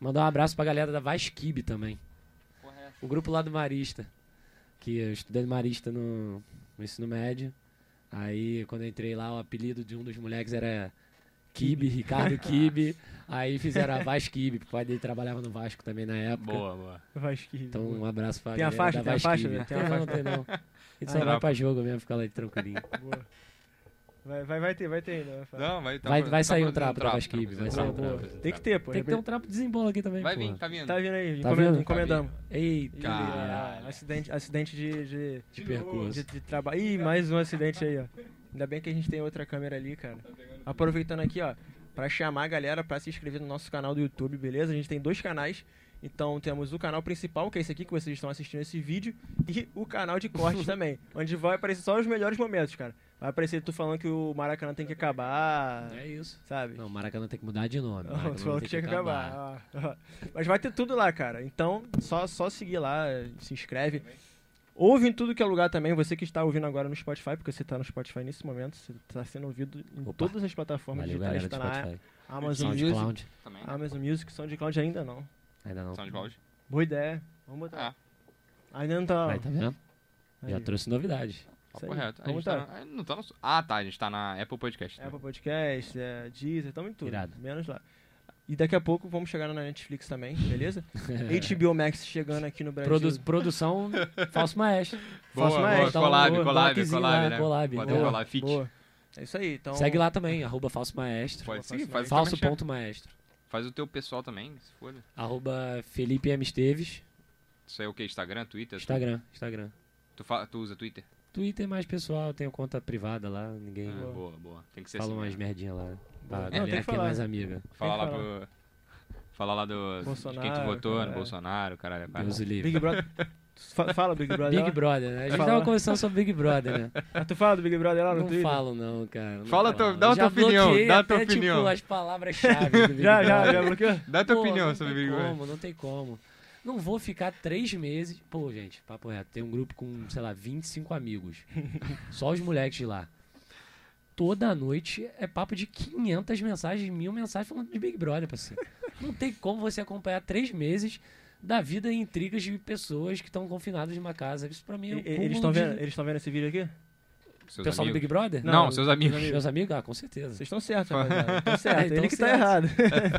[SPEAKER 3] Mandar um abraço pra galera da Vasquib também.
[SPEAKER 1] Porra, é.
[SPEAKER 3] O grupo lá do Marista. Que eu estudei no Marista no, no ensino médio. Aí, quando eu entrei lá, o apelido de um dos moleques era Kibe, Ricardo Kibe. Aí fizeram a Vasco Kibe, porque o pai dele trabalhava no Vasco também na época.
[SPEAKER 1] Boa, boa.
[SPEAKER 2] Vasco.
[SPEAKER 3] Então, um abraço pra
[SPEAKER 2] Tem a
[SPEAKER 3] galera
[SPEAKER 2] faixa,
[SPEAKER 3] da
[SPEAKER 2] tem a
[SPEAKER 3] Vasco
[SPEAKER 2] faixa,
[SPEAKER 3] Kibe.
[SPEAKER 2] né? Tem a
[SPEAKER 3] Não,
[SPEAKER 2] faixa.
[SPEAKER 3] não tem não.
[SPEAKER 1] Ah,
[SPEAKER 3] Ele só vai
[SPEAKER 1] droga.
[SPEAKER 3] pra jogo mesmo, fica lá de tranquilinho.
[SPEAKER 2] Boa. Vai, vai, vai ter, vai ter ainda. Vai, falar.
[SPEAKER 1] Não, vai, tá
[SPEAKER 3] Vai-
[SPEAKER 1] pro-
[SPEAKER 3] vai
[SPEAKER 1] tá
[SPEAKER 3] sair um
[SPEAKER 1] produzindo
[SPEAKER 3] trapo da Vasquib,
[SPEAKER 1] trapo,
[SPEAKER 3] vai
[SPEAKER 1] tá
[SPEAKER 3] sair um
[SPEAKER 1] produzindo
[SPEAKER 3] trapo.
[SPEAKER 1] trapo.
[SPEAKER 2] Tem que ter, pô.
[SPEAKER 3] Tem que ter um trapo de desembolo aqui também,
[SPEAKER 1] Vai
[SPEAKER 3] porra.
[SPEAKER 1] vir, tá vindo.
[SPEAKER 2] Tá vindo aí,
[SPEAKER 3] Tá
[SPEAKER 2] encomenda-
[SPEAKER 3] vindo?
[SPEAKER 2] encomendamos.
[SPEAKER 3] Eita,
[SPEAKER 1] Caralho.
[SPEAKER 2] Acidente, acidente de, de,
[SPEAKER 3] de percurso.
[SPEAKER 2] de, de trabalho. Ih, mais um acidente aí, ó. Ainda bem que a gente tem outra câmera ali, cara.
[SPEAKER 3] Tá
[SPEAKER 2] Aproveitando aqui, ó, pra chamar a galera pra se inscrever no nosso canal do YouTube, beleza? A gente tem dois canais. Então temos o canal principal, que é esse aqui que vocês estão assistindo esse vídeo, e o canal de cortes também, onde vai aparecer só os melhores momentos, cara. Vai aparecer tu falando que o Maracanã tem que acabar,
[SPEAKER 3] É isso.
[SPEAKER 2] sabe?
[SPEAKER 3] Não, Maracanã tem que mudar de nome.
[SPEAKER 2] Não,
[SPEAKER 3] Maracanã
[SPEAKER 2] tu falou
[SPEAKER 3] tem
[SPEAKER 2] que tinha que acabar. Ah, ah. Mas vai ter tudo lá, cara. Então, só, só seguir lá, se inscreve. Ouve em tudo que é lugar também. Você que está ouvindo agora no Spotify, porque você está no Spotify nesse momento, você está sendo ouvido em
[SPEAKER 3] Opa.
[SPEAKER 2] todas as plataformas
[SPEAKER 3] Valeu,
[SPEAKER 2] digitais.
[SPEAKER 3] galera
[SPEAKER 2] Está
[SPEAKER 3] do
[SPEAKER 2] na
[SPEAKER 3] Spotify.
[SPEAKER 2] Amazon Music.
[SPEAKER 3] SoundCloud.
[SPEAKER 1] Também. né?
[SPEAKER 2] Amazon Music, SoundCloud ainda não.
[SPEAKER 3] Ainda não.
[SPEAKER 1] SoundCloud.
[SPEAKER 2] Boa ideia. Vamos botar.
[SPEAKER 1] Ah,
[SPEAKER 2] Ainda não tá.
[SPEAKER 3] Aí, tá vendo?
[SPEAKER 2] Aí. É
[SPEAKER 3] Já trouxe novidade.
[SPEAKER 1] papo
[SPEAKER 2] Isso aí.
[SPEAKER 1] reto. A
[SPEAKER 2] Vamos
[SPEAKER 1] gente tá
[SPEAKER 2] botar.
[SPEAKER 1] na- ah, não tá no- Ah, tá, a gente tá na Apple Podcast. né?
[SPEAKER 2] Apple Podcast, é, Deezer, estamos em tudo.
[SPEAKER 3] Irado.
[SPEAKER 2] Menos lá. E daqui a pouco vamos chegar na Netflix também, beleza? HBO Max chegando aqui no Brasil.
[SPEAKER 3] Produ- produção Falso Maestro.
[SPEAKER 2] Então-
[SPEAKER 1] Boa,
[SPEAKER 2] Faço
[SPEAKER 1] boa,
[SPEAKER 2] mais, dá um-
[SPEAKER 1] collab,
[SPEAKER 3] dá um
[SPEAKER 1] collab,
[SPEAKER 3] toquezinho
[SPEAKER 1] collab,
[SPEAKER 3] lá,
[SPEAKER 1] né?
[SPEAKER 3] collab.
[SPEAKER 1] Bota um
[SPEAKER 2] Boa,
[SPEAKER 1] collab, fit.
[SPEAKER 2] boa. É isso aí. Então,
[SPEAKER 3] Segue lá também, arroba Falso Maestro.
[SPEAKER 1] Pode seguir,
[SPEAKER 2] Faço
[SPEAKER 1] faz o teu
[SPEAKER 3] falso
[SPEAKER 1] merchan.
[SPEAKER 3] ponto maestro.
[SPEAKER 1] Faz o teu pessoal também, se foda.
[SPEAKER 3] Arroba Felipe M. Esteves.
[SPEAKER 1] Isso aí é o que? Instagram, Twitter?
[SPEAKER 3] Instagram, Instagram.
[SPEAKER 1] Tu, fa- tu usa Twitter?
[SPEAKER 3] Twitter mais pessoal, tenho conta privada lá, ninguém
[SPEAKER 1] Ah,
[SPEAKER 2] Boa.
[SPEAKER 1] boa, boa. Tem que ser
[SPEAKER 3] fala
[SPEAKER 1] assim.
[SPEAKER 3] umas
[SPEAKER 1] mesmo.
[SPEAKER 3] merdinha lá.
[SPEAKER 2] Boa.
[SPEAKER 3] Pra
[SPEAKER 2] né? Não, tem
[SPEAKER 3] galera
[SPEAKER 2] que
[SPEAKER 3] que é
[SPEAKER 2] falar.
[SPEAKER 3] mais amiga.
[SPEAKER 1] Fala lá
[SPEAKER 2] que
[SPEAKER 1] pro. Fala lá do. de quem tu
[SPEAKER 2] Bolsonaro,
[SPEAKER 1] votou
[SPEAKER 2] caralho.
[SPEAKER 1] no Bolsonaro, caralho. é
[SPEAKER 3] Deus o livre.
[SPEAKER 2] Big Brother. Fa- fala Big Brother.
[SPEAKER 3] Big
[SPEAKER 2] lá.
[SPEAKER 3] Brother, né? A gente
[SPEAKER 2] Fala.
[SPEAKER 3] tava conversando sobre Big Brother, né?
[SPEAKER 2] Ah, tu fala do Big Brother lá no
[SPEAKER 3] Não
[SPEAKER 2] Twitter?
[SPEAKER 3] falo não, cara. não
[SPEAKER 1] Fala
[SPEAKER 3] falo.
[SPEAKER 1] tua- dá a
[SPEAKER 3] Já
[SPEAKER 1] tua opinião,
[SPEAKER 3] bloqueei
[SPEAKER 1] dá a tua
[SPEAKER 3] até, tipo,
[SPEAKER 1] opinião.
[SPEAKER 3] as palavras-chave do Big
[SPEAKER 2] Já, já,
[SPEAKER 3] Brother.
[SPEAKER 2] já bloqueou?
[SPEAKER 1] Dá a tua
[SPEAKER 3] Pô,
[SPEAKER 1] opinião
[SPEAKER 3] não
[SPEAKER 1] sobre
[SPEAKER 3] tem
[SPEAKER 1] Big Brother.
[SPEAKER 3] como, não tem como. Não vou ficar três meses. Pô, gente, papo reto. Tem um grupo com, sei lá, 25 amigos. Só os moleques de lá. Toda noite é papo de 500 mensagens, mil mensagens falando de Big Brother, parceiro. Não tem como você acompanhar três meses da vida e intrigas de pessoas que estão confinadas numa casa. Isso pra mim
[SPEAKER 2] E-
[SPEAKER 3] é
[SPEAKER 2] e-
[SPEAKER 3] um
[SPEAKER 2] Eles
[SPEAKER 3] cúmulo
[SPEAKER 2] estão
[SPEAKER 3] de-
[SPEAKER 2] vendo, eles estão vendo esse vídeo aqui?
[SPEAKER 1] Seus
[SPEAKER 3] Pessoal do
[SPEAKER 1] amigos?
[SPEAKER 3] Big Brother?
[SPEAKER 1] Não, seus amigos.
[SPEAKER 3] Meus amigos? Ah, com certeza.
[SPEAKER 2] Vocês estão certos, rapaziada. Estão
[SPEAKER 3] É,
[SPEAKER 2] certo.
[SPEAKER 3] então
[SPEAKER 2] Ele que tá
[SPEAKER 3] certo.
[SPEAKER 2] errado.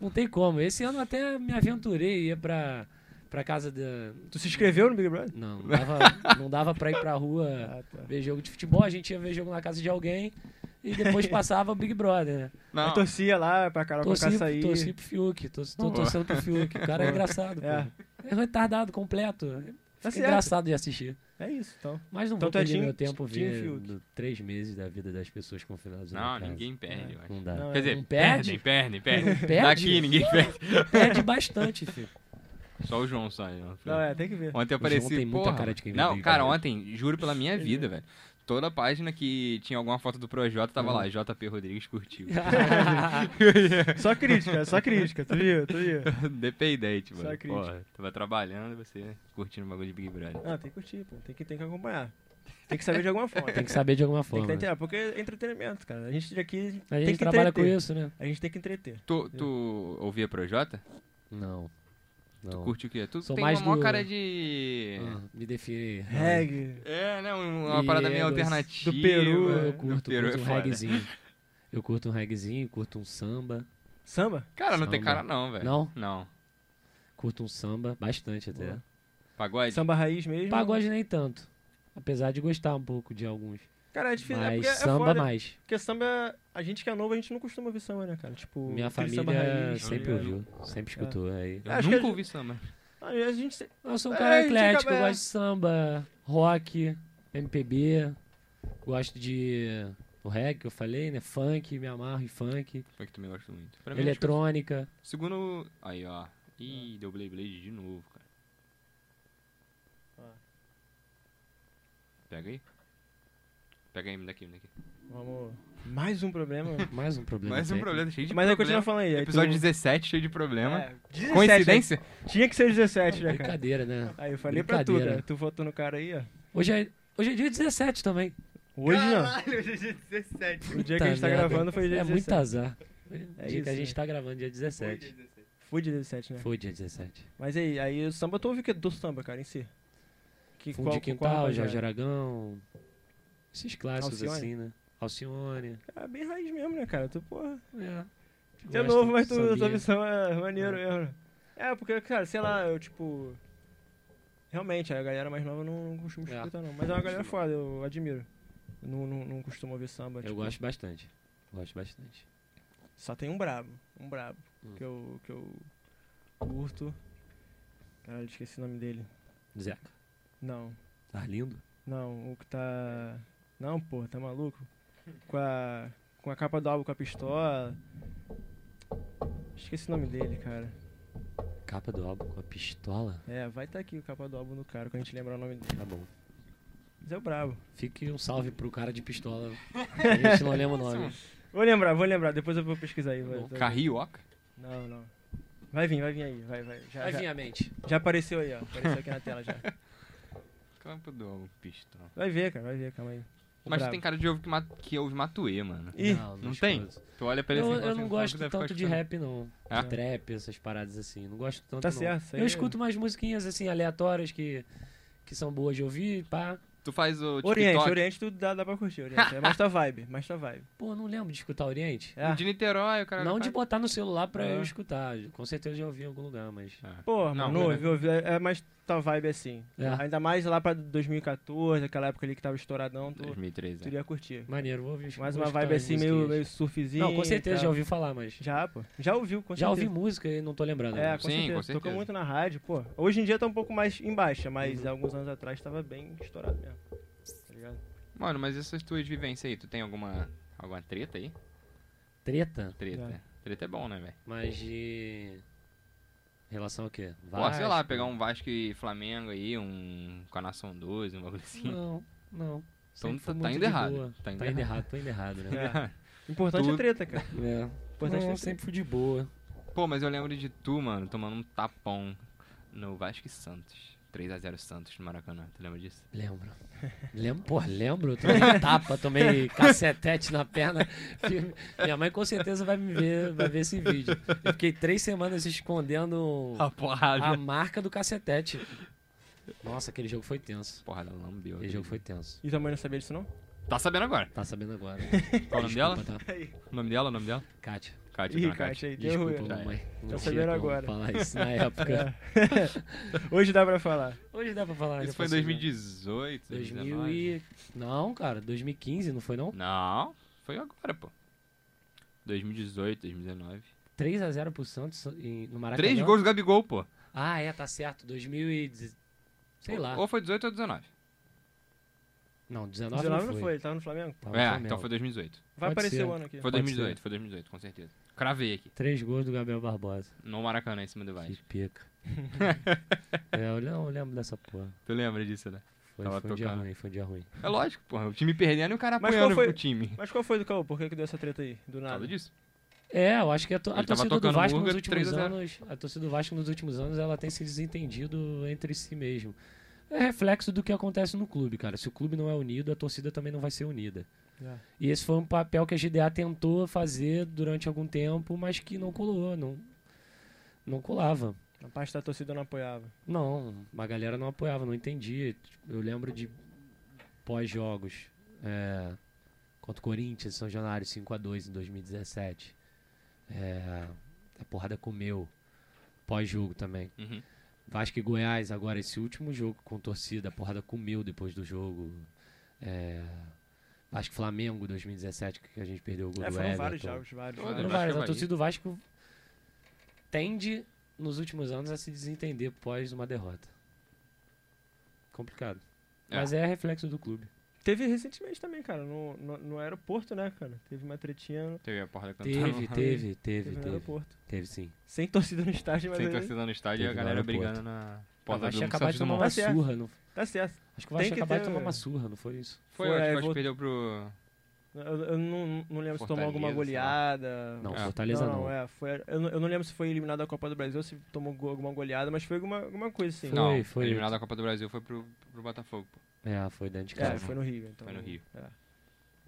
[SPEAKER 3] Não tem como. Esse ano até me aventurei, ia pra, pra casa da,
[SPEAKER 2] Tu se inscreveu no Big Brother?
[SPEAKER 3] Não, não dava, não dava pra ir pra rua
[SPEAKER 2] Ah, tá.
[SPEAKER 3] ver jogo de futebol, a gente ia ver jogo na casa de alguém e depois passava o Big Brother, né?
[SPEAKER 1] Não,
[SPEAKER 2] Aí torcia lá pra Carol Conká
[SPEAKER 3] Torci,
[SPEAKER 2] sair.
[SPEAKER 3] torci pro Fiuk, torci, tô
[SPEAKER 2] Boa.
[SPEAKER 3] torcendo pro Fiuk, o cara é
[SPEAKER 2] Boa.
[SPEAKER 3] engraçado, pô.
[SPEAKER 2] É.
[SPEAKER 3] É retardado completo, é
[SPEAKER 2] Tá certo.
[SPEAKER 3] engraçado de assistir.
[SPEAKER 2] É isso, então.
[SPEAKER 3] Mas não
[SPEAKER 2] Então
[SPEAKER 3] vou
[SPEAKER 2] tu é
[SPEAKER 3] perder
[SPEAKER 2] time-
[SPEAKER 3] meu tempo
[SPEAKER 2] time
[SPEAKER 3] vendo
[SPEAKER 2] Fiuk.
[SPEAKER 3] três meses da vida das pessoas confinadas
[SPEAKER 1] não
[SPEAKER 3] na casa.
[SPEAKER 1] ninguém perde, eu acho.
[SPEAKER 3] Não dá.
[SPEAKER 2] Não,
[SPEAKER 1] Quer dizer,
[SPEAKER 3] não
[SPEAKER 1] perde,
[SPEAKER 3] perde?
[SPEAKER 1] perde, perde.
[SPEAKER 3] Não perde?
[SPEAKER 1] Daqui ninguém perde.
[SPEAKER 3] Perde bastante, filho.
[SPEAKER 1] Só o João sai. ó.
[SPEAKER 2] Não, é, tem que ver.
[SPEAKER 1] Ontem eu
[SPEAKER 3] João
[SPEAKER 1] apareci.
[SPEAKER 3] tem muita
[SPEAKER 1] porra,
[SPEAKER 3] cara de quem né? vê
[SPEAKER 1] Não,
[SPEAKER 3] Big
[SPEAKER 1] cara,
[SPEAKER 3] Brother.
[SPEAKER 1] ontem, juro pela minha vida, velho. Toda página que tinha alguma foto do Projota tava
[SPEAKER 3] Hum.
[SPEAKER 1] lá, JP Rodrigues curtiu.
[SPEAKER 2] Só crítica, só crítica. Tu viu, tu viu.
[SPEAKER 1] Dependente, mano.
[SPEAKER 2] Só crítica.
[SPEAKER 1] Porra, tava trabalhando e você curtindo o bagulho de Big Brother.
[SPEAKER 3] Ah,
[SPEAKER 2] Não, Ah, tem que curtir, pô. Tem que, tem que acompanhar. Tem que saber de alguma forma.
[SPEAKER 3] Tem que saber de alguma
[SPEAKER 2] Tem
[SPEAKER 3] forma.
[SPEAKER 2] que
[SPEAKER 3] né?
[SPEAKER 2] ter, porque é entretenimento, cara. A gente aqui
[SPEAKER 3] A
[SPEAKER 2] tem
[SPEAKER 3] gente
[SPEAKER 2] que
[SPEAKER 3] trabalha com
[SPEAKER 2] entreter.
[SPEAKER 3] isso, né?
[SPEAKER 2] A gente tem que entreter.
[SPEAKER 1] Tu,
[SPEAKER 3] é.
[SPEAKER 1] tu ouvia Projota?
[SPEAKER 3] Não. Não.
[SPEAKER 1] Curte o quê? Tu
[SPEAKER 3] Sou
[SPEAKER 1] tem
[SPEAKER 3] mais
[SPEAKER 1] uma maior
[SPEAKER 3] do-
[SPEAKER 1] cara de.
[SPEAKER 3] Ah,
[SPEAKER 2] é.
[SPEAKER 3] me Ah, defini.
[SPEAKER 2] Reggae.
[SPEAKER 1] É, né? um- Uma parada meio
[SPEAKER 3] Diego,
[SPEAKER 1] alternativa.
[SPEAKER 2] do Peru,
[SPEAKER 1] né?
[SPEAKER 3] Eu
[SPEAKER 1] Do
[SPEAKER 3] curto,
[SPEAKER 1] Peru
[SPEAKER 3] curto
[SPEAKER 1] é
[SPEAKER 3] um
[SPEAKER 1] foda.
[SPEAKER 3] reggaezinho. Eu curto um reggaezinho, curto um samba.
[SPEAKER 2] Samba?
[SPEAKER 1] Cara, não tem
[SPEAKER 3] Samba.
[SPEAKER 1] cara não, velho.
[SPEAKER 3] Não?
[SPEAKER 1] Não.
[SPEAKER 3] Curto um samba, bastante até.
[SPEAKER 2] Boa.
[SPEAKER 1] Pagode?
[SPEAKER 2] Samba raiz mesmo?
[SPEAKER 3] Pagode nem tanto. Apesar de gostar um pouco de alguns.
[SPEAKER 2] Cara, é difícil. é
[SPEAKER 3] mas
[SPEAKER 2] porque é
[SPEAKER 3] samba
[SPEAKER 2] foda,
[SPEAKER 3] mais.
[SPEAKER 2] Porque samba, a gente que é novo, a gente não costuma ouvir samba, né, cara? Tipo,
[SPEAKER 3] Minha
[SPEAKER 2] aquele
[SPEAKER 3] família é
[SPEAKER 2] samba raiz, tá
[SPEAKER 3] sempre
[SPEAKER 2] ligado?
[SPEAKER 3] ouviu, sempre escutou. Aí.
[SPEAKER 1] Eu
[SPEAKER 2] Acho que
[SPEAKER 1] nunca
[SPEAKER 2] a-
[SPEAKER 1] ouvi samba.
[SPEAKER 3] é
[SPEAKER 2] Ah, A gente se-
[SPEAKER 3] Eu sou um
[SPEAKER 2] É,
[SPEAKER 3] cara
[SPEAKER 2] a gente
[SPEAKER 3] eclético, eu
[SPEAKER 2] acaba-
[SPEAKER 3] gosto de samba, rock, MPB, gosto de o reggae que eu falei, né? Funk, me amarro em funk,
[SPEAKER 1] Foi que tu me gosta muito. Pra mim,
[SPEAKER 2] é
[SPEAKER 3] é
[SPEAKER 1] acho
[SPEAKER 3] tipo
[SPEAKER 1] que-
[SPEAKER 3] eletrônica.
[SPEAKER 1] Segundo. Aí, ó. Ih, deu Blade Blade de novo, cara.
[SPEAKER 2] Ah.
[SPEAKER 1] Pega aí. Pega aí, me dá aqui, me dá aqui.
[SPEAKER 2] Vamos. Mais um problema.
[SPEAKER 3] Mais um problema.
[SPEAKER 1] Mais um
[SPEAKER 3] técnico.
[SPEAKER 1] problema, cheio de
[SPEAKER 2] Mas
[SPEAKER 1] problema.
[SPEAKER 2] aí continua falando aí. aí
[SPEAKER 1] Episódio
[SPEAKER 2] tu-
[SPEAKER 1] 17, cheio de problema.
[SPEAKER 2] É, 17, né?
[SPEAKER 1] Coincidência?
[SPEAKER 2] Tinha que ser 17, né, cara?
[SPEAKER 3] Brincadeira, né?
[SPEAKER 2] Aí eu falei pra tu,
[SPEAKER 3] Brincadeira.
[SPEAKER 2] cara. Tu votou no cara aí, ó.
[SPEAKER 3] Hoje é, hoje é dia 17 também.
[SPEAKER 2] Hoje não.
[SPEAKER 1] hoje é dia 17.
[SPEAKER 2] O dia que a gente tá
[SPEAKER 3] Puta merda.
[SPEAKER 2] gravando foi dia
[SPEAKER 3] É
[SPEAKER 2] 17.
[SPEAKER 3] muito azar.
[SPEAKER 2] É
[SPEAKER 3] dia
[SPEAKER 2] isso,
[SPEAKER 3] que a gente
[SPEAKER 2] né?
[SPEAKER 3] tá gravando, dia 17.
[SPEAKER 2] Foi dia 17, né?
[SPEAKER 3] Foi dia 17.
[SPEAKER 2] Mas aí, aí o samba, tu ouve o que do samba, cara, em si? Que,
[SPEAKER 3] Fundo de Quintal,
[SPEAKER 2] rapaziada?
[SPEAKER 3] Jorge Aragão. Esses clássicos
[SPEAKER 2] Alcione?
[SPEAKER 3] assim, né? Alcione.
[SPEAKER 2] É bem raiz mesmo, né, cara? Tu, porra...
[SPEAKER 3] É.
[SPEAKER 2] Tu é
[SPEAKER 3] Gosto,
[SPEAKER 2] novo, mas tu, tua
[SPEAKER 3] sambinha.
[SPEAKER 2] missão é maneiro mesmo. É, porque, cara, sei lá, eu, tipo... Realmente, a galera mais nova eu não, não costumo
[SPEAKER 3] É.
[SPEAKER 2] escutar, não. Mas é uma galera foda, eu admiro. Eu Não, não, não costumo ouvir samba.
[SPEAKER 3] Eu
[SPEAKER 2] tipo,
[SPEAKER 3] gosto bastante. Gosto bastante.
[SPEAKER 2] Só tem um brabo, um brabo.
[SPEAKER 3] Hum.
[SPEAKER 2] Que, eu, que eu curto. Caralho, esqueci o nome dele.
[SPEAKER 3] Zeca.
[SPEAKER 2] Não,
[SPEAKER 3] Tá lindo?
[SPEAKER 2] não, o que tá... Não, pô, tá maluco? Com a, com a capa do álbum com a pistola. Esqueci o nome dele, cara.
[SPEAKER 3] Capa do álbum com a pistola?
[SPEAKER 2] É, vai estar tá aqui o capa do álbum do cara, quando a gente lembrar o nome dele.
[SPEAKER 3] Tá bom.
[SPEAKER 2] Mas é o brabo.
[SPEAKER 3] Fique um salve pro cara de pistola. A gente não lembra o nome.
[SPEAKER 2] Vou lembrar, vou lembrar, depois eu vou pesquisar aí. Vai,
[SPEAKER 3] Tá bom.
[SPEAKER 2] vai-
[SPEAKER 1] Carrioca?
[SPEAKER 2] Não, não. Vai vir, vai vir aí, vai, vai. Já,
[SPEAKER 3] Vai
[SPEAKER 2] já,
[SPEAKER 3] vir à mente.
[SPEAKER 2] já apareceu aí, ó. Apareceu aqui na tela já.
[SPEAKER 1] Campo do álbum, pistão.
[SPEAKER 2] Vai ver, cara, vai ver, calma aí. Ô,
[SPEAKER 1] Mas tu
[SPEAKER 2] brabo.
[SPEAKER 1] tem cara de ovo que, ma- que ouve Matuê, mano.
[SPEAKER 2] Ih,
[SPEAKER 1] não tem?
[SPEAKER 3] escuto.
[SPEAKER 1] Tu olha pra ele
[SPEAKER 3] Eu,
[SPEAKER 1] assim, e
[SPEAKER 3] eu
[SPEAKER 1] fala assim,
[SPEAKER 3] não
[SPEAKER 1] "Fala
[SPEAKER 3] gosto
[SPEAKER 1] que deve
[SPEAKER 3] tanto
[SPEAKER 1] ficar
[SPEAKER 3] de
[SPEAKER 1] escutando".
[SPEAKER 3] rap, não.
[SPEAKER 1] Ah.
[SPEAKER 3] De trap, essas paradas assim. Não gosto tanto,
[SPEAKER 2] tá
[SPEAKER 3] não.
[SPEAKER 2] certo. isso aí
[SPEAKER 3] Eu
[SPEAKER 2] é-
[SPEAKER 3] escuto mais musiquinhas assim, aleatórias que, que são boas de ouvir, pá.
[SPEAKER 1] Tu faz o TikTok.
[SPEAKER 2] Oriente, Oriente, tu dá, dá pra curtir, Oriente. É mais tua vibe, mais tua vibe.
[SPEAKER 3] Pô, não lembro de escutar Oriente.
[SPEAKER 2] É.
[SPEAKER 1] De Niterói, o cara...
[SPEAKER 3] Não de botar no celular pra
[SPEAKER 2] É.
[SPEAKER 3] eu escutar. Com certeza já ouvi em algum lugar, mas.
[SPEAKER 1] Ah.
[SPEAKER 2] Porra,
[SPEAKER 1] Não,
[SPEAKER 2] mano,
[SPEAKER 1] né?
[SPEAKER 2] ouve, ouve, é é mais tua vibe assim.
[SPEAKER 3] É.
[SPEAKER 2] Ainda mais lá pra 2014, aquela época ali que tava estouradão, tu,
[SPEAKER 1] 2013.
[SPEAKER 3] é.
[SPEAKER 2] tu iria curtir.
[SPEAKER 3] Maneiro, vou ouvir.
[SPEAKER 2] Mais
[SPEAKER 3] vou
[SPEAKER 2] uma
[SPEAKER 3] escutar
[SPEAKER 2] vibe
[SPEAKER 3] as
[SPEAKER 2] assim, meio,
[SPEAKER 3] musiquinhas.
[SPEAKER 2] meio surfzinho.
[SPEAKER 3] Não, com certeza
[SPEAKER 2] e
[SPEAKER 3] já
[SPEAKER 2] tal.
[SPEAKER 3] ouvi falar, mas.
[SPEAKER 2] Já, pô. Já ouviu, com
[SPEAKER 3] Já ouvi
[SPEAKER 2] certeza.
[SPEAKER 3] música e não tô lembrando.
[SPEAKER 2] É,
[SPEAKER 3] É.
[SPEAKER 2] com
[SPEAKER 1] Sim,
[SPEAKER 2] certeza.
[SPEAKER 1] com
[SPEAKER 2] Tocou
[SPEAKER 1] certeza. Uhum.
[SPEAKER 2] muito na rádio, pô. Hoje em dia tá um pouco mais em baixa, mas há alguns anos atrás tava bem estourado mesmo. Tá ligado?
[SPEAKER 1] Mano, mas essas tuas vivências aí, tu tem alguma alguma treta aí?
[SPEAKER 3] Treta,
[SPEAKER 1] Treta.
[SPEAKER 2] Já.
[SPEAKER 1] Treta é bom, né, velho?
[SPEAKER 3] mas de. Relação a quê?
[SPEAKER 1] Pô, sei lá,
[SPEAKER 3] Vasco?
[SPEAKER 1] pegar um Vasco e Flamengo aí, um com a Nação 12, um bagulho assim.
[SPEAKER 3] Não, não.
[SPEAKER 1] Então
[SPEAKER 3] Sempre
[SPEAKER 1] tá,
[SPEAKER 3] fui
[SPEAKER 1] tá
[SPEAKER 3] muito
[SPEAKER 1] indo
[SPEAKER 3] de
[SPEAKER 1] errado.
[SPEAKER 3] boa.
[SPEAKER 1] Tá indo
[SPEAKER 3] Tá indo errado, tá indo errado, né?
[SPEAKER 2] É. Importante é
[SPEAKER 1] Tudo-
[SPEAKER 2] treta, cara.
[SPEAKER 3] É.
[SPEAKER 2] Importante é
[SPEAKER 3] Não,
[SPEAKER 2] treta.
[SPEAKER 3] sempre fui de boa.
[SPEAKER 1] Pô, mas eu lembro de tu, mano, tomando um tapão no Vasco e Santos. 3x0 Santos no Maracanã, tu lembra disso?
[SPEAKER 3] Lembro. Lembro, porra, lembro. Eu tomei um tapa, tomei cacetete na perna. Fui- Minha mãe com certeza vai me ver, vai ver esse vídeo. Eu fiquei três semanas escondendo
[SPEAKER 1] Ah, porrada.
[SPEAKER 3] a marca do cacetete. Nossa, aquele jogo foi tenso.
[SPEAKER 1] Porrada, lambeu.
[SPEAKER 3] Aquele jogo foi tenso.
[SPEAKER 2] E tua mãe não sabia disso, não?
[SPEAKER 1] Tá sabendo agora.
[SPEAKER 3] Tá sabendo agora.
[SPEAKER 1] Qual o nome dela?
[SPEAKER 3] Desculpa, tá?
[SPEAKER 1] O nome dela, o nome dela?
[SPEAKER 3] Kátia.
[SPEAKER 1] Cátia,
[SPEAKER 2] Ih,
[SPEAKER 1] dona Cátia.
[SPEAKER 2] Kátia, aí deu ruim.
[SPEAKER 3] Desculpa, mamãe. Não
[SPEAKER 2] Tá
[SPEAKER 3] tinha
[SPEAKER 2] sabendo
[SPEAKER 3] como
[SPEAKER 2] agora.
[SPEAKER 3] falar isso na época.
[SPEAKER 2] Hoje dá pra falar.
[SPEAKER 3] Hoje dá pra falar. já
[SPEAKER 1] É. Isso foi assim, em
[SPEAKER 3] passou, né?
[SPEAKER 1] 2018,
[SPEAKER 3] 2000
[SPEAKER 1] 2019.
[SPEAKER 3] e... Não, cara, 2015, não foi não?
[SPEAKER 1] Não, foi agora, pô. 2018, 2019.
[SPEAKER 3] 3x0 pro Santos em- no Maracanã.
[SPEAKER 1] Três gols do Gabigol, pô.
[SPEAKER 3] Ah, é, tá certo. 2000 e... dez- Sei
[SPEAKER 1] Ou-
[SPEAKER 3] lá.
[SPEAKER 1] Ou foi 18 ou 19.
[SPEAKER 3] Não, 19,
[SPEAKER 2] 19
[SPEAKER 3] não foi.
[SPEAKER 2] ele tava no Flamengo.
[SPEAKER 3] Tava no
[SPEAKER 1] é,
[SPEAKER 3] Flamengo.
[SPEAKER 1] então foi 2018.
[SPEAKER 2] Vai
[SPEAKER 3] Pode
[SPEAKER 2] aparecer
[SPEAKER 3] ser.
[SPEAKER 2] o ano aqui.
[SPEAKER 1] Foi
[SPEAKER 3] Pode
[SPEAKER 1] 2018, foi 2018, com certeza. Cravei aqui,
[SPEAKER 3] Três gols do Gabriel Barbosa.
[SPEAKER 1] no Maracanã, em cima do Vasco.
[SPEAKER 3] Que pica. é, eu não lembro dessa porra.
[SPEAKER 1] Tu lembra disso, né?
[SPEAKER 3] Foi,
[SPEAKER 1] Tava
[SPEAKER 3] foi um dia
[SPEAKER 1] tocando.
[SPEAKER 3] ruim, foi um dia ruim.
[SPEAKER 1] É lógico, porra. O time perdendo e o cara
[SPEAKER 2] Mas qual
[SPEAKER 1] apoiando
[SPEAKER 2] foi-
[SPEAKER 1] o time.
[SPEAKER 2] Mas qual foi do Caô? Por que, que deu essa treta aí? Do
[SPEAKER 1] Por
[SPEAKER 2] nada.
[SPEAKER 1] causa disso.
[SPEAKER 3] É, eu acho que a, to- a
[SPEAKER 1] Ele tava
[SPEAKER 3] torcida do
[SPEAKER 1] tocando
[SPEAKER 3] Vasco
[SPEAKER 1] Murga
[SPEAKER 3] nos últimos
[SPEAKER 1] 3 a 0.
[SPEAKER 3] anos, a torcida do Vasco nos últimos anos, ela tem se desentendido entre si mesmo. É reflexo do que acontece no clube, cara. Se o clube não é unido, a torcida também não vai ser unida.
[SPEAKER 2] Já.
[SPEAKER 3] E esse foi um papel que a GDA tentou fazer durante algum tempo, mas que não colou, não, não colava.
[SPEAKER 2] A parte da torcida não apoiava.
[SPEAKER 3] Não, a galera não apoiava, não entendia. Eu lembro de pós-jogos é, contra o Corinthians, São Januário 5x2 em 2017. É, a porrada comeu. Pós-jogo também.
[SPEAKER 1] Uhum.
[SPEAKER 3] Vasco e Goiás, agora esse último jogo com torcida, a porrada comeu depois do jogo. É, Vasco e Flamengo 2017, que a gente perdeu o gol
[SPEAKER 2] É,
[SPEAKER 3] do
[SPEAKER 2] foram
[SPEAKER 3] Everton.
[SPEAKER 2] vários jogos, vários.
[SPEAKER 1] Todos,
[SPEAKER 3] Não
[SPEAKER 1] Vasco
[SPEAKER 2] vários.
[SPEAKER 3] vai,
[SPEAKER 1] e
[SPEAKER 3] mas a
[SPEAKER 1] Bahia.
[SPEAKER 3] torcida do Vasco tende, nos últimos anos, a se desentender após uma derrota. Complicado.
[SPEAKER 1] É.
[SPEAKER 3] Mas é reflexo do clube.
[SPEAKER 2] Teve recentemente também, cara, no, no, no aeroporto, né, cara? Teve uma tretinha
[SPEAKER 1] Teve a porra da cantada.
[SPEAKER 3] Teve, teve,
[SPEAKER 2] teve
[SPEAKER 3] teve,
[SPEAKER 2] no
[SPEAKER 3] teve.
[SPEAKER 2] aeroporto.
[SPEAKER 3] Teve sim.
[SPEAKER 2] Sem torcida no estádio, mas
[SPEAKER 1] Sem
[SPEAKER 2] aí-
[SPEAKER 1] torcida no estádio e a
[SPEAKER 3] Teve no
[SPEAKER 1] galera
[SPEAKER 3] aeroporto.
[SPEAKER 1] brigando na
[SPEAKER 3] O
[SPEAKER 1] porta
[SPEAKER 3] Vasco
[SPEAKER 1] do
[SPEAKER 3] ia acabar
[SPEAKER 1] Santos
[SPEAKER 3] de tomar
[SPEAKER 1] Dumont.
[SPEAKER 3] uma é.
[SPEAKER 2] Tá certo.
[SPEAKER 3] surra. Não...
[SPEAKER 2] Tá certo.
[SPEAKER 3] Acho que o
[SPEAKER 2] Tem
[SPEAKER 3] Vasco ia
[SPEAKER 2] que
[SPEAKER 3] acabar de
[SPEAKER 2] ter,
[SPEAKER 3] tomar
[SPEAKER 2] né?
[SPEAKER 3] uma surra, não foi isso?
[SPEAKER 1] Foi,
[SPEAKER 2] Foi,
[SPEAKER 1] acho
[SPEAKER 2] aí
[SPEAKER 1] que o Vasco
[SPEAKER 2] vou-
[SPEAKER 1] perdeu pro...
[SPEAKER 2] Eu, eu não, não lembro se tomou
[SPEAKER 1] Fortaleza,
[SPEAKER 2] alguma goleada.
[SPEAKER 3] Não,
[SPEAKER 1] Ah.
[SPEAKER 3] Fortaleza não.
[SPEAKER 2] é, foi, eu, não, eu não lembro se foi eliminado da Copa do Brasil, se tomou go- alguma goleada, mas foi alguma, alguma coisa assim.
[SPEAKER 3] Foi,
[SPEAKER 1] não,
[SPEAKER 3] foi.
[SPEAKER 1] eliminado da Copa do Brasil foi pro, pro Botafogo, pô.
[SPEAKER 3] É, foi dentro de
[SPEAKER 2] É,
[SPEAKER 3] casa.
[SPEAKER 2] foi no Rio. Então,
[SPEAKER 1] Foi no Rio.
[SPEAKER 2] é.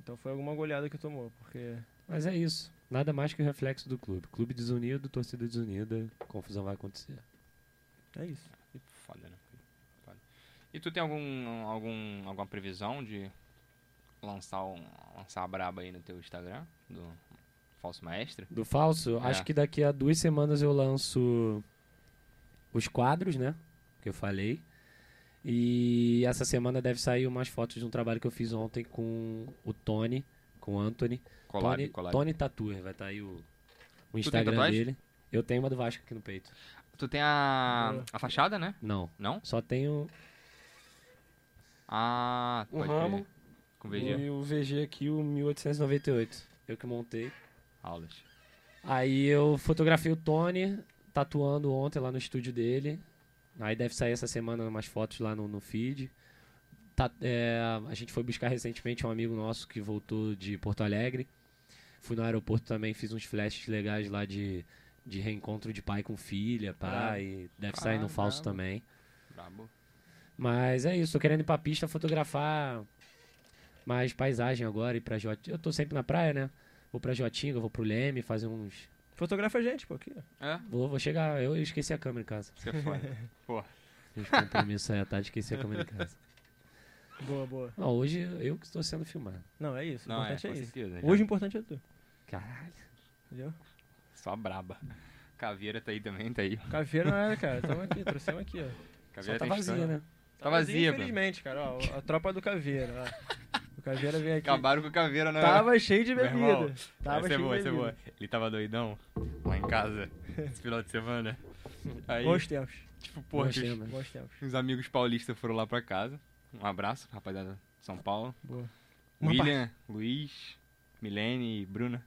[SPEAKER 2] Então foi alguma goleada que tomou, porque.
[SPEAKER 3] Mas é isso. Nada mais que o reflexo do clube. Clube desunido, torcida desunida, confusão vai acontecer.
[SPEAKER 2] É isso.
[SPEAKER 1] Foda, né? Foda. E tu tem algum, algum, alguma previsão de lançar, um, lançar a braba aí no teu Instagram? Do Falso Maestro?
[SPEAKER 3] Do falso,
[SPEAKER 1] É.
[SPEAKER 3] acho que daqui a duas semanas eu lanço os quadros, né? Que eu falei. E essa semana deve sair umas fotos de um trabalho que eu fiz ontem com o Tony, com o Anthony.
[SPEAKER 1] Collab,
[SPEAKER 3] Tony,
[SPEAKER 1] collab.
[SPEAKER 3] Tony Tatuer, vai estar aí o, o Instagram
[SPEAKER 1] tatuagem?
[SPEAKER 3] dele. Eu tenho uma do Vasco aqui no peito.
[SPEAKER 1] Tu tem a, a fachada, né?
[SPEAKER 3] Não,
[SPEAKER 1] Não?
[SPEAKER 3] só tenho
[SPEAKER 1] Ah,
[SPEAKER 3] Um
[SPEAKER 1] pode
[SPEAKER 3] ramo
[SPEAKER 1] crer. Com VG.
[SPEAKER 3] e o VG aqui, o 1898. Eu que montei.
[SPEAKER 1] Aulas.
[SPEAKER 3] Aí eu fotografei o Tony tatuando ontem lá no estúdio dele. Aí deve sair essa semana umas fotos lá no, no feed. Tá- é, a gente foi buscar recentemente um amigo nosso que voltou de Porto Alegre. Fui no aeroporto também, fiz uns flashes legais lá de, de reencontro de pai com filha, pai. Deve sair no
[SPEAKER 1] Caramba.
[SPEAKER 3] falso também.
[SPEAKER 1] Brabo.
[SPEAKER 3] Mas é isso, tô querendo ir pra pista fotografar mais paisagem agora, ir pra Jotinga. Eu tô sempre na praia, né? Vou pra Jotinga, vou pro Leme, fazer uns,
[SPEAKER 2] Fotografa a gente, pô, aqui.
[SPEAKER 1] É,
[SPEAKER 3] Vou, vou chegar, eu esqueci a câmera em casa.
[SPEAKER 1] você é foda.
[SPEAKER 3] Esse compromisso um aí à tarde, esqueci a câmera em casa.
[SPEAKER 2] Boa, boa.
[SPEAKER 3] Não, hoje eu que estou sendo filmado.
[SPEAKER 2] Não, é isso. O
[SPEAKER 1] Não, é,
[SPEAKER 2] importante
[SPEAKER 1] com
[SPEAKER 2] é, isso.
[SPEAKER 1] certeza. já.
[SPEAKER 2] Hoje o importante é tu.
[SPEAKER 3] Caralho.
[SPEAKER 2] Entendeu?
[SPEAKER 1] Só braba. Caveira tá aí também, tá aí.
[SPEAKER 2] Caveira não era, cara. Tamo aqui, trouxemos aqui, ó.
[SPEAKER 3] Só
[SPEAKER 1] Caveira
[SPEAKER 3] tá
[SPEAKER 1] tem
[SPEAKER 3] vazia,
[SPEAKER 1] história.
[SPEAKER 3] né?
[SPEAKER 1] Tá vazia, Bruno.
[SPEAKER 2] Infelizmente, cara. Ó, a tropa do Caveira, ó. O Caveira veio aqui.
[SPEAKER 1] Acabaram com caveira, né?
[SPEAKER 2] Tava cheio de
[SPEAKER 1] Meu
[SPEAKER 2] bebida.
[SPEAKER 1] irmão,
[SPEAKER 2] Tava
[SPEAKER 1] essa é
[SPEAKER 2] cheio
[SPEAKER 1] boa,
[SPEAKER 2] de
[SPEAKER 1] essa é
[SPEAKER 2] bebida.
[SPEAKER 1] boa. Ele tava doidão lá em casa esse final de semana. Aí,
[SPEAKER 2] Bons tempos.
[SPEAKER 1] tipo, porra,
[SPEAKER 3] Gostei,
[SPEAKER 1] os,
[SPEAKER 3] mano.
[SPEAKER 2] Bons tempos.
[SPEAKER 1] os amigos paulistas foram lá pra casa. Um abraço, rapaziada de São Paulo.
[SPEAKER 2] Boa.
[SPEAKER 1] William, Luiz, Milene e Bruna.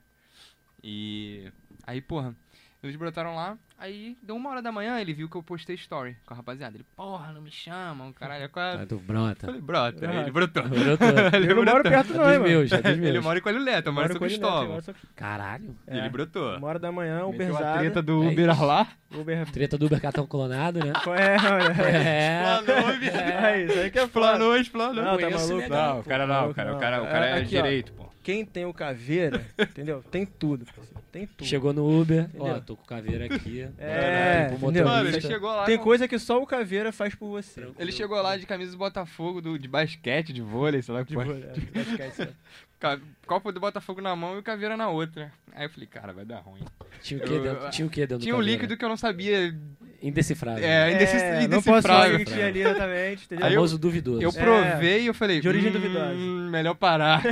[SPEAKER 1] E aí, porra, eles brotaram lá, aí deu uma hora da manhã, ele viu que eu postei story com a rapaziada. Ele, porra, não me chamam, caralho, é quase.
[SPEAKER 3] Ah, tu brota.
[SPEAKER 1] Falei, brota,
[SPEAKER 2] Ah.
[SPEAKER 1] ele brotou.
[SPEAKER 3] Eu tô.
[SPEAKER 2] Eu não moro perto, não,
[SPEAKER 3] É
[SPEAKER 2] hein,
[SPEAKER 3] dos
[SPEAKER 2] mano.
[SPEAKER 3] meus, é dos
[SPEAKER 1] Ele
[SPEAKER 3] meus.
[SPEAKER 1] mora em Coiluleto, Tá mora em São
[SPEAKER 2] Moro com ele, né? Eu
[SPEAKER 1] Cristóvão.
[SPEAKER 2] moro em São Cristóvão.
[SPEAKER 3] Caralho.
[SPEAKER 1] E ele
[SPEAKER 2] É.
[SPEAKER 1] brotou.
[SPEAKER 2] Uma hora da manhã,
[SPEAKER 1] Meteu a
[SPEAKER 2] Uberzada.
[SPEAKER 1] treta do
[SPEAKER 3] É
[SPEAKER 1] Uber lá.
[SPEAKER 2] Uber...
[SPEAKER 3] Treta do Uber cartão clonado, né?
[SPEAKER 2] Qual é, mano?
[SPEAKER 3] É.
[SPEAKER 1] Explanou, bicho.
[SPEAKER 2] É isso aí que é foda.
[SPEAKER 1] Explanou, explanou.
[SPEAKER 2] Não, tá
[SPEAKER 1] Conheço
[SPEAKER 2] maluco?
[SPEAKER 1] legal,
[SPEAKER 2] Não,
[SPEAKER 1] o cara não,
[SPEAKER 2] maluco,
[SPEAKER 1] cara. O
[SPEAKER 2] não.
[SPEAKER 1] cara, o cara é
[SPEAKER 2] Aqui, ó.
[SPEAKER 1] direito, pô.
[SPEAKER 2] Quem tem o Caveira, entendeu? Tem tudo. parceiro. Tem tudo.
[SPEAKER 3] Chegou no Uber, ó,
[SPEAKER 2] Entendeu?
[SPEAKER 3] tô com caveira aqui.
[SPEAKER 2] É,
[SPEAKER 3] Caralho, pro
[SPEAKER 2] entendeu?
[SPEAKER 1] Mano, ele
[SPEAKER 3] motorista.
[SPEAKER 1] chegou lá.
[SPEAKER 2] Tem
[SPEAKER 1] com-
[SPEAKER 2] coisa que só o Caveira faz por você.
[SPEAKER 1] Ele chegou lá de camisa do Botafogo, do, de basquete, de vôlei, sei lá o que
[SPEAKER 2] De
[SPEAKER 1] foi.
[SPEAKER 2] boa, né? Acho que é isso, né?
[SPEAKER 1] Ca- Copo do Botafogo na mão e o caveira na outra. Aí eu falei, cara, vai dar ruim.
[SPEAKER 3] Tinha o quê dentro? Tinha o quê dentro
[SPEAKER 1] Tinha
[SPEAKER 3] do
[SPEAKER 1] um
[SPEAKER 3] caveira?
[SPEAKER 1] líquido que eu não sabia.
[SPEAKER 3] Indecifrável.
[SPEAKER 1] É, indecis-
[SPEAKER 2] É, Não posso falar o que
[SPEAKER 1] indecifrável.
[SPEAKER 2] tinha ali exatamente, entendeu?
[SPEAKER 1] Aí eu-
[SPEAKER 3] Famoso duvidoso.
[SPEAKER 1] Eu provei e eu falei.
[SPEAKER 2] De origem
[SPEAKER 1] "Hum,
[SPEAKER 2] duvidosa."
[SPEAKER 1] Melhor parar.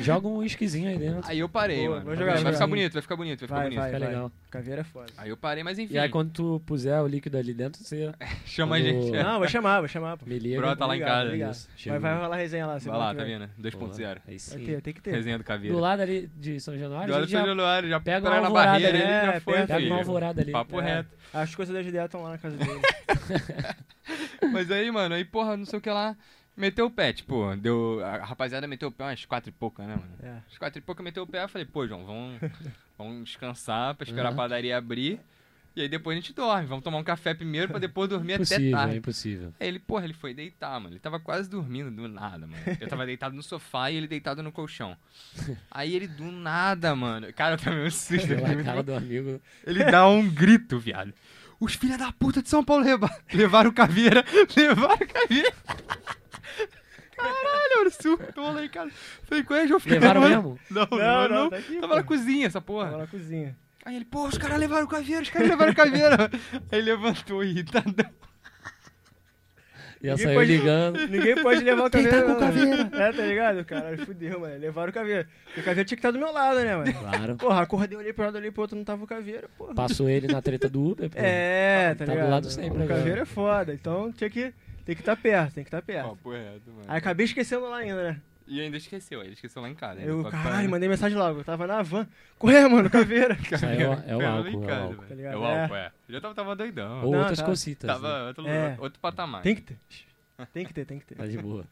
[SPEAKER 3] Joga um whiskyzinho aí dentro.
[SPEAKER 1] Aí eu parei,
[SPEAKER 2] Boa,
[SPEAKER 1] mano.
[SPEAKER 2] vou
[SPEAKER 1] Vai,
[SPEAKER 2] jogar,
[SPEAKER 1] vai
[SPEAKER 2] vou
[SPEAKER 1] ficar
[SPEAKER 2] jogar.
[SPEAKER 1] bonito, vai ficar bonito, vai ficar
[SPEAKER 2] Vai,
[SPEAKER 1] bonito.
[SPEAKER 2] vai.
[SPEAKER 3] Fica legal.
[SPEAKER 2] Caveira é foda.
[SPEAKER 1] Aí eu parei, mas enfim.
[SPEAKER 3] E aí quando tu puser o líquido ali dentro, você
[SPEAKER 1] Chama a
[SPEAKER 3] quando-
[SPEAKER 1] gente.
[SPEAKER 2] Não, vou chamar, vou chamar. Pô.
[SPEAKER 3] me liga.
[SPEAKER 1] Brota É. tá lá em
[SPEAKER 2] Obrigado,
[SPEAKER 1] casa.
[SPEAKER 2] obrigado.
[SPEAKER 3] Isso,
[SPEAKER 2] Vai,
[SPEAKER 3] chega.
[SPEAKER 2] vai rolar resenha lá.
[SPEAKER 1] Vai
[SPEAKER 2] semana
[SPEAKER 1] lá,
[SPEAKER 2] que
[SPEAKER 1] tá
[SPEAKER 2] vem.
[SPEAKER 1] vendo? 2.0.
[SPEAKER 2] Vai
[SPEAKER 3] Aí sim.
[SPEAKER 2] ter, tem que ter.
[SPEAKER 1] Resenha do Caveira.
[SPEAKER 3] Do lado ali de São Januário,
[SPEAKER 1] Do
[SPEAKER 3] a
[SPEAKER 1] lado do
[SPEAKER 3] gente
[SPEAKER 1] São
[SPEAKER 3] já
[SPEAKER 1] Januário, já
[SPEAKER 3] pega
[SPEAKER 1] pega
[SPEAKER 3] uma
[SPEAKER 1] na
[SPEAKER 3] alvorada,
[SPEAKER 1] barreira ali,
[SPEAKER 2] né?
[SPEAKER 1] já foi,
[SPEAKER 2] Pega
[SPEAKER 3] pega uma
[SPEAKER 1] filho.
[SPEAKER 3] alvorada ali.
[SPEAKER 1] Papo
[SPEAKER 2] É.
[SPEAKER 1] reto.
[SPEAKER 2] As coisas da GDA estão lá na casa dele.
[SPEAKER 1] Mas aí, mano, aí, porra, não sei o que lá. Meteu o pé, tipo, deu. A rapaziada meteu o pé umas quatro e pouca, né, mano?
[SPEAKER 2] É.
[SPEAKER 1] Às quatro e pouca meteu o pé, eu falei, pô, João, vamos, vamos descansar pra esperar
[SPEAKER 3] Uhum.
[SPEAKER 1] a padaria abrir. E aí depois a gente dorme. Vamos tomar um café primeiro pra depois dormir até
[SPEAKER 3] Impossível, é
[SPEAKER 1] tarde.
[SPEAKER 3] impossível.
[SPEAKER 1] Aí ele, porra, ele foi deitar, mano. Ele tava quase dormindo do nada, mano. Eu tava deitado no sofá e ele deitado no colchão. Aí ele do nada, mano. Cara, eu também um susto. eu fiquei
[SPEAKER 3] Pela
[SPEAKER 1] muito
[SPEAKER 3] cara do amigo.
[SPEAKER 1] ele dá um grito, viado. Os filha da puta de São Paulo leva- levaram o caveira, levaram o caveira. Caralho, eu surtou lá em casa. Falei, qual é, João? Fica
[SPEAKER 3] Levaram
[SPEAKER 1] levando-
[SPEAKER 3] mesmo?
[SPEAKER 1] Não, não,
[SPEAKER 2] Não,
[SPEAKER 1] levaram
[SPEAKER 2] não,
[SPEAKER 1] não.
[SPEAKER 2] tá aqui,
[SPEAKER 1] Tava na
[SPEAKER 2] pô.
[SPEAKER 1] cozinha, essa
[SPEAKER 2] Tava
[SPEAKER 1] porra.
[SPEAKER 2] na cozinha.
[SPEAKER 1] Aí ele, pô, os caras levaram o caveira, os caras levaram o caveira. Aí ele levantou tá irritadão.
[SPEAKER 3] Já
[SPEAKER 2] Ninguém
[SPEAKER 3] saiu
[SPEAKER 2] pode-
[SPEAKER 3] ligando.
[SPEAKER 2] Ninguém pode levar o
[SPEAKER 3] Quem tá
[SPEAKER 2] caveira.
[SPEAKER 3] com
[SPEAKER 2] não,
[SPEAKER 3] o caveira?
[SPEAKER 2] mano. É, tá ligado? Caralho, fudeu, mano. Levaram o caveira. Porque o caveira tinha que estar do meu lado, né, mano?
[SPEAKER 3] Claro.
[SPEAKER 2] Porra, acordei, olhei pro lado, olhei pro outro, não tava o caveira, porra.
[SPEAKER 3] Passou ele na treta do Uber, pô.
[SPEAKER 2] É,
[SPEAKER 3] Tá
[SPEAKER 2] tá
[SPEAKER 3] do
[SPEAKER 2] ligado?
[SPEAKER 3] lado sempre
[SPEAKER 2] o
[SPEAKER 3] agora.
[SPEAKER 2] caveira é foda, então tinha que. Tem que estar perto, tem que estar perto.
[SPEAKER 1] Papo reto, mano.
[SPEAKER 2] Aí acabei esquecendo lá ainda, né?
[SPEAKER 1] é, tá E ainda esqueceu, ele esqueceu lá em casa. ainda
[SPEAKER 2] Eu,
[SPEAKER 1] foi pra-
[SPEAKER 2] caralho, mandei mensagem logo. Eu tava na van. Corre, mano, caveira.
[SPEAKER 3] Isso aí é o- é o
[SPEAKER 1] Foi lá
[SPEAKER 3] álcool,
[SPEAKER 1] em
[SPEAKER 3] é o
[SPEAKER 1] casa,
[SPEAKER 3] álcool.
[SPEAKER 1] velho.
[SPEAKER 2] Tá ligado?
[SPEAKER 1] É o
[SPEAKER 2] É.
[SPEAKER 1] álcool, é. Eu já tava, tava doidão.
[SPEAKER 3] Ou
[SPEAKER 2] Não,
[SPEAKER 3] outras
[SPEAKER 2] tá.
[SPEAKER 3] cocitas. né?
[SPEAKER 1] Tava outro,
[SPEAKER 2] É.
[SPEAKER 1] outro patamar.
[SPEAKER 2] Tem que ter. Tem que ter, tem que ter.
[SPEAKER 3] Tá de boa.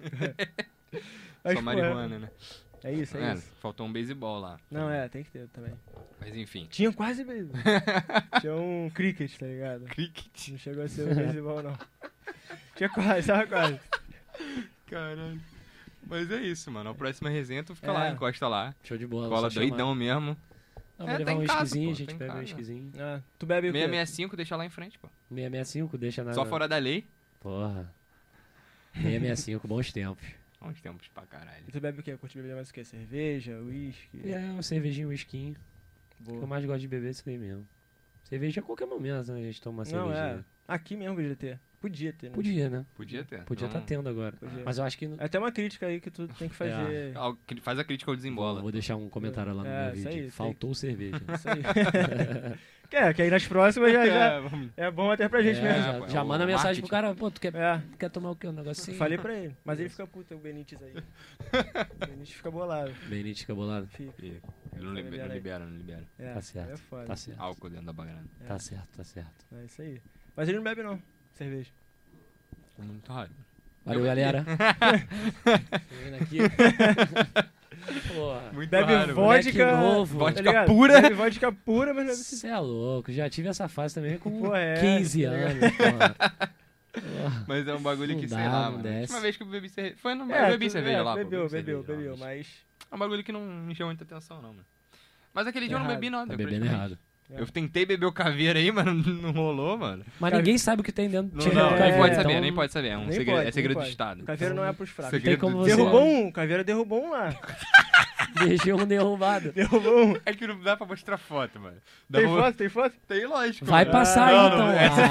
[SPEAKER 2] Mas,
[SPEAKER 1] Só
[SPEAKER 2] pô,
[SPEAKER 1] marihuana, né?
[SPEAKER 2] É, é isso, é,
[SPEAKER 1] É,
[SPEAKER 2] isso.
[SPEAKER 1] faltou um beisebol lá.
[SPEAKER 2] Não, é, tem que ter também.
[SPEAKER 1] Mas enfim.
[SPEAKER 2] Tinha quase mesmo. Tinha um cricket, tá ligado?
[SPEAKER 1] Cricket.
[SPEAKER 2] Não chegou a ser um beisebol, não. Tinha quase, tava quase.
[SPEAKER 1] Caralho. Mas é isso, mano. A próxima resenha tu fica
[SPEAKER 2] É.
[SPEAKER 1] lá, encosta lá.
[SPEAKER 3] Show de bola.
[SPEAKER 1] Cola
[SPEAKER 3] só chamar.
[SPEAKER 1] doidão mesmo.
[SPEAKER 3] Não,
[SPEAKER 1] É,
[SPEAKER 3] vou levar
[SPEAKER 1] tá em
[SPEAKER 3] um
[SPEAKER 1] casa,
[SPEAKER 3] esquisinho,
[SPEAKER 1] pô,
[SPEAKER 3] a gente
[SPEAKER 1] tá em
[SPEAKER 3] bebe um
[SPEAKER 1] casa.
[SPEAKER 3] esquisinho.
[SPEAKER 2] Ah, tu bebe o quê? É.
[SPEAKER 1] 665, deixa lá em frente, pô.
[SPEAKER 3] 665, deixa na.
[SPEAKER 1] Só fora da lei.
[SPEAKER 3] Porra. 665, bons tempos.
[SPEAKER 1] Há uns tempos pra
[SPEAKER 2] E
[SPEAKER 1] caralho.
[SPEAKER 2] tu bebe o quê? Curte beber mais o quê? Cerveja, uísque?
[SPEAKER 3] É, um cervejinho, um esquinho. O que eu
[SPEAKER 2] Boa.
[SPEAKER 3] mais gosto de beber é isso aí mesmo. Cerveja a qualquer momento, né? A gente toma uma
[SPEAKER 2] Não, é.
[SPEAKER 3] cervejinha.
[SPEAKER 2] Aqui mesmo podia ter. Podia ter, né?
[SPEAKER 3] Podia, né?
[SPEAKER 1] Podia ter. Então,
[SPEAKER 3] Podia estar
[SPEAKER 2] tá
[SPEAKER 1] Não-
[SPEAKER 3] tendo agora.
[SPEAKER 2] Podia.
[SPEAKER 3] Mas eu acho que. não-
[SPEAKER 2] É até uma crítica aí que tu tem
[SPEAKER 3] É.
[SPEAKER 2] que fazer.
[SPEAKER 1] Ah, o cri- Faz a crítica ao desembola.
[SPEAKER 3] Vou deixar um comentário lá no
[SPEAKER 2] É,
[SPEAKER 3] meu
[SPEAKER 2] isso
[SPEAKER 3] vídeo.
[SPEAKER 2] aí, tem-
[SPEAKER 3] Faltou cerveja.
[SPEAKER 2] Isso aí. que é, que aí nas próximas já, já-
[SPEAKER 1] É, vamos-
[SPEAKER 2] é bom até pra gente
[SPEAKER 3] É,
[SPEAKER 2] mesmo.
[SPEAKER 1] pô,
[SPEAKER 3] já,
[SPEAKER 1] é
[SPEAKER 3] já
[SPEAKER 1] o
[SPEAKER 3] manda
[SPEAKER 1] marketing.
[SPEAKER 3] mensagem pro cara, pô, tu quer,
[SPEAKER 2] É,
[SPEAKER 3] quer tomar o quê? Um negocinho?
[SPEAKER 2] falei pra ele. Mas ele fica puto, o Benítez aí. o Benítez fica bolado.
[SPEAKER 3] Benítez cabolado.
[SPEAKER 2] Fica.
[SPEAKER 1] Ih, Não
[SPEAKER 2] Vai
[SPEAKER 1] libera,
[SPEAKER 2] liberar
[SPEAKER 1] não
[SPEAKER 2] aí.
[SPEAKER 1] libera, não libera.
[SPEAKER 2] É,
[SPEAKER 3] Tá certo,
[SPEAKER 2] É foda.
[SPEAKER 3] Tá certo.
[SPEAKER 1] Álcool dentro da banana.
[SPEAKER 2] É,
[SPEAKER 3] Tá certo, tá certo.
[SPEAKER 2] É isso aí. Mas ele não bebe, não. Cerveja.
[SPEAKER 1] Muito raro.
[SPEAKER 3] Valeu, galera. Tô indo aqui. Porra.
[SPEAKER 1] Muito
[SPEAKER 2] Bebe
[SPEAKER 1] raro.
[SPEAKER 2] vodka.
[SPEAKER 3] Moleque novo.
[SPEAKER 1] Vodka
[SPEAKER 2] Tá ligado?
[SPEAKER 1] pura.
[SPEAKER 2] Bebe vodka pura, mas não bebe
[SPEAKER 3] Você é louco, já tive essa fase também com
[SPEAKER 2] Pô, é,
[SPEAKER 3] 15
[SPEAKER 2] tá
[SPEAKER 3] anos, porra.
[SPEAKER 1] Mas é um bagulho que,
[SPEAKER 3] Não
[SPEAKER 1] sei
[SPEAKER 3] dá,
[SPEAKER 1] lá,
[SPEAKER 3] não
[SPEAKER 1] mano. A
[SPEAKER 3] desce.
[SPEAKER 1] última vez que eu bebi cerveja. Foi no.
[SPEAKER 2] É,
[SPEAKER 1] eu bebi
[SPEAKER 2] tu-
[SPEAKER 1] cerveja
[SPEAKER 2] é,
[SPEAKER 1] lá, pô, eu
[SPEAKER 2] Bebeu,
[SPEAKER 1] bebi
[SPEAKER 2] bebeu,
[SPEAKER 1] cerveja lá,
[SPEAKER 2] bebeu,
[SPEAKER 1] mas-
[SPEAKER 2] mas.
[SPEAKER 1] É um bagulho que não me chamou muita atenção, não, mano. Mas aquele dia eu não
[SPEAKER 2] Errado.
[SPEAKER 1] bebi nada.
[SPEAKER 3] Tá
[SPEAKER 1] eu
[SPEAKER 3] bebendo
[SPEAKER 1] praticamente-
[SPEAKER 3] errado.
[SPEAKER 1] Eu tentei beber o caveira aí, mas não, não rolou, mano.
[SPEAKER 3] Mas
[SPEAKER 2] Cara,
[SPEAKER 3] ninguém sabe o que tem dentro do
[SPEAKER 1] Não,
[SPEAKER 3] Tigre
[SPEAKER 1] não,
[SPEAKER 3] do
[SPEAKER 1] nem
[SPEAKER 3] Caveira,
[SPEAKER 1] pode saber,
[SPEAKER 3] então
[SPEAKER 1] nem pode saber. É, um
[SPEAKER 2] Nem
[SPEAKER 1] segredo,
[SPEAKER 2] pode,
[SPEAKER 1] é segredo
[SPEAKER 2] nem
[SPEAKER 1] do
[SPEAKER 2] pode.
[SPEAKER 1] Estado.
[SPEAKER 2] Caveira não é pros fracos.
[SPEAKER 1] Segredo
[SPEAKER 3] como
[SPEAKER 1] do
[SPEAKER 3] você-
[SPEAKER 1] Estado.
[SPEAKER 2] Derrubou um, Caveira derrubou um lá.
[SPEAKER 3] Deixei um derrubado.
[SPEAKER 2] Derrubou um.
[SPEAKER 1] É que não dá pra mostrar foto, mano. Dá
[SPEAKER 2] Tem
[SPEAKER 1] pra-
[SPEAKER 2] foto, tem foto?
[SPEAKER 1] Tem, lógico.
[SPEAKER 3] Vai
[SPEAKER 1] mano.
[SPEAKER 3] passar
[SPEAKER 1] Não,
[SPEAKER 3] aí,
[SPEAKER 1] não,
[SPEAKER 3] então.
[SPEAKER 1] essa é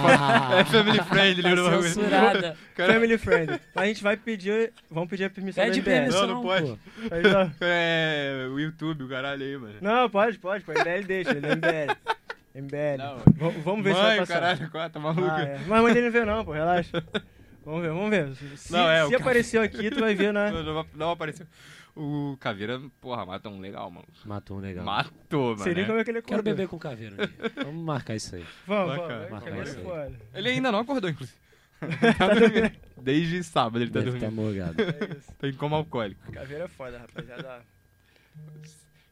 [SPEAKER 3] Ah,
[SPEAKER 1] É family friendly,
[SPEAKER 3] tá
[SPEAKER 1] não é bagulho.
[SPEAKER 3] censurada.
[SPEAKER 1] Cara,
[SPEAKER 2] Family friend. A gente vai pedir. Vamos pedir a permissão da
[SPEAKER 3] Pede
[SPEAKER 2] IBL.
[SPEAKER 1] permissão.
[SPEAKER 3] permissão,
[SPEAKER 1] Não, não pode.
[SPEAKER 3] pô.
[SPEAKER 2] Aí, ó.
[SPEAKER 1] É. O YouTube, o caralho aí, mano.
[SPEAKER 2] Não, pode, pode, pô. MBL deixa, ele é MBL. MBL.
[SPEAKER 1] Não.
[SPEAKER 2] V- vamos ver se vai
[SPEAKER 1] Mãe,
[SPEAKER 2] passar.
[SPEAKER 1] caralho, qual, tá maluco?
[SPEAKER 2] Ah, é. Mas a mãe dele não veio, não, pô, relaxa. Vamos ver, vamos ver. Se,
[SPEAKER 1] Não, é,
[SPEAKER 2] se
[SPEAKER 1] o cara-
[SPEAKER 2] apareceu aqui, tu vai ver né? na.
[SPEAKER 1] Não, não, não apareceu. O Caveira, porra, mata um legal, mano.
[SPEAKER 3] Matou um legal.
[SPEAKER 1] Matou, mano.
[SPEAKER 2] Seria
[SPEAKER 1] né?
[SPEAKER 2] como é que ele
[SPEAKER 3] Quero
[SPEAKER 2] acordou.
[SPEAKER 3] beber com caveira. um dia. Vamos marcar isso aí.
[SPEAKER 2] Vamos,
[SPEAKER 1] Bacana.
[SPEAKER 2] vamos.
[SPEAKER 3] Marca
[SPEAKER 2] Agora é
[SPEAKER 3] essa aí.
[SPEAKER 2] foda.
[SPEAKER 1] Ele ainda não acordou, inclusive. Tá dormindo. Desde sábado ele tá
[SPEAKER 3] Deve estar
[SPEAKER 1] dormindo.
[SPEAKER 3] morgado.
[SPEAKER 2] É isso.
[SPEAKER 1] Tá em coma alcoólico.
[SPEAKER 2] Caveira é foda, rapaziada.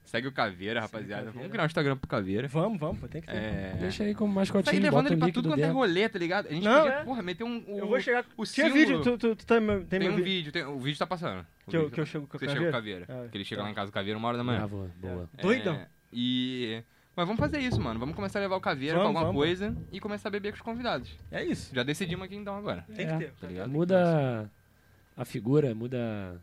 [SPEAKER 1] Segue o Caveira, rapaziada.
[SPEAKER 2] Caveira.
[SPEAKER 1] Vamos criar um Instagram pro Caveira.
[SPEAKER 2] Vamos, vamos, pô, tem que ter.
[SPEAKER 1] É.
[SPEAKER 3] Deixa aí como
[SPEAKER 1] Tá aí
[SPEAKER 3] mascotinho,
[SPEAKER 1] levando
[SPEAKER 3] bota
[SPEAKER 1] ele
[SPEAKER 3] um
[SPEAKER 1] pra tudo
[SPEAKER 3] líquido
[SPEAKER 1] quanto é
[SPEAKER 3] dentro.
[SPEAKER 1] rolê, tá ligado? A gente
[SPEAKER 2] Não,
[SPEAKER 1] podia,
[SPEAKER 2] é.
[SPEAKER 1] porra, meter um. O,
[SPEAKER 2] Eu vou chegar.
[SPEAKER 1] o
[SPEAKER 2] Tinha
[SPEAKER 1] símbolo.
[SPEAKER 2] vídeo, tu, tu, tu tá, tem
[SPEAKER 1] Tem
[SPEAKER 2] meu
[SPEAKER 1] um
[SPEAKER 2] vídeo.
[SPEAKER 1] vídeo, tem- o vídeo tá passando. O
[SPEAKER 2] Que eu,
[SPEAKER 1] vídeo
[SPEAKER 2] que eu
[SPEAKER 1] tá-
[SPEAKER 2] chego com o
[SPEAKER 1] Você chega com o
[SPEAKER 2] caveira.
[SPEAKER 1] Caveira.
[SPEAKER 2] Ah,
[SPEAKER 1] que ele chega
[SPEAKER 2] tá. então.
[SPEAKER 1] lá em casa do Caveira uma hora da manhã.
[SPEAKER 3] Bravo, Ah, boa.
[SPEAKER 1] É,
[SPEAKER 2] Doidão.
[SPEAKER 1] E. Mas vamos fazer isso, mano. Vamos começar a levar o Caveira
[SPEAKER 2] Vamos,
[SPEAKER 1] com alguma
[SPEAKER 2] vamos.
[SPEAKER 1] coisa e começar a beber com os convidados.
[SPEAKER 2] É isso.
[SPEAKER 1] Já decidimos aqui então agora.
[SPEAKER 2] Tem
[SPEAKER 3] É.
[SPEAKER 2] que ter.
[SPEAKER 1] Tá ligado?
[SPEAKER 3] Muda a figura, muda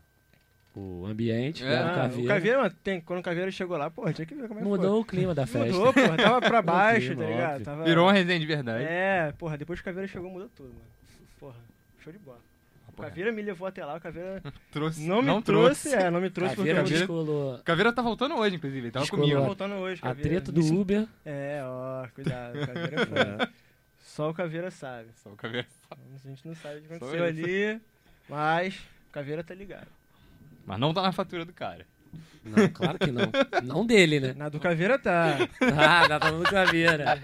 [SPEAKER 3] o ambiente,
[SPEAKER 1] É.
[SPEAKER 3] né, do
[SPEAKER 2] Ah, o
[SPEAKER 3] caveira.
[SPEAKER 2] Caveira, mano, tem, quando o Caveira chegou lá, porra, tinha que ver como é que
[SPEAKER 3] Mudou o clima da
[SPEAKER 2] foi.
[SPEAKER 3] festa.
[SPEAKER 2] Mudou, porra, tava pra baixo,
[SPEAKER 3] clima,
[SPEAKER 2] tá ligado?
[SPEAKER 3] óbvio.
[SPEAKER 2] Tava...
[SPEAKER 1] Virou uma resenha de verdade.
[SPEAKER 2] É, porra, depois que o Caveira chegou, mudou tudo, mano. Porra, show de bola. O
[SPEAKER 1] Porra,
[SPEAKER 2] Caveira me levou até lá, o Caveira
[SPEAKER 1] trouxe.
[SPEAKER 2] não me trouxe, é, não me trouxe
[SPEAKER 3] Caveira
[SPEAKER 2] porque eu
[SPEAKER 3] descolou
[SPEAKER 1] Caveira tá voltando hoje, inclusive. Ele tava
[SPEAKER 3] Descolou.
[SPEAKER 2] tô
[SPEAKER 1] comigo.
[SPEAKER 2] voltando hoje,
[SPEAKER 3] a
[SPEAKER 2] Caveira.
[SPEAKER 3] treta do É.
[SPEAKER 2] Isso-
[SPEAKER 3] Uber.
[SPEAKER 2] É, ó, cuidado, o Caveira foi. Só o Caveira sabe.
[SPEAKER 1] Só o Caveira.
[SPEAKER 2] A gente não sabe o que
[SPEAKER 1] Só
[SPEAKER 2] aconteceu
[SPEAKER 1] isso.
[SPEAKER 2] ali, mas o Caveira tá ligado.
[SPEAKER 1] Mas não tá na fatura do cara.
[SPEAKER 3] Não, claro que não. Não dele, né?
[SPEAKER 2] Na do Caveira tá.
[SPEAKER 3] Ah, tá falando do Caveira.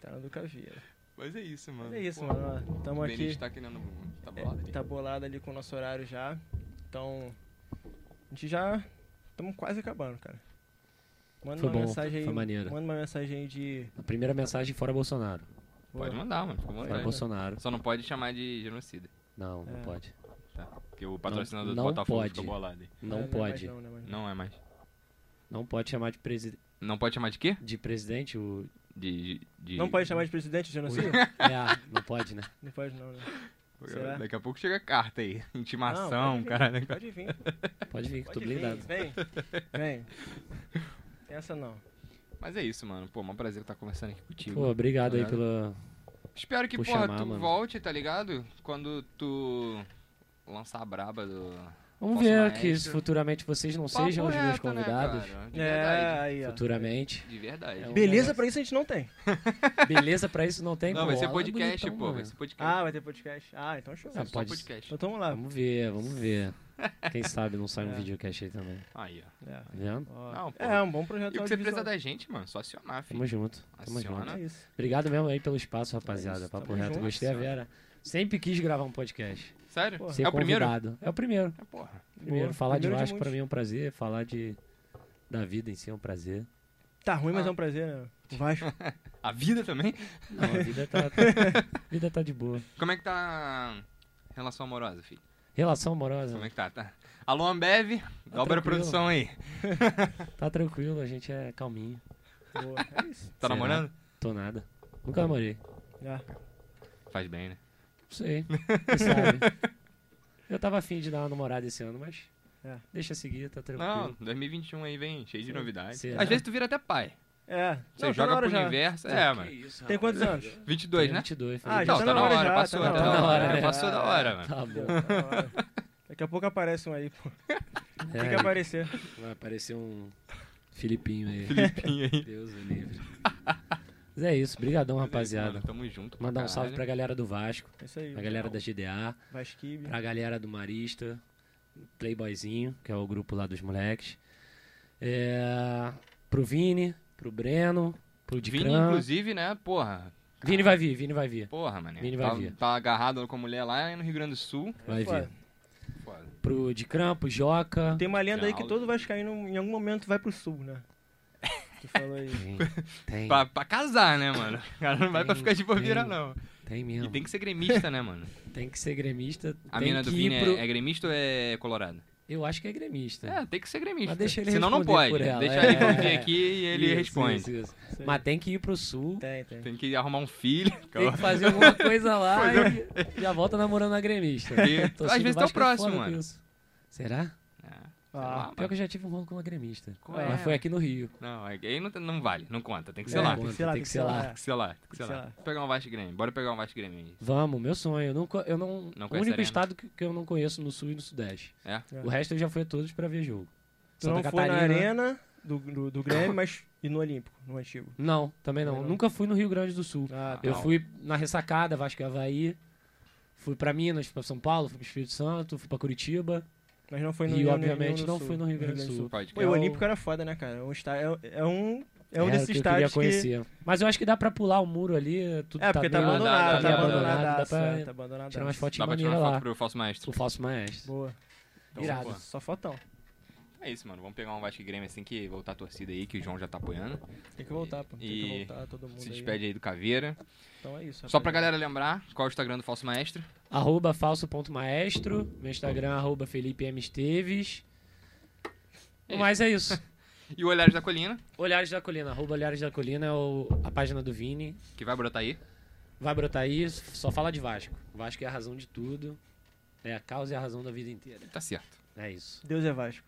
[SPEAKER 2] Tá na do Caveira.
[SPEAKER 1] Mas é isso, mano.
[SPEAKER 2] Mas é isso,
[SPEAKER 1] Pô,
[SPEAKER 2] mano. ó, Tamo
[SPEAKER 1] O
[SPEAKER 2] aqui.
[SPEAKER 1] Benítez tá querendo. Tá
[SPEAKER 2] É,
[SPEAKER 1] bolado ali.
[SPEAKER 2] tá bolado ali com o nosso horário já. Então, a gente já estamos quase acabando, cara. Manda
[SPEAKER 3] Foi
[SPEAKER 2] uma
[SPEAKER 3] bom,
[SPEAKER 2] mensagem aí.
[SPEAKER 3] foi maneiro.
[SPEAKER 2] Manda uma mensagem aí de.
[SPEAKER 3] A primeira mensagem fora Bolsonaro.
[SPEAKER 1] Pode mandar, mano.
[SPEAKER 2] Tá
[SPEAKER 1] Fica à
[SPEAKER 3] Fora
[SPEAKER 1] vontade.
[SPEAKER 3] Bolsonaro.
[SPEAKER 1] Só não pode chamar de genocida.
[SPEAKER 3] Não, não
[SPEAKER 2] É.
[SPEAKER 3] pode.
[SPEAKER 1] Tá? Porque o patrocinador
[SPEAKER 3] não
[SPEAKER 1] do Botafogo
[SPEAKER 3] pode.
[SPEAKER 1] ficou bolado aí.
[SPEAKER 3] Não
[SPEAKER 2] é mais
[SPEAKER 3] pode.
[SPEAKER 2] Não, não, é mais não.
[SPEAKER 1] Não é mais.
[SPEAKER 3] Não pode chamar de, presi
[SPEAKER 1] Não pode chamar de quê?
[SPEAKER 3] de presidente o.
[SPEAKER 1] De. de- de...
[SPEAKER 2] Não pode chamar de presidente de genocídio?
[SPEAKER 3] É, não pode, né?
[SPEAKER 2] não pode, não, né? será?
[SPEAKER 1] Daqui a pouco chega carta aí.
[SPEAKER 2] Não,
[SPEAKER 1] Intimação,
[SPEAKER 2] pode vir,
[SPEAKER 1] caralho.
[SPEAKER 2] Pode vir.
[SPEAKER 3] Pode vir, que
[SPEAKER 2] Pode
[SPEAKER 3] tô
[SPEAKER 2] vir.
[SPEAKER 3] blindado.
[SPEAKER 2] Vem. Vem. Tem Essa não.
[SPEAKER 1] Mas é isso, mano. Pô, é um prazer estar conversando aqui contigo.
[SPEAKER 3] Pô, obrigado aí
[SPEAKER 1] Obrigado.
[SPEAKER 3] pela.
[SPEAKER 1] Espero que,
[SPEAKER 3] Por
[SPEAKER 1] porra,
[SPEAKER 3] chamar,
[SPEAKER 1] tu
[SPEAKER 3] mano.
[SPEAKER 1] volte, tá ligado? Quando tu lançar a braba do...
[SPEAKER 3] Vamos
[SPEAKER 1] Posso
[SPEAKER 3] ver
[SPEAKER 1] mais?
[SPEAKER 3] que se futuramente vocês não sejam os
[SPEAKER 1] Papo
[SPEAKER 3] meus
[SPEAKER 1] reto, né,
[SPEAKER 3] convidados.
[SPEAKER 1] cara? de
[SPEAKER 2] É,
[SPEAKER 1] verdade.
[SPEAKER 2] aí, ó.
[SPEAKER 3] futuramente.
[SPEAKER 1] De verdade.
[SPEAKER 3] É um-
[SPEAKER 2] Beleza, pra isso a gente não tem.
[SPEAKER 3] Beleza, pra isso não tem
[SPEAKER 1] Não,
[SPEAKER 3] pô,
[SPEAKER 1] vai ser
[SPEAKER 3] ela é
[SPEAKER 1] podcast,
[SPEAKER 3] bonitão,
[SPEAKER 1] pô.
[SPEAKER 3] mano.
[SPEAKER 1] Vai ser podcast.
[SPEAKER 2] Ah, vai ter podcast. Ah, então show.
[SPEAKER 3] Ah,
[SPEAKER 1] Só
[SPEAKER 3] pode-
[SPEAKER 1] podcast.
[SPEAKER 2] Então tamo lá.
[SPEAKER 3] Vamos ver, vamos ver. Quem sabe não sai um
[SPEAKER 2] É.
[SPEAKER 3] videocast aí também.
[SPEAKER 1] Aí, ó.
[SPEAKER 2] É.
[SPEAKER 3] Tá vendo?
[SPEAKER 2] Ó,
[SPEAKER 1] Não, pô.
[SPEAKER 2] é, é um bom projeto
[SPEAKER 1] E o que você precisa
[SPEAKER 2] audiovisual.
[SPEAKER 1] da gente, mano? Só acionar, filho.
[SPEAKER 3] Tamo junto. Tamo
[SPEAKER 1] Aciona.
[SPEAKER 3] junto.
[SPEAKER 2] É isso.
[SPEAKER 3] Obrigado mesmo aí pelo espaço, rapaziada.
[SPEAKER 2] isso,
[SPEAKER 3] Papo
[SPEAKER 2] tamo
[SPEAKER 3] reto.
[SPEAKER 2] junto.
[SPEAKER 3] Gostei a Vera. Sempre quis gravar um podcast.
[SPEAKER 1] Sério?
[SPEAKER 2] Porra.
[SPEAKER 3] Ser
[SPEAKER 1] É o primeiro?
[SPEAKER 3] convidado. É o primeiro.
[SPEAKER 1] É, porra.
[SPEAKER 3] Primeiro.
[SPEAKER 2] Boa.
[SPEAKER 3] Falar
[SPEAKER 2] Primeiro
[SPEAKER 3] de Vasco pra
[SPEAKER 2] muitos.
[SPEAKER 3] mim é um prazer. Falar de da vida em si é um prazer.
[SPEAKER 2] Tá ruim, mas
[SPEAKER 1] Ah.
[SPEAKER 2] é um prazer, né? O Vasco.
[SPEAKER 1] A vida também?
[SPEAKER 3] Não, a vida tá, tá- vida tá de boa.
[SPEAKER 1] Como é que tá a relação amorosa, filho?
[SPEAKER 3] Relação amorosa,
[SPEAKER 1] Como é que tá? tá? Alô, Ambev. dobra a
[SPEAKER 3] Tá tranquilo.
[SPEAKER 1] produção aí.
[SPEAKER 3] tá tranquilo, a gente é calminho.
[SPEAKER 2] Boa. É isso.
[SPEAKER 1] Tá
[SPEAKER 3] Será?
[SPEAKER 1] namorando?
[SPEAKER 3] Tô nada. Nunca namorei.
[SPEAKER 2] Já.
[SPEAKER 1] Faz bem, né?
[SPEAKER 3] Não sei. Quem sabe? Eu tava afim de dar uma namorada esse ano, mas.
[SPEAKER 2] É.
[SPEAKER 3] Deixa seguir, tá
[SPEAKER 1] Não,
[SPEAKER 3] tranquilo.
[SPEAKER 1] 2021 aí vem cheio de novidades.
[SPEAKER 3] Será?
[SPEAKER 1] Às vezes tu vira até pai.
[SPEAKER 2] É.
[SPEAKER 1] Você
[SPEAKER 2] Não, tá na
[SPEAKER 1] joga
[SPEAKER 2] hora
[SPEAKER 1] pro
[SPEAKER 2] já.
[SPEAKER 1] universo.
[SPEAKER 3] Então,
[SPEAKER 1] É, mano.
[SPEAKER 2] Tem quantos
[SPEAKER 3] Tá
[SPEAKER 2] anos?
[SPEAKER 1] 22, né?
[SPEAKER 3] 22,
[SPEAKER 2] Ah, já
[SPEAKER 1] Não, tá
[SPEAKER 2] tá na
[SPEAKER 1] na
[SPEAKER 2] hora
[SPEAKER 1] hora,
[SPEAKER 2] já,
[SPEAKER 1] passou. Tá
[SPEAKER 2] tá na
[SPEAKER 1] na
[SPEAKER 3] hora,
[SPEAKER 1] hora,
[SPEAKER 3] né?
[SPEAKER 1] passou da hora, mano.
[SPEAKER 3] Tá bom.
[SPEAKER 2] Tá na hora. Daqui a pouco aparece um aí, pô. Tem que
[SPEAKER 3] É,
[SPEAKER 2] aparecer.
[SPEAKER 3] Vai aparecer um Filipinho aí.
[SPEAKER 1] Filipinho aí.
[SPEAKER 3] Deus o livre. Mas é isso. Brigadão, rapaziada.
[SPEAKER 1] Mano, Tamo junto. pra
[SPEAKER 3] Mandar um salve pra
[SPEAKER 1] caralho.
[SPEAKER 3] galera do Vasco,
[SPEAKER 2] É isso aí.
[SPEAKER 3] pra galera Ah, da GDA,
[SPEAKER 2] Vasquib.
[SPEAKER 3] pra galera do Marista, Playboyzinho, que é o grupo lá dos moleques. É, pro Vini, pro Breno, pro
[SPEAKER 1] Vini,
[SPEAKER 3] Dicran. Vini,
[SPEAKER 1] inclusive, né? Porra.
[SPEAKER 3] vai vir, Vini vai vir.
[SPEAKER 1] Porra, mano.
[SPEAKER 3] Vini vai
[SPEAKER 1] Tá,
[SPEAKER 3] vir.
[SPEAKER 1] tá agarrado com a mulher lá no Rio Grande do Sul.
[SPEAKER 3] Vai
[SPEAKER 2] Foda.
[SPEAKER 3] vir.
[SPEAKER 1] Foda.
[SPEAKER 3] Pro Dicran, pro Joca.
[SPEAKER 2] Tem uma lenda aí que
[SPEAKER 1] Galo.
[SPEAKER 2] todo vascaíno em algum momento vai pro sul, né? Tu falou aí.
[SPEAKER 3] Tem, tem,
[SPEAKER 1] Pra, pra casar, né, mano? O cara não vai pra
[SPEAKER 3] Tem-
[SPEAKER 1] ficar de bobeira,
[SPEAKER 3] tem-
[SPEAKER 1] não.
[SPEAKER 3] tem
[SPEAKER 1] E
[SPEAKER 3] mesmo.
[SPEAKER 1] tem que ser gremista, né, mano?
[SPEAKER 3] Tem que ser gremista.
[SPEAKER 1] A
[SPEAKER 3] tem
[SPEAKER 1] mina
[SPEAKER 3] que
[SPEAKER 1] do
[SPEAKER 3] ir
[SPEAKER 1] Vini é-
[SPEAKER 3] pro-
[SPEAKER 1] é, gremista ou é colorada?
[SPEAKER 3] Eu acho que é gremista.
[SPEAKER 1] É, tem que ser gremista.
[SPEAKER 3] Mas deixa ele
[SPEAKER 1] Senão não
[SPEAKER 3] responder
[SPEAKER 1] pode.
[SPEAKER 3] por ela,
[SPEAKER 1] Deixa
[SPEAKER 3] é.
[SPEAKER 1] ele vir aqui e ele
[SPEAKER 3] Isso,
[SPEAKER 1] responde.
[SPEAKER 3] isso, isso.
[SPEAKER 2] Isso aí.
[SPEAKER 3] Mas tem que ir pro sul.
[SPEAKER 2] Tem, tem.
[SPEAKER 1] Tem que arrumar um filho.
[SPEAKER 3] Tem que fazer alguma coisa lá e já volta namorando a gremista.
[SPEAKER 1] E-
[SPEAKER 3] Tô
[SPEAKER 1] às
[SPEAKER 3] sendo
[SPEAKER 1] vezes tá o
[SPEAKER 3] vascaíno
[SPEAKER 1] próximo,
[SPEAKER 3] foda com
[SPEAKER 1] mano.
[SPEAKER 3] isso. Será?
[SPEAKER 1] Ah, sei
[SPEAKER 2] Ah,
[SPEAKER 1] lá,
[SPEAKER 3] Pior que
[SPEAKER 1] mano.
[SPEAKER 3] eu já tive um rolo com uma gremista.
[SPEAKER 1] Qual
[SPEAKER 2] é,
[SPEAKER 3] Mas foi
[SPEAKER 1] mano?
[SPEAKER 3] aqui no Rio.
[SPEAKER 1] Não, aí não, não vale, não conta. Tem que ser
[SPEAKER 2] É,
[SPEAKER 1] lá.
[SPEAKER 2] tem
[SPEAKER 1] Tem
[SPEAKER 2] que ser lá,
[SPEAKER 3] Tem que ser lá.
[SPEAKER 1] que ser lá, tem que ser
[SPEAKER 2] Sei
[SPEAKER 1] lá.
[SPEAKER 2] lá.
[SPEAKER 1] Pegar um Vasco e Grêmio. Bora pegar um Vasco e Grêmio. aí.
[SPEAKER 3] Vamos, meu sonho. Eu não, co- eu não,
[SPEAKER 1] Não
[SPEAKER 3] o
[SPEAKER 1] conhece a
[SPEAKER 3] único
[SPEAKER 1] arena?
[SPEAKER 3] estado que, que eu não conheço no sul e no sudeste.
[SPEAKER 1] É?
[SPEAKER 2] É.
[SPEAKER 3] O resto eu já fui a todos pra ver jogo.
[SPEAKER 2] Tu não
[SPEAKER 3] Santa
[SPEAKER 2] foi Então na
[SPEAKER 3] Catarina- né?
[SPEAKER 2] arena do, do, do Grêmio, mas e no Olímpico, no antigo.
[SPEAKER 3] Não, também não.
[SPEAKER 2] Também não.
[SPEAKER 3] Nunca fui no Rio Grande do Sul.
[SPEAKER 2] Ah,
[SPEAKER 1] tá.
[SPEAKER 3] Eu
[SPEAKER 1] Não.
[SPEAKER 3] fui na ressacada, Vasco e Havaí. Fui pra Minas, fui pra São Paulo, fui pro Espírito Santo, fui pra Curitiba.
[SPEAKER 2] Mas não foi no
[SPEAKER 3] E,
[SPEAKER 2] Rio nem-
[SPEAKER 3] obviamente,
[SPEAKER 2] nem
[SPEAKER 3] não
[SPEAKER 2] Sul.
[SPEAKER 3] foi no Rio Grande do Sul.
[SPEAKER 1] Pode
[SPEAKER 2] Pô, e o
[SPEAKER 3] É o-
[SPEAKER 2] Olímpico era foda, né, cara? É um, está... é, é um, é um
[SPEAKER 3] Era o
[SPEAKER 2] desses
[SPEAKER 3] que eu queria
[SPEAKER 2] estádios que...
[SPEAKER 3] conhecer. Mas eu acho que dá pra pular o muro ali. Tudo
[SPEAKER 2] É, porque tá
[SPEAKER 3] meio
[SPEAKER 2] abandonado,
[SPEAKER 1] dá-
[SPEAKER 2] tá
[SPEAKER 1] dá-
[SPEAKER 2] abandonado.
[SPEAKER 3] Dá pra
[SPEAKER 2] Tá abandonado.
[SPEAKER 3] tirar umas
[SPEAKER 1] Dá
[SPEAKER 3] fotinhas
[SPEAKER 1] pra tirar
[SPEAKER 3] maneiras
[SPEAKER 1] uma foto
[SPEAKER 3] lá.
[SPEAKER 1] pro falso maestro.
[SPEAKER 3] O falso maestro.
[SPEAKER 2] Boa.
[SPEAKER 1] Então,
[SPEAKER 3] Irado.
[SPEAKER 1] pô,
[SPEAKER 2] Só fotão.
[SPEAKER 1] É isso, mano. Vamos pegar um Vasco e Grêmio assim que voltar a torcida aí, que o João já tá apoiando.
[SPEAKER 2] Tem que voltar, pô. Tem
[SPEAKER 1] E-
[SPEAKER 2] que voltar todo mundo
[SPEAKER 1] Se
[SPEAKER 2] aí.
[SPEAKER 1] despede aí do Caveira.
[SPEAKER 2] Então é isso.
[SPEAKER 1] Só pra
[SPEAKER 2] rapaziada.
[SPEAKER 1] galera lembrar, qual é o Instagram do falso maestro?
[SPEAKER 3] Arroba falso.maestro. Meu Instagram, arroba Felipe M. Esteves.
[SPEAKER 1] É
[SPEAKER 3] Mas é isso.
[SPEAKER 1] E o Olhares da Colina,
[SPEAKER 3] Olhares da Colina. Arroba Olhares da Colina é o- a página do Vini.
[SPEAKER 1] que vai brotar aí.
[SPEAKER 3] Vai brotar isso. Só fala de Vasco. Vasco é a razão de tudo. É a causa e a razão da vida inteira.
[SPEAKER 1] Tá certo.
[SPEAKER 3] É isso.
[SPEAKER 2] Deus é Vasco.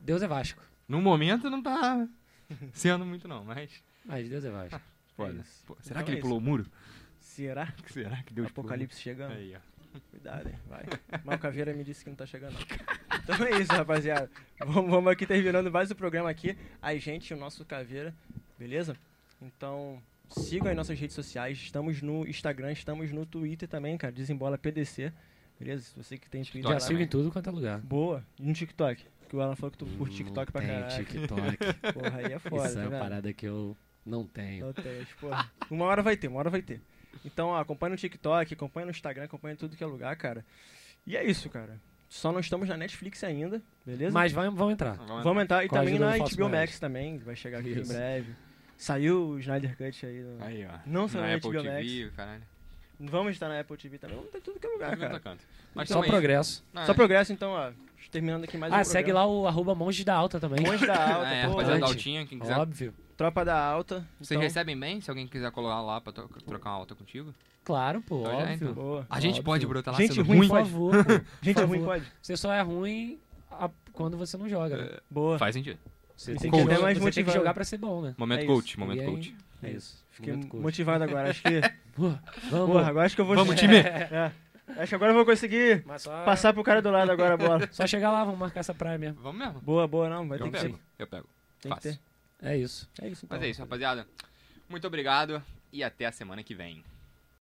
[SPEAKER 3] Deus é Vasco.
[SPEAKER 1] No momento não tá sendo muito, não, mas.
[SPEAKER 3] Mas Deus é Vasco.
[SPEAKER 2] Ah,
[SPEAKER 1] Foda.
[SPEAKER 2] isso.
[SPEAKER 1] Pô, será
[SPEAKER 2] Então
[SPEAKER 1] que
[SPEAKER 2] é
[SPEAKER 1] ele
[SPEAKER 2] isso.
[SPEAKER 1] pulou o muro?
[SPEAKER 2] Será?
[SPEAKER 1] O que será que deu
[SPEAKER 2] Apocalipse chegando?
[SPEAKER 1] Aí, ó.
[SPEAKER 2] Cuidado, hein? Vai. Mas o Caveira me disse que não tá chegando. não. Então é isso, rapaziada. Vamos, vamos aqui terminando mais o programa aqui. A gente, o nosso Caveira, beleza? Então, sigam as nossas redes sociais. Estamos no Instagram, estamos no Twitter também, cara. Desembola PDC, beleza? Se você que tem Twitter
[SPEAKER 1] Olha
[SPEAKER 3] Já
[SPEAKER 1] lá,
[SPEAKER 3] sigo
[SPEAKER 1] né?
[SPEAKER 3] em tudo quanto é lugar.
[SPEAKER 2] Boa. E no TikTok. Que o Alan falou que tu curte TikTok pra
[SPEAKER 3] Não tem
[SPEAKER 2] caralho.
[SPEAKER 3] TikTok.
[SPEAKER 2] Porra, aí é foda,
[SPEAKER 3] Isso
[SPEAKER 2] tá
[SPEAKER 3] é uma
[SPEAKER 2] vendo?
[SPEAKER 3] parada que eu não tenho.
[SPEAKER 2] Não tem, mas,
[SPEAKER 3] Ah.
[SPEAKER 2] porra. Uma hora vai ter, uma hora vai ter. Então, ó, acompanha no TikTok, acompanha no Instagram, acompanha em tudo que é lugar, cara. E é isso, cara. Só não estamos na Netflix ainda, beleza?
[SPEAKER 3] Mas vai, vão entrar.
[SPEAKER 1] Vamos,
[SPEAKER 2] Vamos entrar. E
[SPEAKER 3] Com a
[SPEAKER 2] também
[SPEAKER 3] ajuda
[SPEAKER 2] na
[SPEAKER 3] do
[SPEAKER 2] HBO
[SPEAKER 3] Fausto
[SPEAKER 2] Max
[SPEAKER 3] Maestro.
[SPEAKER 2] também, que vai chegar aqui
[SPEAKER 3] Isso.
[SPEAKER 2] em breve. Saiu o Snyder Cut aí. no-
[SPEAKER 1] Aí, ó.
[SPEAKER 2] Não só
[SPEAKER 1] Na
[SPEAKER 2] na
[SPEAKER 1] Apple
[SPEAKER 2] HBO
[SPEAKER 1] TV, o caralho.
[SPEAKER 2] Vamos estar na Apple TV também, vamos estar em tudo que é lugar,
[SPEAKER 1] Canto a
[SPEAKER 2] cara.
[SPEAKER 1] canto. Mas
[SPEAKER 3] Só
[SPEAKER 1] tamo aí.
[SPEAKER 3] progresso.
[SPEAKER 1] Não,
[SPEAKER 2] é Só
[SPEAKER 1] é.
[SPEAKER 2] progresso, então, ó. Terminando aqui mais um
[SPEAKER 3] ah, segue
[SPEAKER 2] programa.
[SPEAKER 3] lá o arroba monge da alta também.
[SPEAKER 2] Monge da Alta,
[SPEAKER 1] Ah, é,
[SPEAKER 2] pô,
[SPEAKER 1] rapaziada da
[SPEAKER 3] Antes.
[SPEAKER 1] Altinha, quem quiser.
[SPEAKER 3] Óbvio.
[SPEAKER 2] Tropa da Alta. então,
[SPEAKER 1] Vocês recebem bem? Se alguém quiser colar lá pra tro- trocar uma alta contigo?
[SPEAKER 3] Claro, pô,
[SPEAKER 1] Então já,
[SPEAKER 3] óbvio.
[SPEAKER 1] então.
[SPEAKER 2] Boa.
[SPEAKER 1] A gente
[SPEAKER 3] Óbvio.
[SPEAKER 1] pode brotar lá
[SPEAKER 2] Gente
[SPEAKER 1] sendo
[SPEAKER 2] ruim
[SPEAKER 1] ruim?
[SPEAKER 3] Por favor, pô.
[SPEAKER 2] Gente, é ruim,
[SPEAKER 3] favor.
[SPEAKER 2] pode?
[SPEAKER 3] Você só é ruim a- quando você não joga, né?
[SPEAKER 1] É,
[SPEAKER 2] Boa.
[SPEAKER 1] Faz sentido.
[SPEAKER 3] Você,
[SPEAKER 2] Me
[SPEAKER 1] senti
[SPEAKER 3] tem
[SPEAKER 1] até
[SPEAKER 3] que, jogar-
[SPEAKER 2] é mais
[SPEAKER 3] você tem que
[SPEAKER 2] motivado.
[SPEAKER 3] jogar pra ser bom, né?
[SPEAKER 1] Momento
[SPEAKER 2] É isso.
[SPEAKER 1] coach, momento
[SPEAKER 3] E aí-
[SPEAKER 1] coach.
[SPEAKER 3] É isso.
[SPEAKER 2] Fiquei
[SPEAKER 3] Momento coach.
[SPEAKER 2] motivado agora. Acho que
[SPEAKER 3] Pô, vamos.
[SPEAKER 2] Porra, agora acho que eu vou.
[SPEAKER 1] Vamos, time!
[SPEAKER 2] É. Acho que agora eu vou conseguir
[SPEAKER 3] Mas só,
[SPEAKER 2] passar pro cara do lado agora a bola.
[SPEAKER 3] só chegar lá, vamos marcar essa praia mesmo.
[SPEAKER 1] Vamos mesmo.
[SPEAKER 2] Boa, boa, não. Vai
[SPEAKER 1] Eu
[SPEAKER 2] ter que ser.
[SPEAKER 1] pego, eu pego.
[SPEAKER 2] Tem que
[SPEAKER 1] Então Fácil.
[SPEAKER 2] ter.
[SPEAKER 3] É isso.
[SPEAKER 2] É isso, então.
[SPEAKER 1] Mas é isso, rapaziada. Muito obrigado e até a semana que vem.